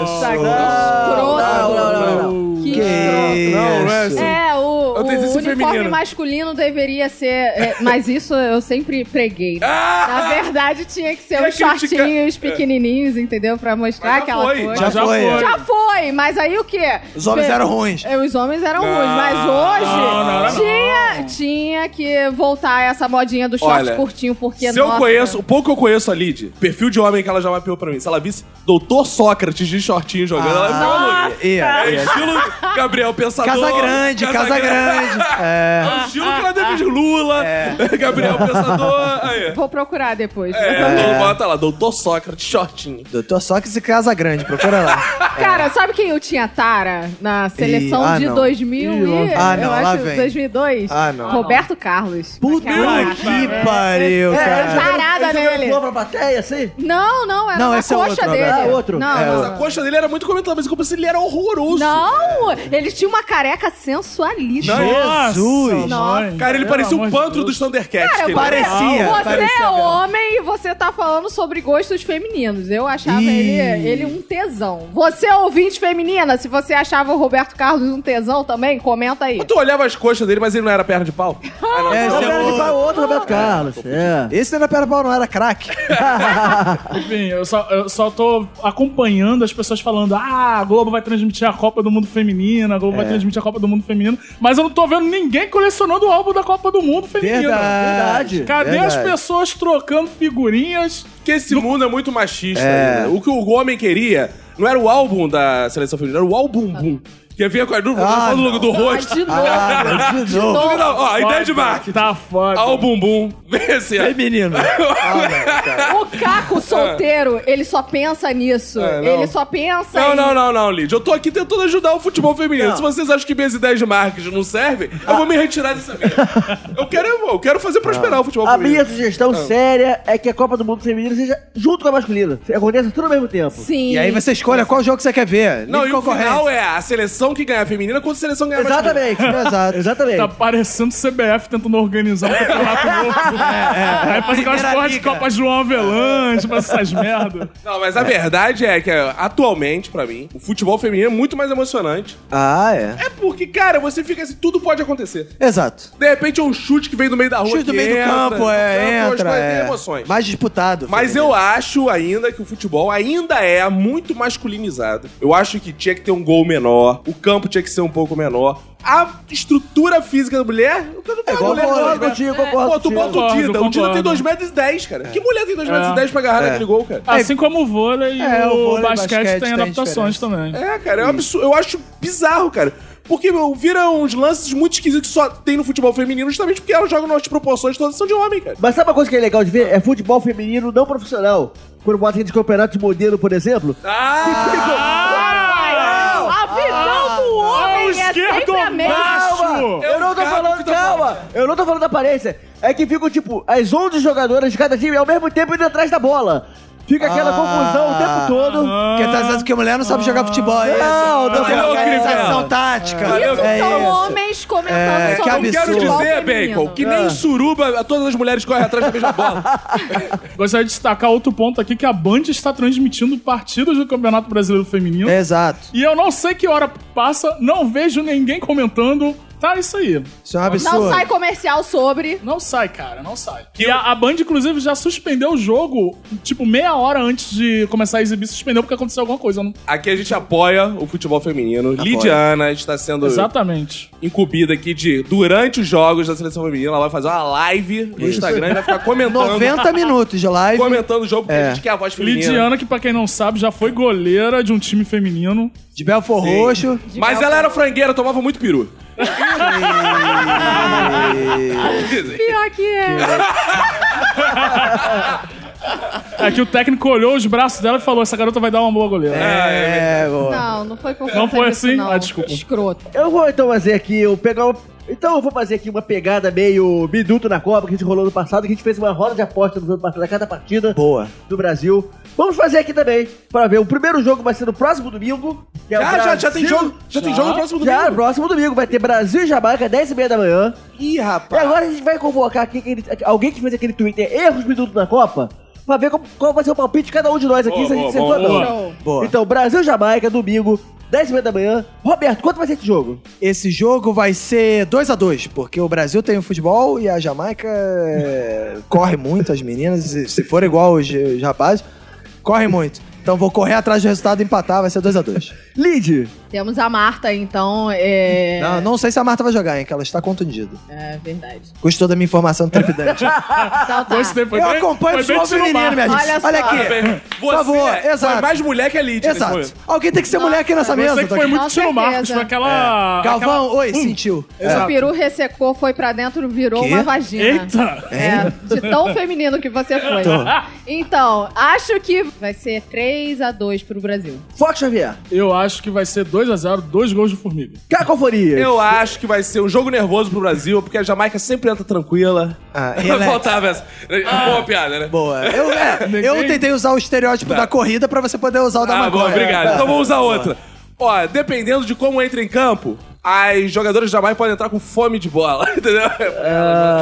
Speaker 5: Nossa, que escroto.
Speaker 2: não, não, não,
Speaker 5: Que
Speaker 4: Que
Speaker 5: escroto.
Speaker 4: isso?
Speaker 3: Não, não é assim.
Speaker 5: É, o,
Speaker 3: Eu
Speaker 5: o
Speaker 3: tenho esse
Speaker 5: uniforme
Speaker 3: feminino.
Speaker 5: masculino deveria ser. é, mas isso eu sempre preguei. né?
Speaker 3: Ah!
Speaker 5: Na verdade, tinha que ser
Speaker 3: Ia
Speaker 5: uns
Speaker 3: criticar.
Speaker 5: shortinhos pequenininhos, entendeu? Pra mostrar
Speaker 3: Mas já
Speaker 5: aquela
Speaker 3: foi,
Speaker 5: coisa.
Speaker 4: Já foi.
Speaker 5: Já foi, mas aí o quê?
Speaker 4: Os homens
Speaker 5: Pe-
Speaker 4: eram ruins.
Speaker 5: É, Os homens eram
Speaker 3: Não,
Speaker 5: ruins, mas hoje
Speaker 6: não, não era
Speaker 5: tinha, tinha que voltar essa modinha do short
Speaker 3: Olha,
Speaker 5: curtinho, porque
Speaker 3: Se eu
Speaker 5: é nossa,
Speaker 3: conheço, o pouco que eu conheço a Lid, perfil de homem que ela já mapeou pra mim. Se ela visse Doutor Sócrates de shortinho jogando, ela ficava louca.
Speaker 4: E-
Speaker 3: É estilo Gabriel Pensador.
Speaker 4: Casa Grande, Casa Grande.
Speaker 3: É
Speaker 4: É.
Speaker 3: o estilo que ela defende Lula, Gabriel Pensador.
Speaker 4: É.
Speaker 3: Aí.
Speaker 5: Vou procurar depois.
Speaker 3: É, bota lá, Doutor Sócrates, shortinho.
Speaker 4: Doutor Sócrates e Casa Grande, procura lá.
Speaker 3: é.
Speaker 5: Cara, sabe quem eu tinha tara na seleção
Speaker 4: ah,
Speaker 5: de
Speaker 4: não.
Speaker 5: 2000 e...
Speaker 4: Ah,
Speaker 5: eu
Speaker 4: não,
Speaker 5: acho
Speaker 4: lá vem.
Speaker 5: 2002?
Speaker 4: Ah, não.
Speaker 5: Roberto Carlos.
Speaker 4: Puta
Speaker 5: Aquela-
Speaker 2: né?
Speaker 4: que pariu,
Speaker 2: É,
Speaker 4: cara.
Speaker 5: Parada nele.
Speaker 2: Boa pra plateia, assim?
Speaker 5: Não, não, era
Speaker 4: Não,
Speaker 5: na
Speaker 4: esse é
Speaker 5: coxa
Speaker 4: outro,
Speaker 5: dele.
Speaker 4: Roberto.
Speaker 2: Ah, outro.
Speaker 5: Não,
Speaker 4: É,
Speaker 5: não.
Speaker 3: Mas a coxa dele era muito comentada, mas o compensa ele era horroroso.
Speaker 5: Não, ele tinha uma careca sensualíssima.
Speaker 4: Jesus.
Speaker 5: Nossa.
Speaker 3: Cara, ele parecia um pantro
Speaker 6: do
Speaker 3: dos Thundercats. que ele-
Speaker 4: parecia,
Speaker 5: Você
Speaker 4: parecia
Speaker 5: é
Speaker 4: mesmo.
Speaker 5: homem e você tá falando sobre gostos femininos. Eu achava
Speaker 4: Ih.
Speaker 5: ele, ele um tesão. Você, ouvinte feminina, se você achava o Roberto Carlos um tesão também, comenta aí.
Speaker 3: Tu olhava as coxas dele, mas ele não era perna de pau. Ah, não,
Speaker 4: É,
Speaker 3: não,
Speaker 4: esse é
Speaker 3: não.
Speaker 2: Roberto de Pau, outro Roberto Carlos. É.
Speaker 4: Esse não era Pera Pau, não era craque.
Speaker 6: Enfim, eu só, eu só tô acompanhando as pessoas falando: ah, a Globo vai transmitir a Copa do Mundo Feminina, a Globo vai transmitir a Copa do Mundo Feminina, mas eu não tô vendo ninguém colecionando o álbum da Copa do Mundo Feminina.
Speaker 4: Verdade.
Speaker 6: Cadê as
Speaker 4: verdade.
Speaker 6: pessoas trocando figurinhas?
Speaker 3: Porque esse mundo é muito machista. ainda. O que o homem queria não era o álbum da seleção feminina, era o álbum Bum. Que vinha com a dúvida,
Speaker 4: Ah,
Speaker 3: ah, do logo do rosto.
Speaker 5: de novo.
Speaker 4: Ah, de novo.
Speaker 3: Não, não, ó, a ideia é de marketing.
Speaker 6: Tá foda.
Speaker 3: Ao bumbum. Vem assim, ó.
Speaker 4: Feminino.
Speaker 5: O Caco solteiro, ele só pensa nisso.
Speaker 3: É, não.
Speaker 5: ele só pensa
Speaker 3: Não,
Speaker 5: em...
Speaker 3: não, não, não, Lid. Eu tô aqui tentando ajudar o futebol feminino. Se vocês acham que minhas ideias de marketing não servem, eu vou me retirar dessa vida. eu, quero, eu quero fazer prosperar o futebol
Speaker 2: A
Speaker 3: feminino.
Speaker 2: minha sugestão séria é que a Copa do Mundo Feminino seja junto com a masculina. Aconteça tudo ao mesmo tempo.
Speaker 5: Sim.
Speaker 4: E aí você escolhe qual jogo você quer ver.
Speaker 3: Não,
Speaker 4: Livre
Speaker 3: e o
Speaker 4: concorrência.
Speaker 3: final é a seleção que ganha a feminina contra a seleção que ganha a masculina.
Speaker 2: Exatamente.
Speaker 4: Exato.
Speaker 2: Exatamente.
Speaker 6: Tá parecendo CBF tentando organizar um campeonato novo. Aí faz aquelas
Speaker 4: É, Primeira
Speaker 6: porras de
Speaker 4: liga.
Speaker 6: Copa João Avelange, faz essas merda.
Speaker 3: Não, mas a verdade é que atualmente, pra mim, o futebol feminino é muito mais emocionante.
Speaker 4: Ah, é.
Speaker 3: É porque, cara, você fica assim, tudo pode acontecer.
Speaker 4: Exato.
Speaker 3: De repente é um chute que vem do meio da rua.
Speaker 4: Chute do
Speaker 3: que
Speaker 4: meio do
Speaker 3: entra,
Speaker 4: campo, é,
Speaker 3: umas
Speaker 4: entra.
Speaker 3: coisas, tem
Speaker 4: é.
Speaker 3: emoções.
Speaker 4: Mais disputado.
Speaker 3: Mas eu acho ainda que o futebol ainda é muito masculinizado. Eu acho que tinha que ter um gol menor, o campo tinha que ser um pouco menor. A estrutura física da mulher, eu não pego
Speaker 4: É igual
Speaker 3: mulher
Speaker 4: vôlei,
Speaker 3: não,
Speaker 2: Concordo
Speaker 3: agora.
Speaker 2: contigo,
Speaker 3: Pô,
Speaker 2: concordo
Speaker 3: tu bota
Speaker 2: contigo.
Speaker 3: o
Speaker 6: Concordo,
Speaker 3: Dida. O Dida tem 2,10
Speaker 6: concordo.
Speaker 3: metros, cara. Que mulher tem 2,10 metros pra agarrar naquele gol, cara?
Speaker 6: Assim como o vôlei
Speaker 4: É,
Speaker 6: e
Speaker 4: o
Speaker 6: o,
Speaker 4: vôlei e
Speaker 6: basquete,
Speaker 4: basquete tem
Speaker 6: tem adaptações
Speaker 4: diferença.
Speaker 6: também.
Speaker 3: É, cara, é um absurdo. Eu acho bizarro, cara. Porque meu, vira uns lances muito esquisitos que só tem no futebol feminino, justamente porque elas jogam nas proporções todas são de homem, cara.
Speaker 2: Mas sabe uma coisa que é legal de ver? É futebol feminino não profissional. Quando bota aquele campeonato de modelo, por exemplo.
Speaker 3: Ah!
Speaker 5: É, A visão do
Speaker 6: Ah, o
Speaker 5: homem é
Speaker 6: esquerdo
Speaker 5: sempre a mesma.
Speaker 6: baixo!
Speaker 2: Calma! Eu não tô
Speaker 3: Calma
Speaker 2: falando,
Speaker 3: que tá
Speaker 2: calma! Eu não tô falando da aparência. É que ficam, tipo, as 11 jogadoras de cada time ao mesmo tempo indo atrás da bola. Fica aquela
Speaker 4: Ah.
Speaker 2: confusão o tempo todo.
Speaker 4: Porque tá dizendo que mulher não sabe jogar futebol, é isso?
Speaker 2: Ah. Não, não,
Speaker 4: Tem
Speaker 3: não,
Speaker 4: organização
Speaker 3: Crivella.
Speaker 4: tática.
Speaker 3: Valeu,
Speaker 4: é
Speaker 5: São
Speaker 4: isso.
Speaker 5: homens comentando
Speaker 4: É, que
Speaker 5: sobre
Speaker 3: Eu
Speaker 4: absurdo.
Speaker 3: quero
Speaker 5: futebol
Speaker 3: dizer,
Speaker 5: feminino.
Speaker 3: Bacon, que nem suruba, todas as mulheres correm atrás da mesma bola.
Speaker 6: Ah, Gostaria de destacar outro ponto aqui, que a Band está transmitindo partidas do Campeonato Brasileiro
Speaker 4: É.
Speaker 6: Feminino.
Speaker 4: Exato.
Speaker 6: E eu não sei que hora passa, não vejo ninguém comentando. Tá isso aí.
Speaker 4: Isso é um absurdo.
Speaker 5: Não sai comercial sobre.
Speaker 6: Não sai, cara, não sai. E a, a Band, inclusive, já suspendeu o jogo, tipo, meia hora antes de começar a exibir, suspendeu porque aconteceu alguma coisa. eu não-
Speaker 3: Aqui a gente apoia o futebol feminino. Lidiana está sendo
Speaker 6: Exatamente.
Speaker 3: incumbida aqui de, durante os jogos da seleção feminina, ela vai fazer uma live no Instagram e vai ficar comentando.
Speaker 4: 90 minutos de live.
Speaker 3: Comentando o jogo, porque a
Speaker 4: É.
Speaker 3: gente quer a voz feminina.
Speaker 6: Lidiana, que pra quem não sabe, já foi goleira de um time feminino.
Speaker 4: De Belfor
Speaker 3: Sim.
Speaker 4: Roxo.
Speaker 3: Mas ela era frangueira, tomava muito peru.
Speaker 5: Pior que é.
Speaker 6: É que o técnico olhou os braços dela e falou: essa garota vai dar uma boa goleira.
Speaker 4: É, boa.
Speaker 5: Não, não foi por
Speaker 6: Não
Speaker 5: conta
Speaker 6: foi
Speaker 5: disso,
Speaker 6: assim?
Speaker 5: Não.
Speaker 6: Ah, desculpa.
Speaker 5: Escroto.
Speaker 2: Eu vou então fazer aqui, eu pegar o- Então eu vou fazer aqui uma pegada meio biduto na Copa que a gente rolou no passado, que a gente fez uma roda de aposta nos outros partidos, a cada partida
Speaker 4: Boa.
Speaker 2: do Brasil. Vamos fazer aqui também, pra ver. O primeiro jogo vai ser no próximo domingo. que é o
Speaker 3: Ah, já, já tem
Speaker 2: Brasil-
Speaker 3: jogo. Já, tem jogo no próximo domingo.
Speaker 2: Já, próximo domingo. Vai ter Brasil e Jamaica, 10h30 da manhã.
Speaker 4: Ih,
Speaker 2: E
Speaker 3: Tá.
Speaker 4: rapaz.
Speaker 2: agora a gente vai convocar aqui aquele- alguém que fez aquele Twitter erros minutos na Copa pra ver como- qual vai ser o palpite de cada um de nós aqui,
Speaker 3: Boa,
Speaker 2: se a gente
Speaker 3: boa,
Speaker 2: acertou ou
Speaker 3: boa,
Speaker 2: não.
Speaker 3: boa.
Speaker 5: Show.
Speaker 4: Boa.
Speaker 2: Então, Brasil e Jamaica, domingo, 10h30 da manhã. Roberto, quanto vai ser esse jogo?
Speaker 4: Esse jogo vai ser 2 a 2 porque o Brasil tem o futebol e a Jamaica é, corre muito, as meninas, se se for igual os, os rapazes, corre muito. Então vou correr atrás do resultado e empatar, vai ser 2 a 2
Speaker 2: Lid,
Speaker 5: Temos a Marta, então. É,
Speaker 4: Não, não sei se a Marta vai jogar, hein, que ela está contundida.
Speaker 5: é verdade.
Speaker 4: Gostou da minha informação trepidante.
Speaker 6: Ah,
Speaker 5: Então tá.
Speaker 6: Gostei, foi
Speaker 4: Eu
Speaker 6: bem-
Speaker 4: acompanho o
Speaker 6: foi bem
Speaker 4: futebol feminino, minha gente.
Speaker 5: Olha
Speaker 4: Olha,
Speaker 5: só.
Speaker 4: aqui.
Speaker 3: Parabéns. Você
Speaker 4: Por favor,
Speaker 3: é-
Speaker 4: exato.
Speaker 3: foi mais mulher que né? a Lídia nesse
Speaker 4: Exato.
Speaker 3: momento.
Speaker 4: Alguém tem que ser mulher tá aqui nessa
Speaker 6: Ah, Eu
Speaker 4: mesa.
Speaker 6: sei que foi muito
Speaker 5: Com
Speaker 6: estilo
Speaker 5: certeza.
Speaker 6: Marcos, foi aquela.
Speaker 4: Galvão,
Speaker 6: aquela- Hum. É.
Speaker 4: oi, sentiu.
Speaker 5: O peru ressecou, foi pra dentro, virou
Speaker 4: Quê?
Speaker 5: uma vagina.
Speaker 6: Eita!
Speaker 5: É, de tão feminino que você foi. Então, acho que vai ser 3 a 2 pro Brasil.
Speaker 2: Fox Xavier,
Speaker 6: Eu acho que vai ser 2x0, dois gols de formiga.
Speaker 2: Cacofonia.
Speaker 3: Eu acho que vai ser um jogo nervoso pro Brasil, porque a Jamaica sempre entra tranquila.
Speaker 4: Ah,
Speaker 3: Vai
Speaker 4: relaxa.
Speaker 3: faltar essa. Boa piada, né?
Speaker 4: Boa. Eu, é, eu tentei usar o estereótipo da corrida pra você poder usar o da
Speaker 3: Ah,
Speaker 4: maconha.
Speaker 3: bom, obrigado. Então vamos usar outra. Ó, dependendo de como entra em campo, as jogadoras da Jamaica podem entrar com fome de bola, entendeu?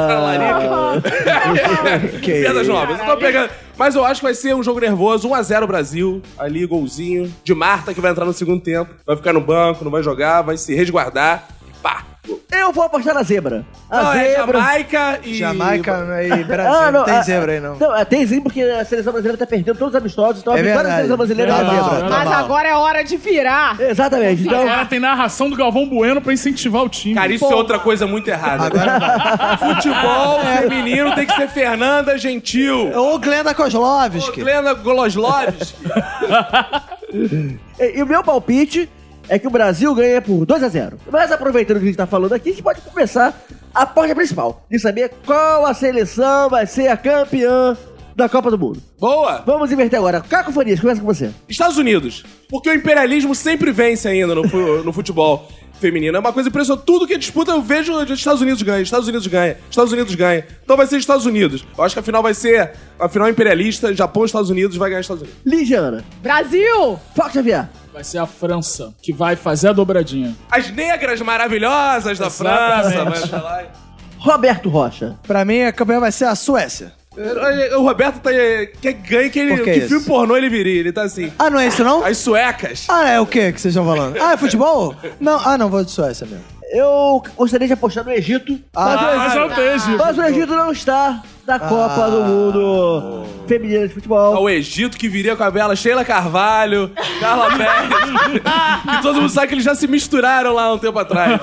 Speaker 2: Ah,
Speaker 3: Talarica.
Speaker 4: Que
Speaker 3: Perdas
Speaker 4: isso.
Speaker 3: novas. Eu tô então pegando. Mas eu acho que vai ser um jogo nervoso. 1x0 Brasil. Ali, golzinho. De Marta, que vai entrar no segundo tempo. Vai ficar no banco, não vai jogar, vai se resguardar. Pá. Gol.
Speaker 2: Eu vou apostar na zebra. A
Speaker 3: Não, é
Speaker 2: zebra.
Speaker 3: Jamaica e...
Speaker 4: Jamaica e Brasil. Ah, não, tem
Speaker 2: a-
Speaker 4: zebra aí, não.
Speaker 2: é, tem zebra porque a seleção brasileira tá perdendo todos os amistosos, então a
Speaker 4: É
Speaker 2: vitória da
Speaker 4: verdade.
Speaker 2: seleção brasileira é
Speaker 4: Tá
Speaker 2: na
Speaker 4: mal,
Speaker 2: zebra.
Speaker 4: tá
Speaker 5: Mas
Speaker 4: mal.
Speaker 5: agora é hora de virar.
Speaker 2: Exatamente. Então,
Speaker 6: Agora tem narração do Galvão Bueno pra incentivar o time.
Speaker 3: Cara, isso é outra coisa muito errada. Futebol
Speaker 2: É.
Speaker 3: feminino tem que ser Fernanda Gentil.
Speaker 4: Ou Glenda Kozlovski.
Speaker 3: Glenda Goloslovski.
Speaker 2: E, e o meu palpite é que o Brasil ganha por 2 a 0 Mas aproveitando que a gente tá falando aqui, a gente pode começar a porta principal de saber qual a seleção vai ser a campeã da Copa do Mundo.
Speaker 3: Boa.
Speaker 2: Vamos inverter agora. Cacofonias, começa com você.
Speaker 3: Estados Unidos. Porque o imperialismo sempre vence ainda no, fu- no futebol feminino. É uma coisa impressionante. Tudo que disputa eu vejo os Estados Unidos ganha, Estados Unidos ganha, Estados Unidos ganha. Então vai ser Estados Unidos. Eu acho que a final vai ser a final imperialista, Japão, Estados Unidos, vai ganhar Estados Unidos.
Speaker 2: Ligiana,
Speaker 5: Brasil!
Speaker 2: Fox Xavier.
Speaker 6: Vai ser a França que vai fazer a dobradinha.
Speaker 3: As negras maravilhosas da França.
Speaker 6: Exatamente.
Speaker 3: vai pra lá.
Speaker 2: Roberto Rocha.
Speaker 4: Pra mim, a campeã vai ser a Suécia.
Speaker 3: O Roberto tá, quer ganhar que, ele,
Speaker 4: Por
Speaker 3: que,
Speaker 4: que
Speaker 3: filme
Speaker 4: isso?
Speaker 3: pornô ele viria. Ele tá assim.
Speaker 4: Ah, não é isso, não?
Speaker 3: As suecas.
Speaker 4: Ah, é o que que vocês estão falando? Ah, é futebol? Não, ah, não, vou de Suécia mesmo.
Speaker 2: Eu gostaria de apostar no Egito,
Speaker 4: Ah,
Speaker 6: Mas é o Tejo.
Speaker 2: mas o Egito não está na Copa do Mundo Feminina de Futebol.
Speaker 3: Ao Egito que viria com a bela Sheila Carvalho, Carla Pérez. e todo mundo sabe que eles já se misturaram lá um tempo atrás.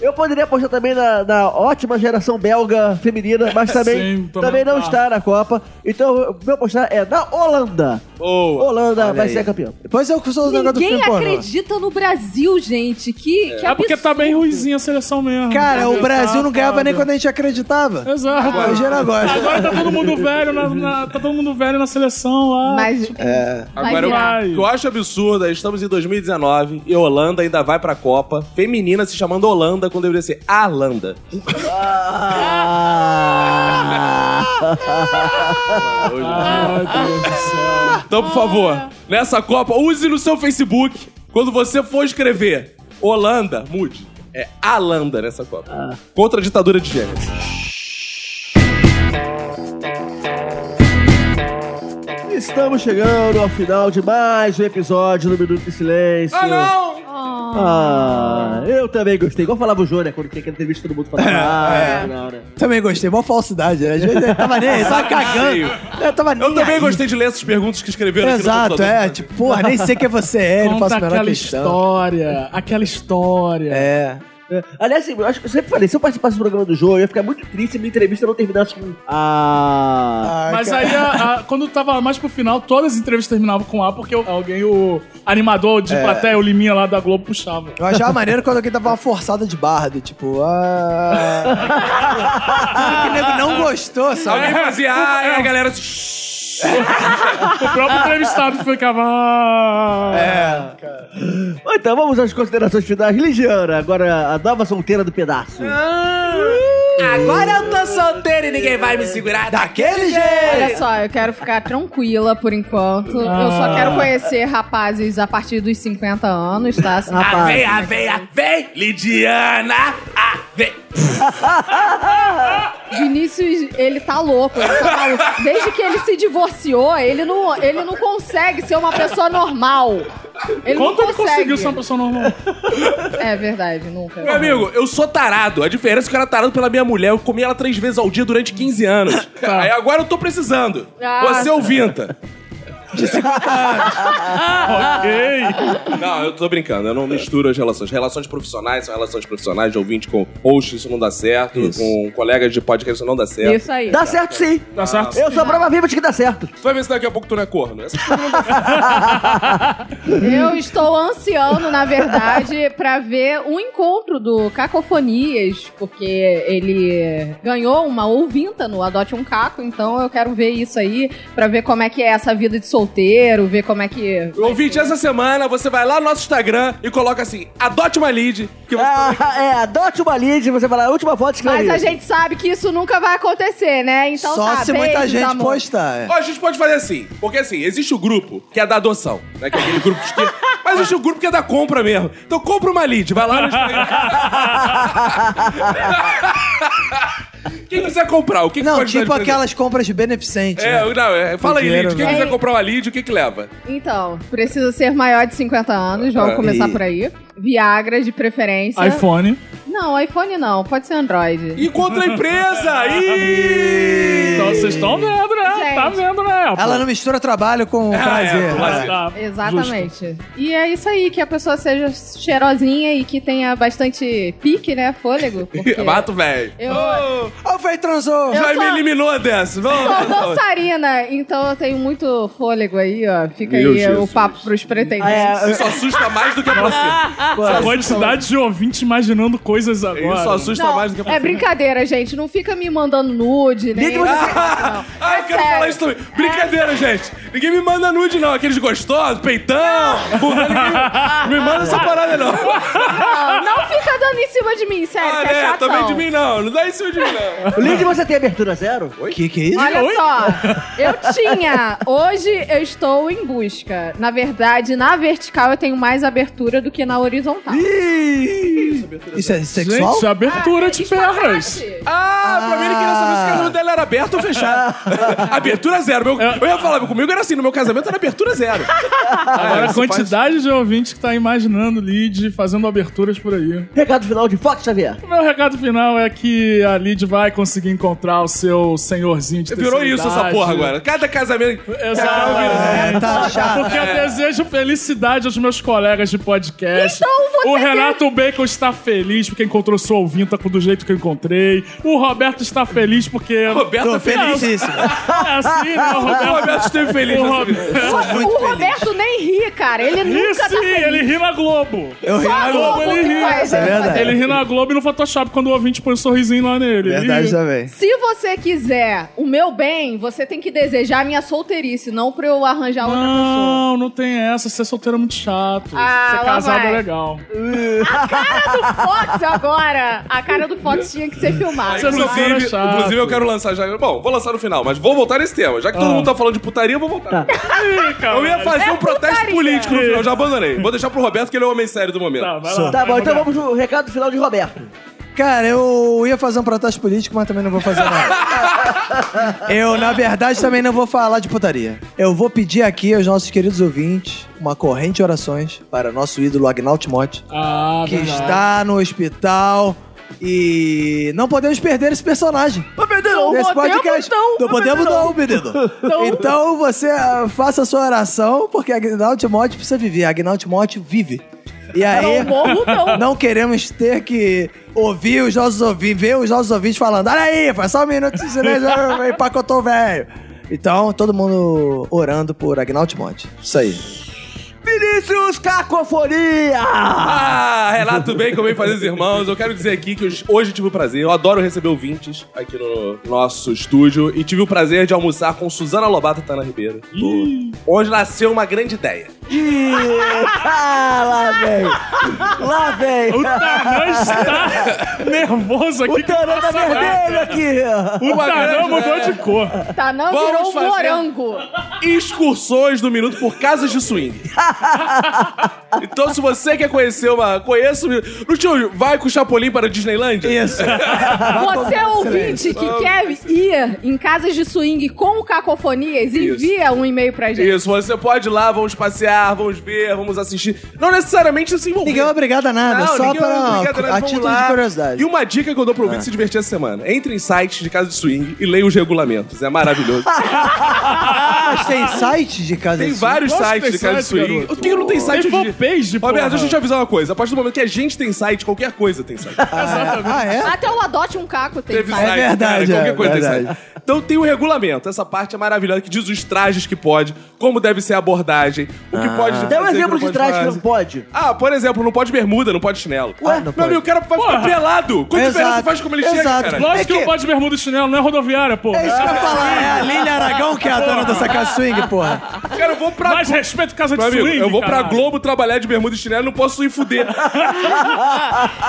Speaker 2: Eu poderia apostar também na, na ótima geração belga feminina, mas também,
Speaker 6: Sim, também
Speaker 2: também não
Speaker 6: tá.
Speaker 2: está na Copa. Então, o meu apostar é na Holanda.
Speaker 3: Boa.
Speaker 2: Holanda
Speaker 4: Olha
Speaker 2: vai
Speaker 4: aí.
Speaker 2: ser campeão.
Speaker 4: Depois eu sou o negócio do
Speaker 5: Ninguém
Speaker 4: filme pornô.
Speaker 5: acredita no Brasil, gente. Que, que
Speaker 6: É porque tá
Speaker 5: absurdo.
Speaker 6: bem ruizinha a seleção mesmo.
Speaker 4: Cara, o
Speaker 6: Tá
Speaker 4: Brasil não ganhava
Speaker 6: foda.
Speaker 4: nem quando a gente acreditava.
Speaker 6: Exato.
Speaker 4: Hoje era agora.
Speaker 6: Agora tá todo mundo velho na, na- tá todo mundo velho na seleção ah. lá.
Speaker 5: Mas
Speaker 4: É.
Speaker 3: Agora,
Speaker 5: virar.
Speaker 3: eu, o que eu acho absurdo, é, estamos em 2019 e a Holanda ainda vai pra Copa. Feminina se chamando Holanda quando deveria ser a Holanda.
Speaker 2: Ah.
Speaker 6: Ai, Deus do céu.
Speaker 3: Então, por favor,
Speaker 4: Ah.
Speaker 3: nessa Copa, use no seu Facebook. Quando você for escrever Holanda, mude. É a Holanda nessa Copa.
Speaker 4: Ah.
Speaker 3: Contra a ditadura de gênero.
Speaker 2: Estamos chegando ao final de mais um episódio do Minuto de Silêncio.
Speaker 3: Ah, não!
Speaker 2: Ah, eu também gostei. Igual falava o Jô, né? Quando tem aquela entrevista, todo mundo fala. Ah, é. Não, né?
Speaker 4: Também gostei, mó falsidade. né? Às vezes eu tava nem aí, só cagando. Eu tava nem
Speaker 3: Eu também
Speaker 4: aí.
Speaker 3: gostei de ler essas perguntas que escreveram aqui no
Speaker 4: Exato,
Speaker 3: computador.
Speaker 4: é. Tipo, porra, nem sei quem você é, não
Speaker 6: Conta
Speaker 4: faço a
Speaker 6: aquela
Speaker 4: menor questão.
Speaker 6: história, aquela história.
Speaker 4: É.
Speaker 2: É. Aliás, assim, eu acho que eu sempre falei, se eu participasse do programa do Jô, eu ia ficar muito triste se minha entrevista não terminasse com. Ah.
Speaker 4: Ah,
Speaker 6: Mas
Speaker 4: cara.
Speaker 6: aí, a- a- quando tava mais pro final, todas as entrevistas terminavam com A, porque alguém, o animador de plateia, o Liminha lá da Globo, puxava.
Speaker 4: Eu achava maneiro quando alguém dava uma forçada de barra, do tipo, ah. que nego não gostou,
Speaker 3: Alguém
Speaker 4: sabe?
Speaker 3: fazia, ah, e a É, galera. assim, "Shh".
Speaker 6: é, o próprio entrevistado ficava. "Ah".
Speaker 2: Bom, Então vamos às considerações finais. Ligiana, agora a nova solteira do pedaço.
Speaker 1: Agora eu tô solteiro e ninguém vai me segurar
Speaker 4: Daquele jeito!
Speaker 5: Olha só, eu quero ficar tranquila por enquanto. Eu só quero conhecer rapazes a partir dos 50 anos, tá? Assim,
Speaker 1: Ah, vem, ah, vem, ah, vem, Lidiana! Ah, vem!
Speaker 5: Vinícius, ele tá louco, ele tá maluco. Desde que ele se divorciou, ele não, ele não consegue ser uma pessoa normal. Ele
Speaker 6: Quanto
Speaker 5: não
Speaker 6: ele
Speaker 5: consegue.
Speaker 6: conseguiu ser uma pessoa normal?
Speaker 5: É verdade, nunca.
Speaker 3: Meu amigo, eu sou tarado. A diferença é que eu era tarado pela minha mulher. Eu comi ela três vezes ao dia durante 15 anos. Aí agora eu tô precisando.
Speaker 5: Ah.
Speaker 3: Você é ouvinta.
Speaker 6: ok.
Speaker 3: Não, eu tô brincando. Eu não misturo as relações. Relações profissionais são relações profissionais de ouvinte com host, isso não dá certo. Com colegas de podcast, isso não dá certo.
Speaker 5: Isso aí.
Speaker 2: Dá certo sim.
Speaker 6: Tá certo?
Speaker 2: Eu sou a prova viva de que dá certo.
Speaker 3: Tu vai ver se daqui a pouco tu não é corno. Essa
Speaker 5: Eu estou ansiando, na verdade, pra ver um encontro do Cacofonias, porque ele ganhou uma ouvinta no Adote um Caco, então eu quero ver isso aí, pra ver como é que é essa vida de solteiro, ver como é que...
Speaker 3: Ouvinte, essa semana você vai lá no nosso Instagram e coloca assim: adote uma lead. Que você
Speaker 2: Ah, é, adote uma lead, você vai lá, última foto
Speaker 5: Mas
Speaker 2: esclarece.
Speaker 5: a gente sabe que isso nunca vai acontecer, né? Então
Speaker 4: Só
Speaker 5: tá,
Speaker 4: se
Speaker 5: beijos,
Speaker 4: muita gente
Speaker 5: amor.
Speaker 4: postar. é.
Speaker 3: Ó, a gente pode fazer assim, porque assim, existe o grupo que é da adoção, né? Que é aquele grupo de esquerda. Mas existe o grupo que é da compra mesmo. Então compra uma lead, vai lá no Instagram. Quem quiser comprar, o que, que
Speaker 4: Não,
Speaker 3: pode dar de
Speaker 4: tipo
Speaker 3: presente?
Speaker 4: aquelas compras beneficentes.
Speaker 3: É,
Speaker 4: né?
Speaker 3: não, é, fala aí,
Speaker 4: Dinheiro,
Speaker 3: lead. Quem
Speaker 5: né?
Speaker 3: quiser comprar uma lead, o que que leva?
Speaker 5: Então, precisa ser maior de 50 anos, vamos
Speaker 3: Ah,
Speaker 5: começar
Speaker 4: e-
Speaker 5: por aí. Viagra, de preferência.
Speaker 6: iPhone.
Speaker 5: Não, iPhone não, pode ser Android.
Speaker 3: E contra a empresa! Ih!
Speaker 6: Então vocês estão vendo, né?
Speaker 5: Gente.
Speaker 6: Tá vendo, né? Apple?
Speaker 4: Ela não mistura trabalho com prazer.
Speaker 3: é,
Speaker 6: Ah, tá.
Speaker 5: Exatamente. E é isso aí, que a pessoa seja cheirosinha e que tenha bastante pique, né? Fôlego. Porque
Speaker 3: Mato, velho.
Speaker 5: Eu-
Speaker 4: Ó, o velho transou.
Speaker 5: Eu
Speaker 3: Já me
Speaker 5: sou-
Speaker 3: eliminou dessa.
Speaker 5: sou
Speaker 3: Vamos.
Speaker 5: dançarina, então eu tenho muito fôlego aí, ó. Fica
Speaker 3: Meu
Speaker 5: aí
Speaker 3: Jesus.
Speaker 5: o papo pros pretendentes.
Speaker 3: Isso assusta mais do que é a
Speaker 5: Ah,
Speaker 3: placenta.
Speaker 6: A quantidade de ouvinte imaginando coisas agora.
Speaker 3: Isso assusta
Speaker 5: Não,
Speaker 3: mais do que a
Speaker 5: é brincadeira, gente. Não fica me mandando nude, nem...
Speaker 2: Liga pra você-
Speaker 5: Não.
Speaker 3: Ah, eu
Speaker 5: É
Speaker 3: quero
Speaker 5: sério.
Speaker 3: falar isso também. Brincadeira, gente. Ninguém me manda nude, não. Aqueles gostosos, peitão, bunda, ninguém me manda essa parada, não.
Speaker 5: Não, não fica dando em cima de mim, sério,
Speaker 3: Ah,
Speaker 5: que é
Speaker 3: né?
Speaker 5: chatão.
Speaker 3: Também de mim, não. Não dá em cima de mim, não.
Speaker 2: Lead, você tem abertura zero?
Speaker 4: Que que é isso?
Speaker 5: Olha
Speaker 6: Oi?
Speaker 5: só, eu tinha. Hoje eu estou em busca. Na verdade, na vertical eu tenho mais abertura do que na horizontal.
Speaker 4: Isso é sexual?
Speaker 6: Gente, abertura
Speaker 5: Ah,
Speaker 6: de
Speaker 5: espacate.
Speaker 6: pernas.
Speaker 3: Ah, pra mim ele queria saber se o casamento dela era aberto ou fechado. abertura zero. Meu, eu ia falar, comigo era assim, no meu casamento era abertura zero.
Speaker 6: Agora, a
Speaker 3: isso Ah, é, faz-
Speaker 6: quantidade de ouvinte que tá imaginando lead, fazendo aberturas por aí.
Speaker 2: Recado final de Fox Xavier.
Speaker 6: O meu recado final é que a Lid vai conseguir encontrar o seu senhorzinho de
Speaker 3: Virou
Speaker 6: terceira
Speaker 3: isso essa
Speaker 6: idade.
Speaker 3: porra agora. é, Cada casamento.
Speaker 6: Exatamente.
Speaker 4: Ah, tá chato.
Speaker 6: Porque eu
Speaker 3: é.
Speaker 6: desejo felicidade aos meus colegas de podcast.
Speaker 5: Então você
Speaker 6: o Renato Bacon está feliz porque encontrou sua ouvinta do jeito que eu encontrei. O Roberto está feliz porque.
Speaker 3: Roberto
Speaker 4: Tô
Speaker 3: é feliz.
Speaker 4: felicíssimo.
Speaker 6: É assim, né? O
Speaker 3: O
Speaker 6: Roberto.
Speaker 3: Roberto esteve feliz. né?
Speaker 6: O
Speaker 3: nessa vida.
Speaker 6: Roberto.
Speaker 5: O,
Speaker 4: muito
Speaker 5: o
Speaker 4: feliz.
Speaker 5: Roberto nem ri, cara. Ele
Speaker 6: Ri
Speaker 5: nunca tá
Speaker 6: sim,
Speaker 5: feliz.
Speaker 6: ele ri na Globo.
Speaker 4: Eu ri
Speaker 5: Só a
Speaker 4: agora.
Speaker 5: Globo
Speaker 6: ele
Speaker 5: que
Speaker 6: ri.
Speaker 5: faz,
Speaker 4: Isso é
Speaker 5: ele faz.
Speaker 4: verdade.
Speaker 6: Ele ri na Globo e no Photoshop quando o ouvinte põe um sorrisinho lá nele. Ele
Speaker 4: Verdade
Speaker 6: ri.
Speaker 4: também.
Speaker 5: Se você quiser o meu bem, você tem que desejar a minha solteirice, não pra eu arranjar outra pessoa.
Speaker 6: Não, não tem essa. Ser solteiro é muito chato.
Speaker 5: Ah, lá
Speaker 6: Ser casado
Speaker 5: vai.
Speaker 6: é legal.
Speaker 5: Tá Fox agora! A cara do Fox tinha que ser filmada.
Speaker 6: Você não
Speaker 5: Mas-
Speaker 6: tem-
Speaker 3: Inclusive,
Speaker 6: chato.
Speaker 3: inclusive, eu quero lançar já. Bom, vou lançar no final, mas vou voltar nesse tema. Já que todo mundo tá falando de putaria, eu vou voltar.
Speaker 6: Ih, cara.
Speaker 3: Eu ia fazer
Speaker 5: É
Speaker 3: um protesto
Speaker 5: putaria.
Speaker 3: político no final, eu já abandonei. Vou deixar pro Roberto, que ele é o homem sério do momento.
Speaker 6: Tá, vai lá.
Speaker 2: Tá
Speaker 6: vai,
Speaker 2: bom, então
Speaker 6: Roberto.
Speaker 2: vamos pro recado final de Roberto.
Speaker 4: Cara, eu ia fazer um protesto político, mas também não vou fazer nada. Eu, na verdade, também não vou falar de putaria. Eu vou pedir aqui aos nossos queridos ouvintes uma corrente de orações para nosso ídolo Agnaldo Motti,
Speaker 6: Ah,
Speaker 4: que
Speaker 6: verdade.
Speaker 4: está no hospital e não podemos perder esse personagem.
Speaker 5: Não
Speaker 4: Nesse
Speaker 5: podemos,
Speaker 4: podcast.
Speaker 5: não.
Speaker 4: Não podemos não, menino. Então você ah, faça a sua oração, porque Agnaldo Motti precisa viver. Agnaldo Motti vive. E aí,
Speaker 5: Não morro, não.
Speaker 4: não queremos ter que ouvir os nossos ouvintes, ver os nossos ouvintes falando, olha aí, faz só um minuto de silêncio, ah, empacotou o velho. Então, todo mundo orando por Agnaldo Monte. Isso aí.
Speaker 2: Vinícius Cacofonia!
Speaker 3: Ah, Renato Bacon vem fazer os irmãos. Eu quero dizer aqui que hoje- hoje tive o prazer, eu adoro receber ouvintes aqui no nosso estúdio e tive o prazer de almoçar com Suzana Lobato e Tana Ribeiro. Onde nasceu uma grande ideia.
Speaker 2: Ih, ah, lá vem! Lá
Speaker 6: O
Speaker 2: vem!
Speaker 6: Tarnan está nervoso aqui.
Speaker 2: O Tarão tá vermelho aqui!
Speaker 6: O
Speaker 3: Uma
Speaker 6: Tarnan
Speaker 3: grande
Speaker 6: mudou
Speaker 3: ideia.
Speaker 6: um de cor.
Speaker 5: Tá, não
Speaker 3: Vamos
Speaker 5: virou um
Speaker 3: fazer-
Speaker 5: morango.
Speaker 3: excursões do minuto por casas de swing. então, se você quer conhecer uma. Conheça o. Lutinho, vai com o Chapolin para a Disneylandia?
Speaker 4: Isso. Tá
Speaker 5: Você é ouvinte que quer ir em casas de swing com cacofonias, envia um e-mail pra gente.
Speaker 3: Isso, você pode ir lá, vamos passear, vamos ver, vamos assistir. Não necessariamente se envolver.
Speaker 4: Ninguém é obrigado a nada,
Speaker 3: Não,
Speaker 4: só
Speaker 3: ninguém é obrigado,
Speaker 4: pra,
Speaker 3: nós
Speaker 4: a
Speaker 3: vamos
Speaker 4: título
Speaker 3: lá.
Speaker 4: de curiosidade. Ah.
Speaker 3: E uma dica que eu dou pro ouvinte se divertir essa semana. Entre em sites de casa de swing e leia os regulamentos. É maravilhoso.
Speaker 4: Ah, Mas Ah, tem site de casa
Speaker 3: Tem
Speaker 4: de swing?
Speaker 3: vários
Speaker 6: Nossa,
Speaker 3: sites
Speaker 6: tem
Speaker 3: de casa de
Speaker 6: site,
Speaker 3: swing.
Speaker 6: garoto.
Speaker 3: O que não tem site
Speaker 6: Tem
Speaker 3: hoje em dia?
Speaker 6: fanpage,
Speaker 3: Roberto,
Speaker 6: porra.
Speaker 3: deixa eu te avisar uma coisa. A partir do momento que a gente tem site, qualquer coisa tem site.
Speaker 4: Ah, é?
Speaker 5: Até o Adote um Caco tem
Speaker 3: Teve
Speaker 5: site.
Speaker 3: site, cara,
Speaker 4: verdade,
Speaker 3: qualquer
Speaker 4: é
Speaker 3: coisa
Speaker 4: verdade.
Speaker 3: desse. Então tem o regulamento, essa parte é maravilhosa, que diz os trajes que pode, como deve ser a abordagem, o
Speaker 4: Ah.
Speaker 3: que pode fazer,
Speaker 2: Dá um
Speaker 3: o Ah, que
Speaker 2: exemplo
Speaker 3: não
Speaker 2: de
Speaker 3: pode
Speaker 2: trás que
Speaker 3: fazer.
Speaker 2: não pode.
Speaker 3: Ah, por exemplo, não pode bermuda, não pode chinelo. Ah,
Speaker 4: Ué, não
Speaker 3: Meu
Speaker 4: pode.
Speaker 3: amigo, o cara vai ficar
Speaker 6: Porra.
Speaker 3: pelado. Qual a diferença
Speaker 4: Exato,
Speaker 3: faz como ele chega,
Speaker 4: exato.
Speaker 3: cara?
Speaker 6: Lógico
Speaker 4: É
Speaker 6: que...
Speaker 4: que-
Speaker 6: não pode bermuda e chinelo, não é rodoviária, pô.
Speaker 4: É isso que eu ia falar, Ah, é a Lília Aragão que é a dona dessa casa de swing, porra.
Speaker 3: Cara, eu vou pra...
Speaker 6: Mais respeito casa de
Speaker 3: Meu amigo,
Speaker 6: é swing,
Speaker 3: eu vou pra
Speaker 6: caralho.
Speaker 3: Globo trabalhar de bermuda e chinelo, não posso ir fuder.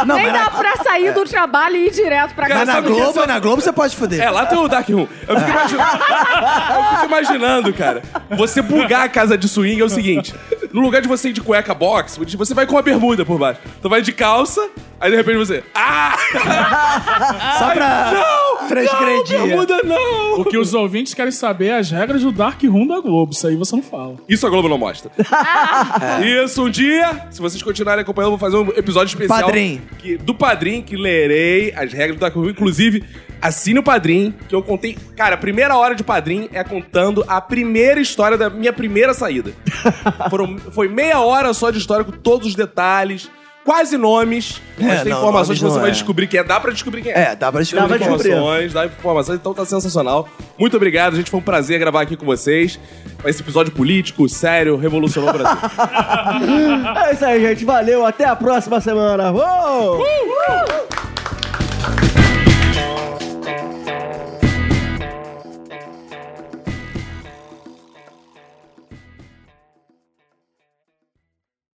Speaker 4: Não,
Speaker 5: Nem
Speaker 4: mas
Speaker 5: dá
Speaker 4: na,
Speaker 5: pra sair do trabalho e ir direto pra
Speaker 4: mas
Speaker 5: casa
Speaker 4: É na
Speaker 5: do
Speaker 4: Globo, na Globo você pode foder.
Speaker 3: É, lá tem o Dark Room. Eu fico imaginando, eu fico imaginando, cara. Você bugar a casa de swing é o seguinte: no lugar de você ir de cueca box, você vai com a bermuda por baixo. Então vai de calça, aí de repente você. Ah!
Speaker 4: Só pra transgredir.
Speaker 3: Bermuda não!
Speaker 6: O que os ouvintes querem saber é as regras do Dark Room da Globo. Isso aí você não fala.
Speaker 3: Isso a Globo não mostra.
Speaker 4: É.
Speaker 3: Isso, um dia, se vocês continuarem acompanhando, eu vou fazer um episódio especial.
Speaker 4: Padrim.
Speaker 3: que- do Padrim, que lerei as regras do Dark Room. Inclusive, assine o Padrim, que eu contei... Cara, a primeira hora de Padrim é contando a primeira história da minha primeira saída. Foram- foi meia hora só de história com todos os detalhes, quase nomes, mas
Speaker 4: É,
Speaker 3: tem
Speaker 4: não,
Speaker 3: informações
Speaker 4: nomes
Speaker 3: que você
Speaker 4: não
Speaker 3: vai
Speaker 4: é.
Speaker 3: descobrir quem é. Dá pra descobrir quem é.
Speaker 4: É, dá pra
Speaker 3: Dá
Speaker 4: descobrir.
Speaker 2: descobrir.
Speaker 3: informações, dá informações, então tá sensacional. Muito obrigado, gente. Foi um prazer gravar aqui com vocês. Esse episódio político, sério, revolucionou o Brasil.
Speaker 2: É isso aí, gente. Valeu, até a próxima semana. Uou!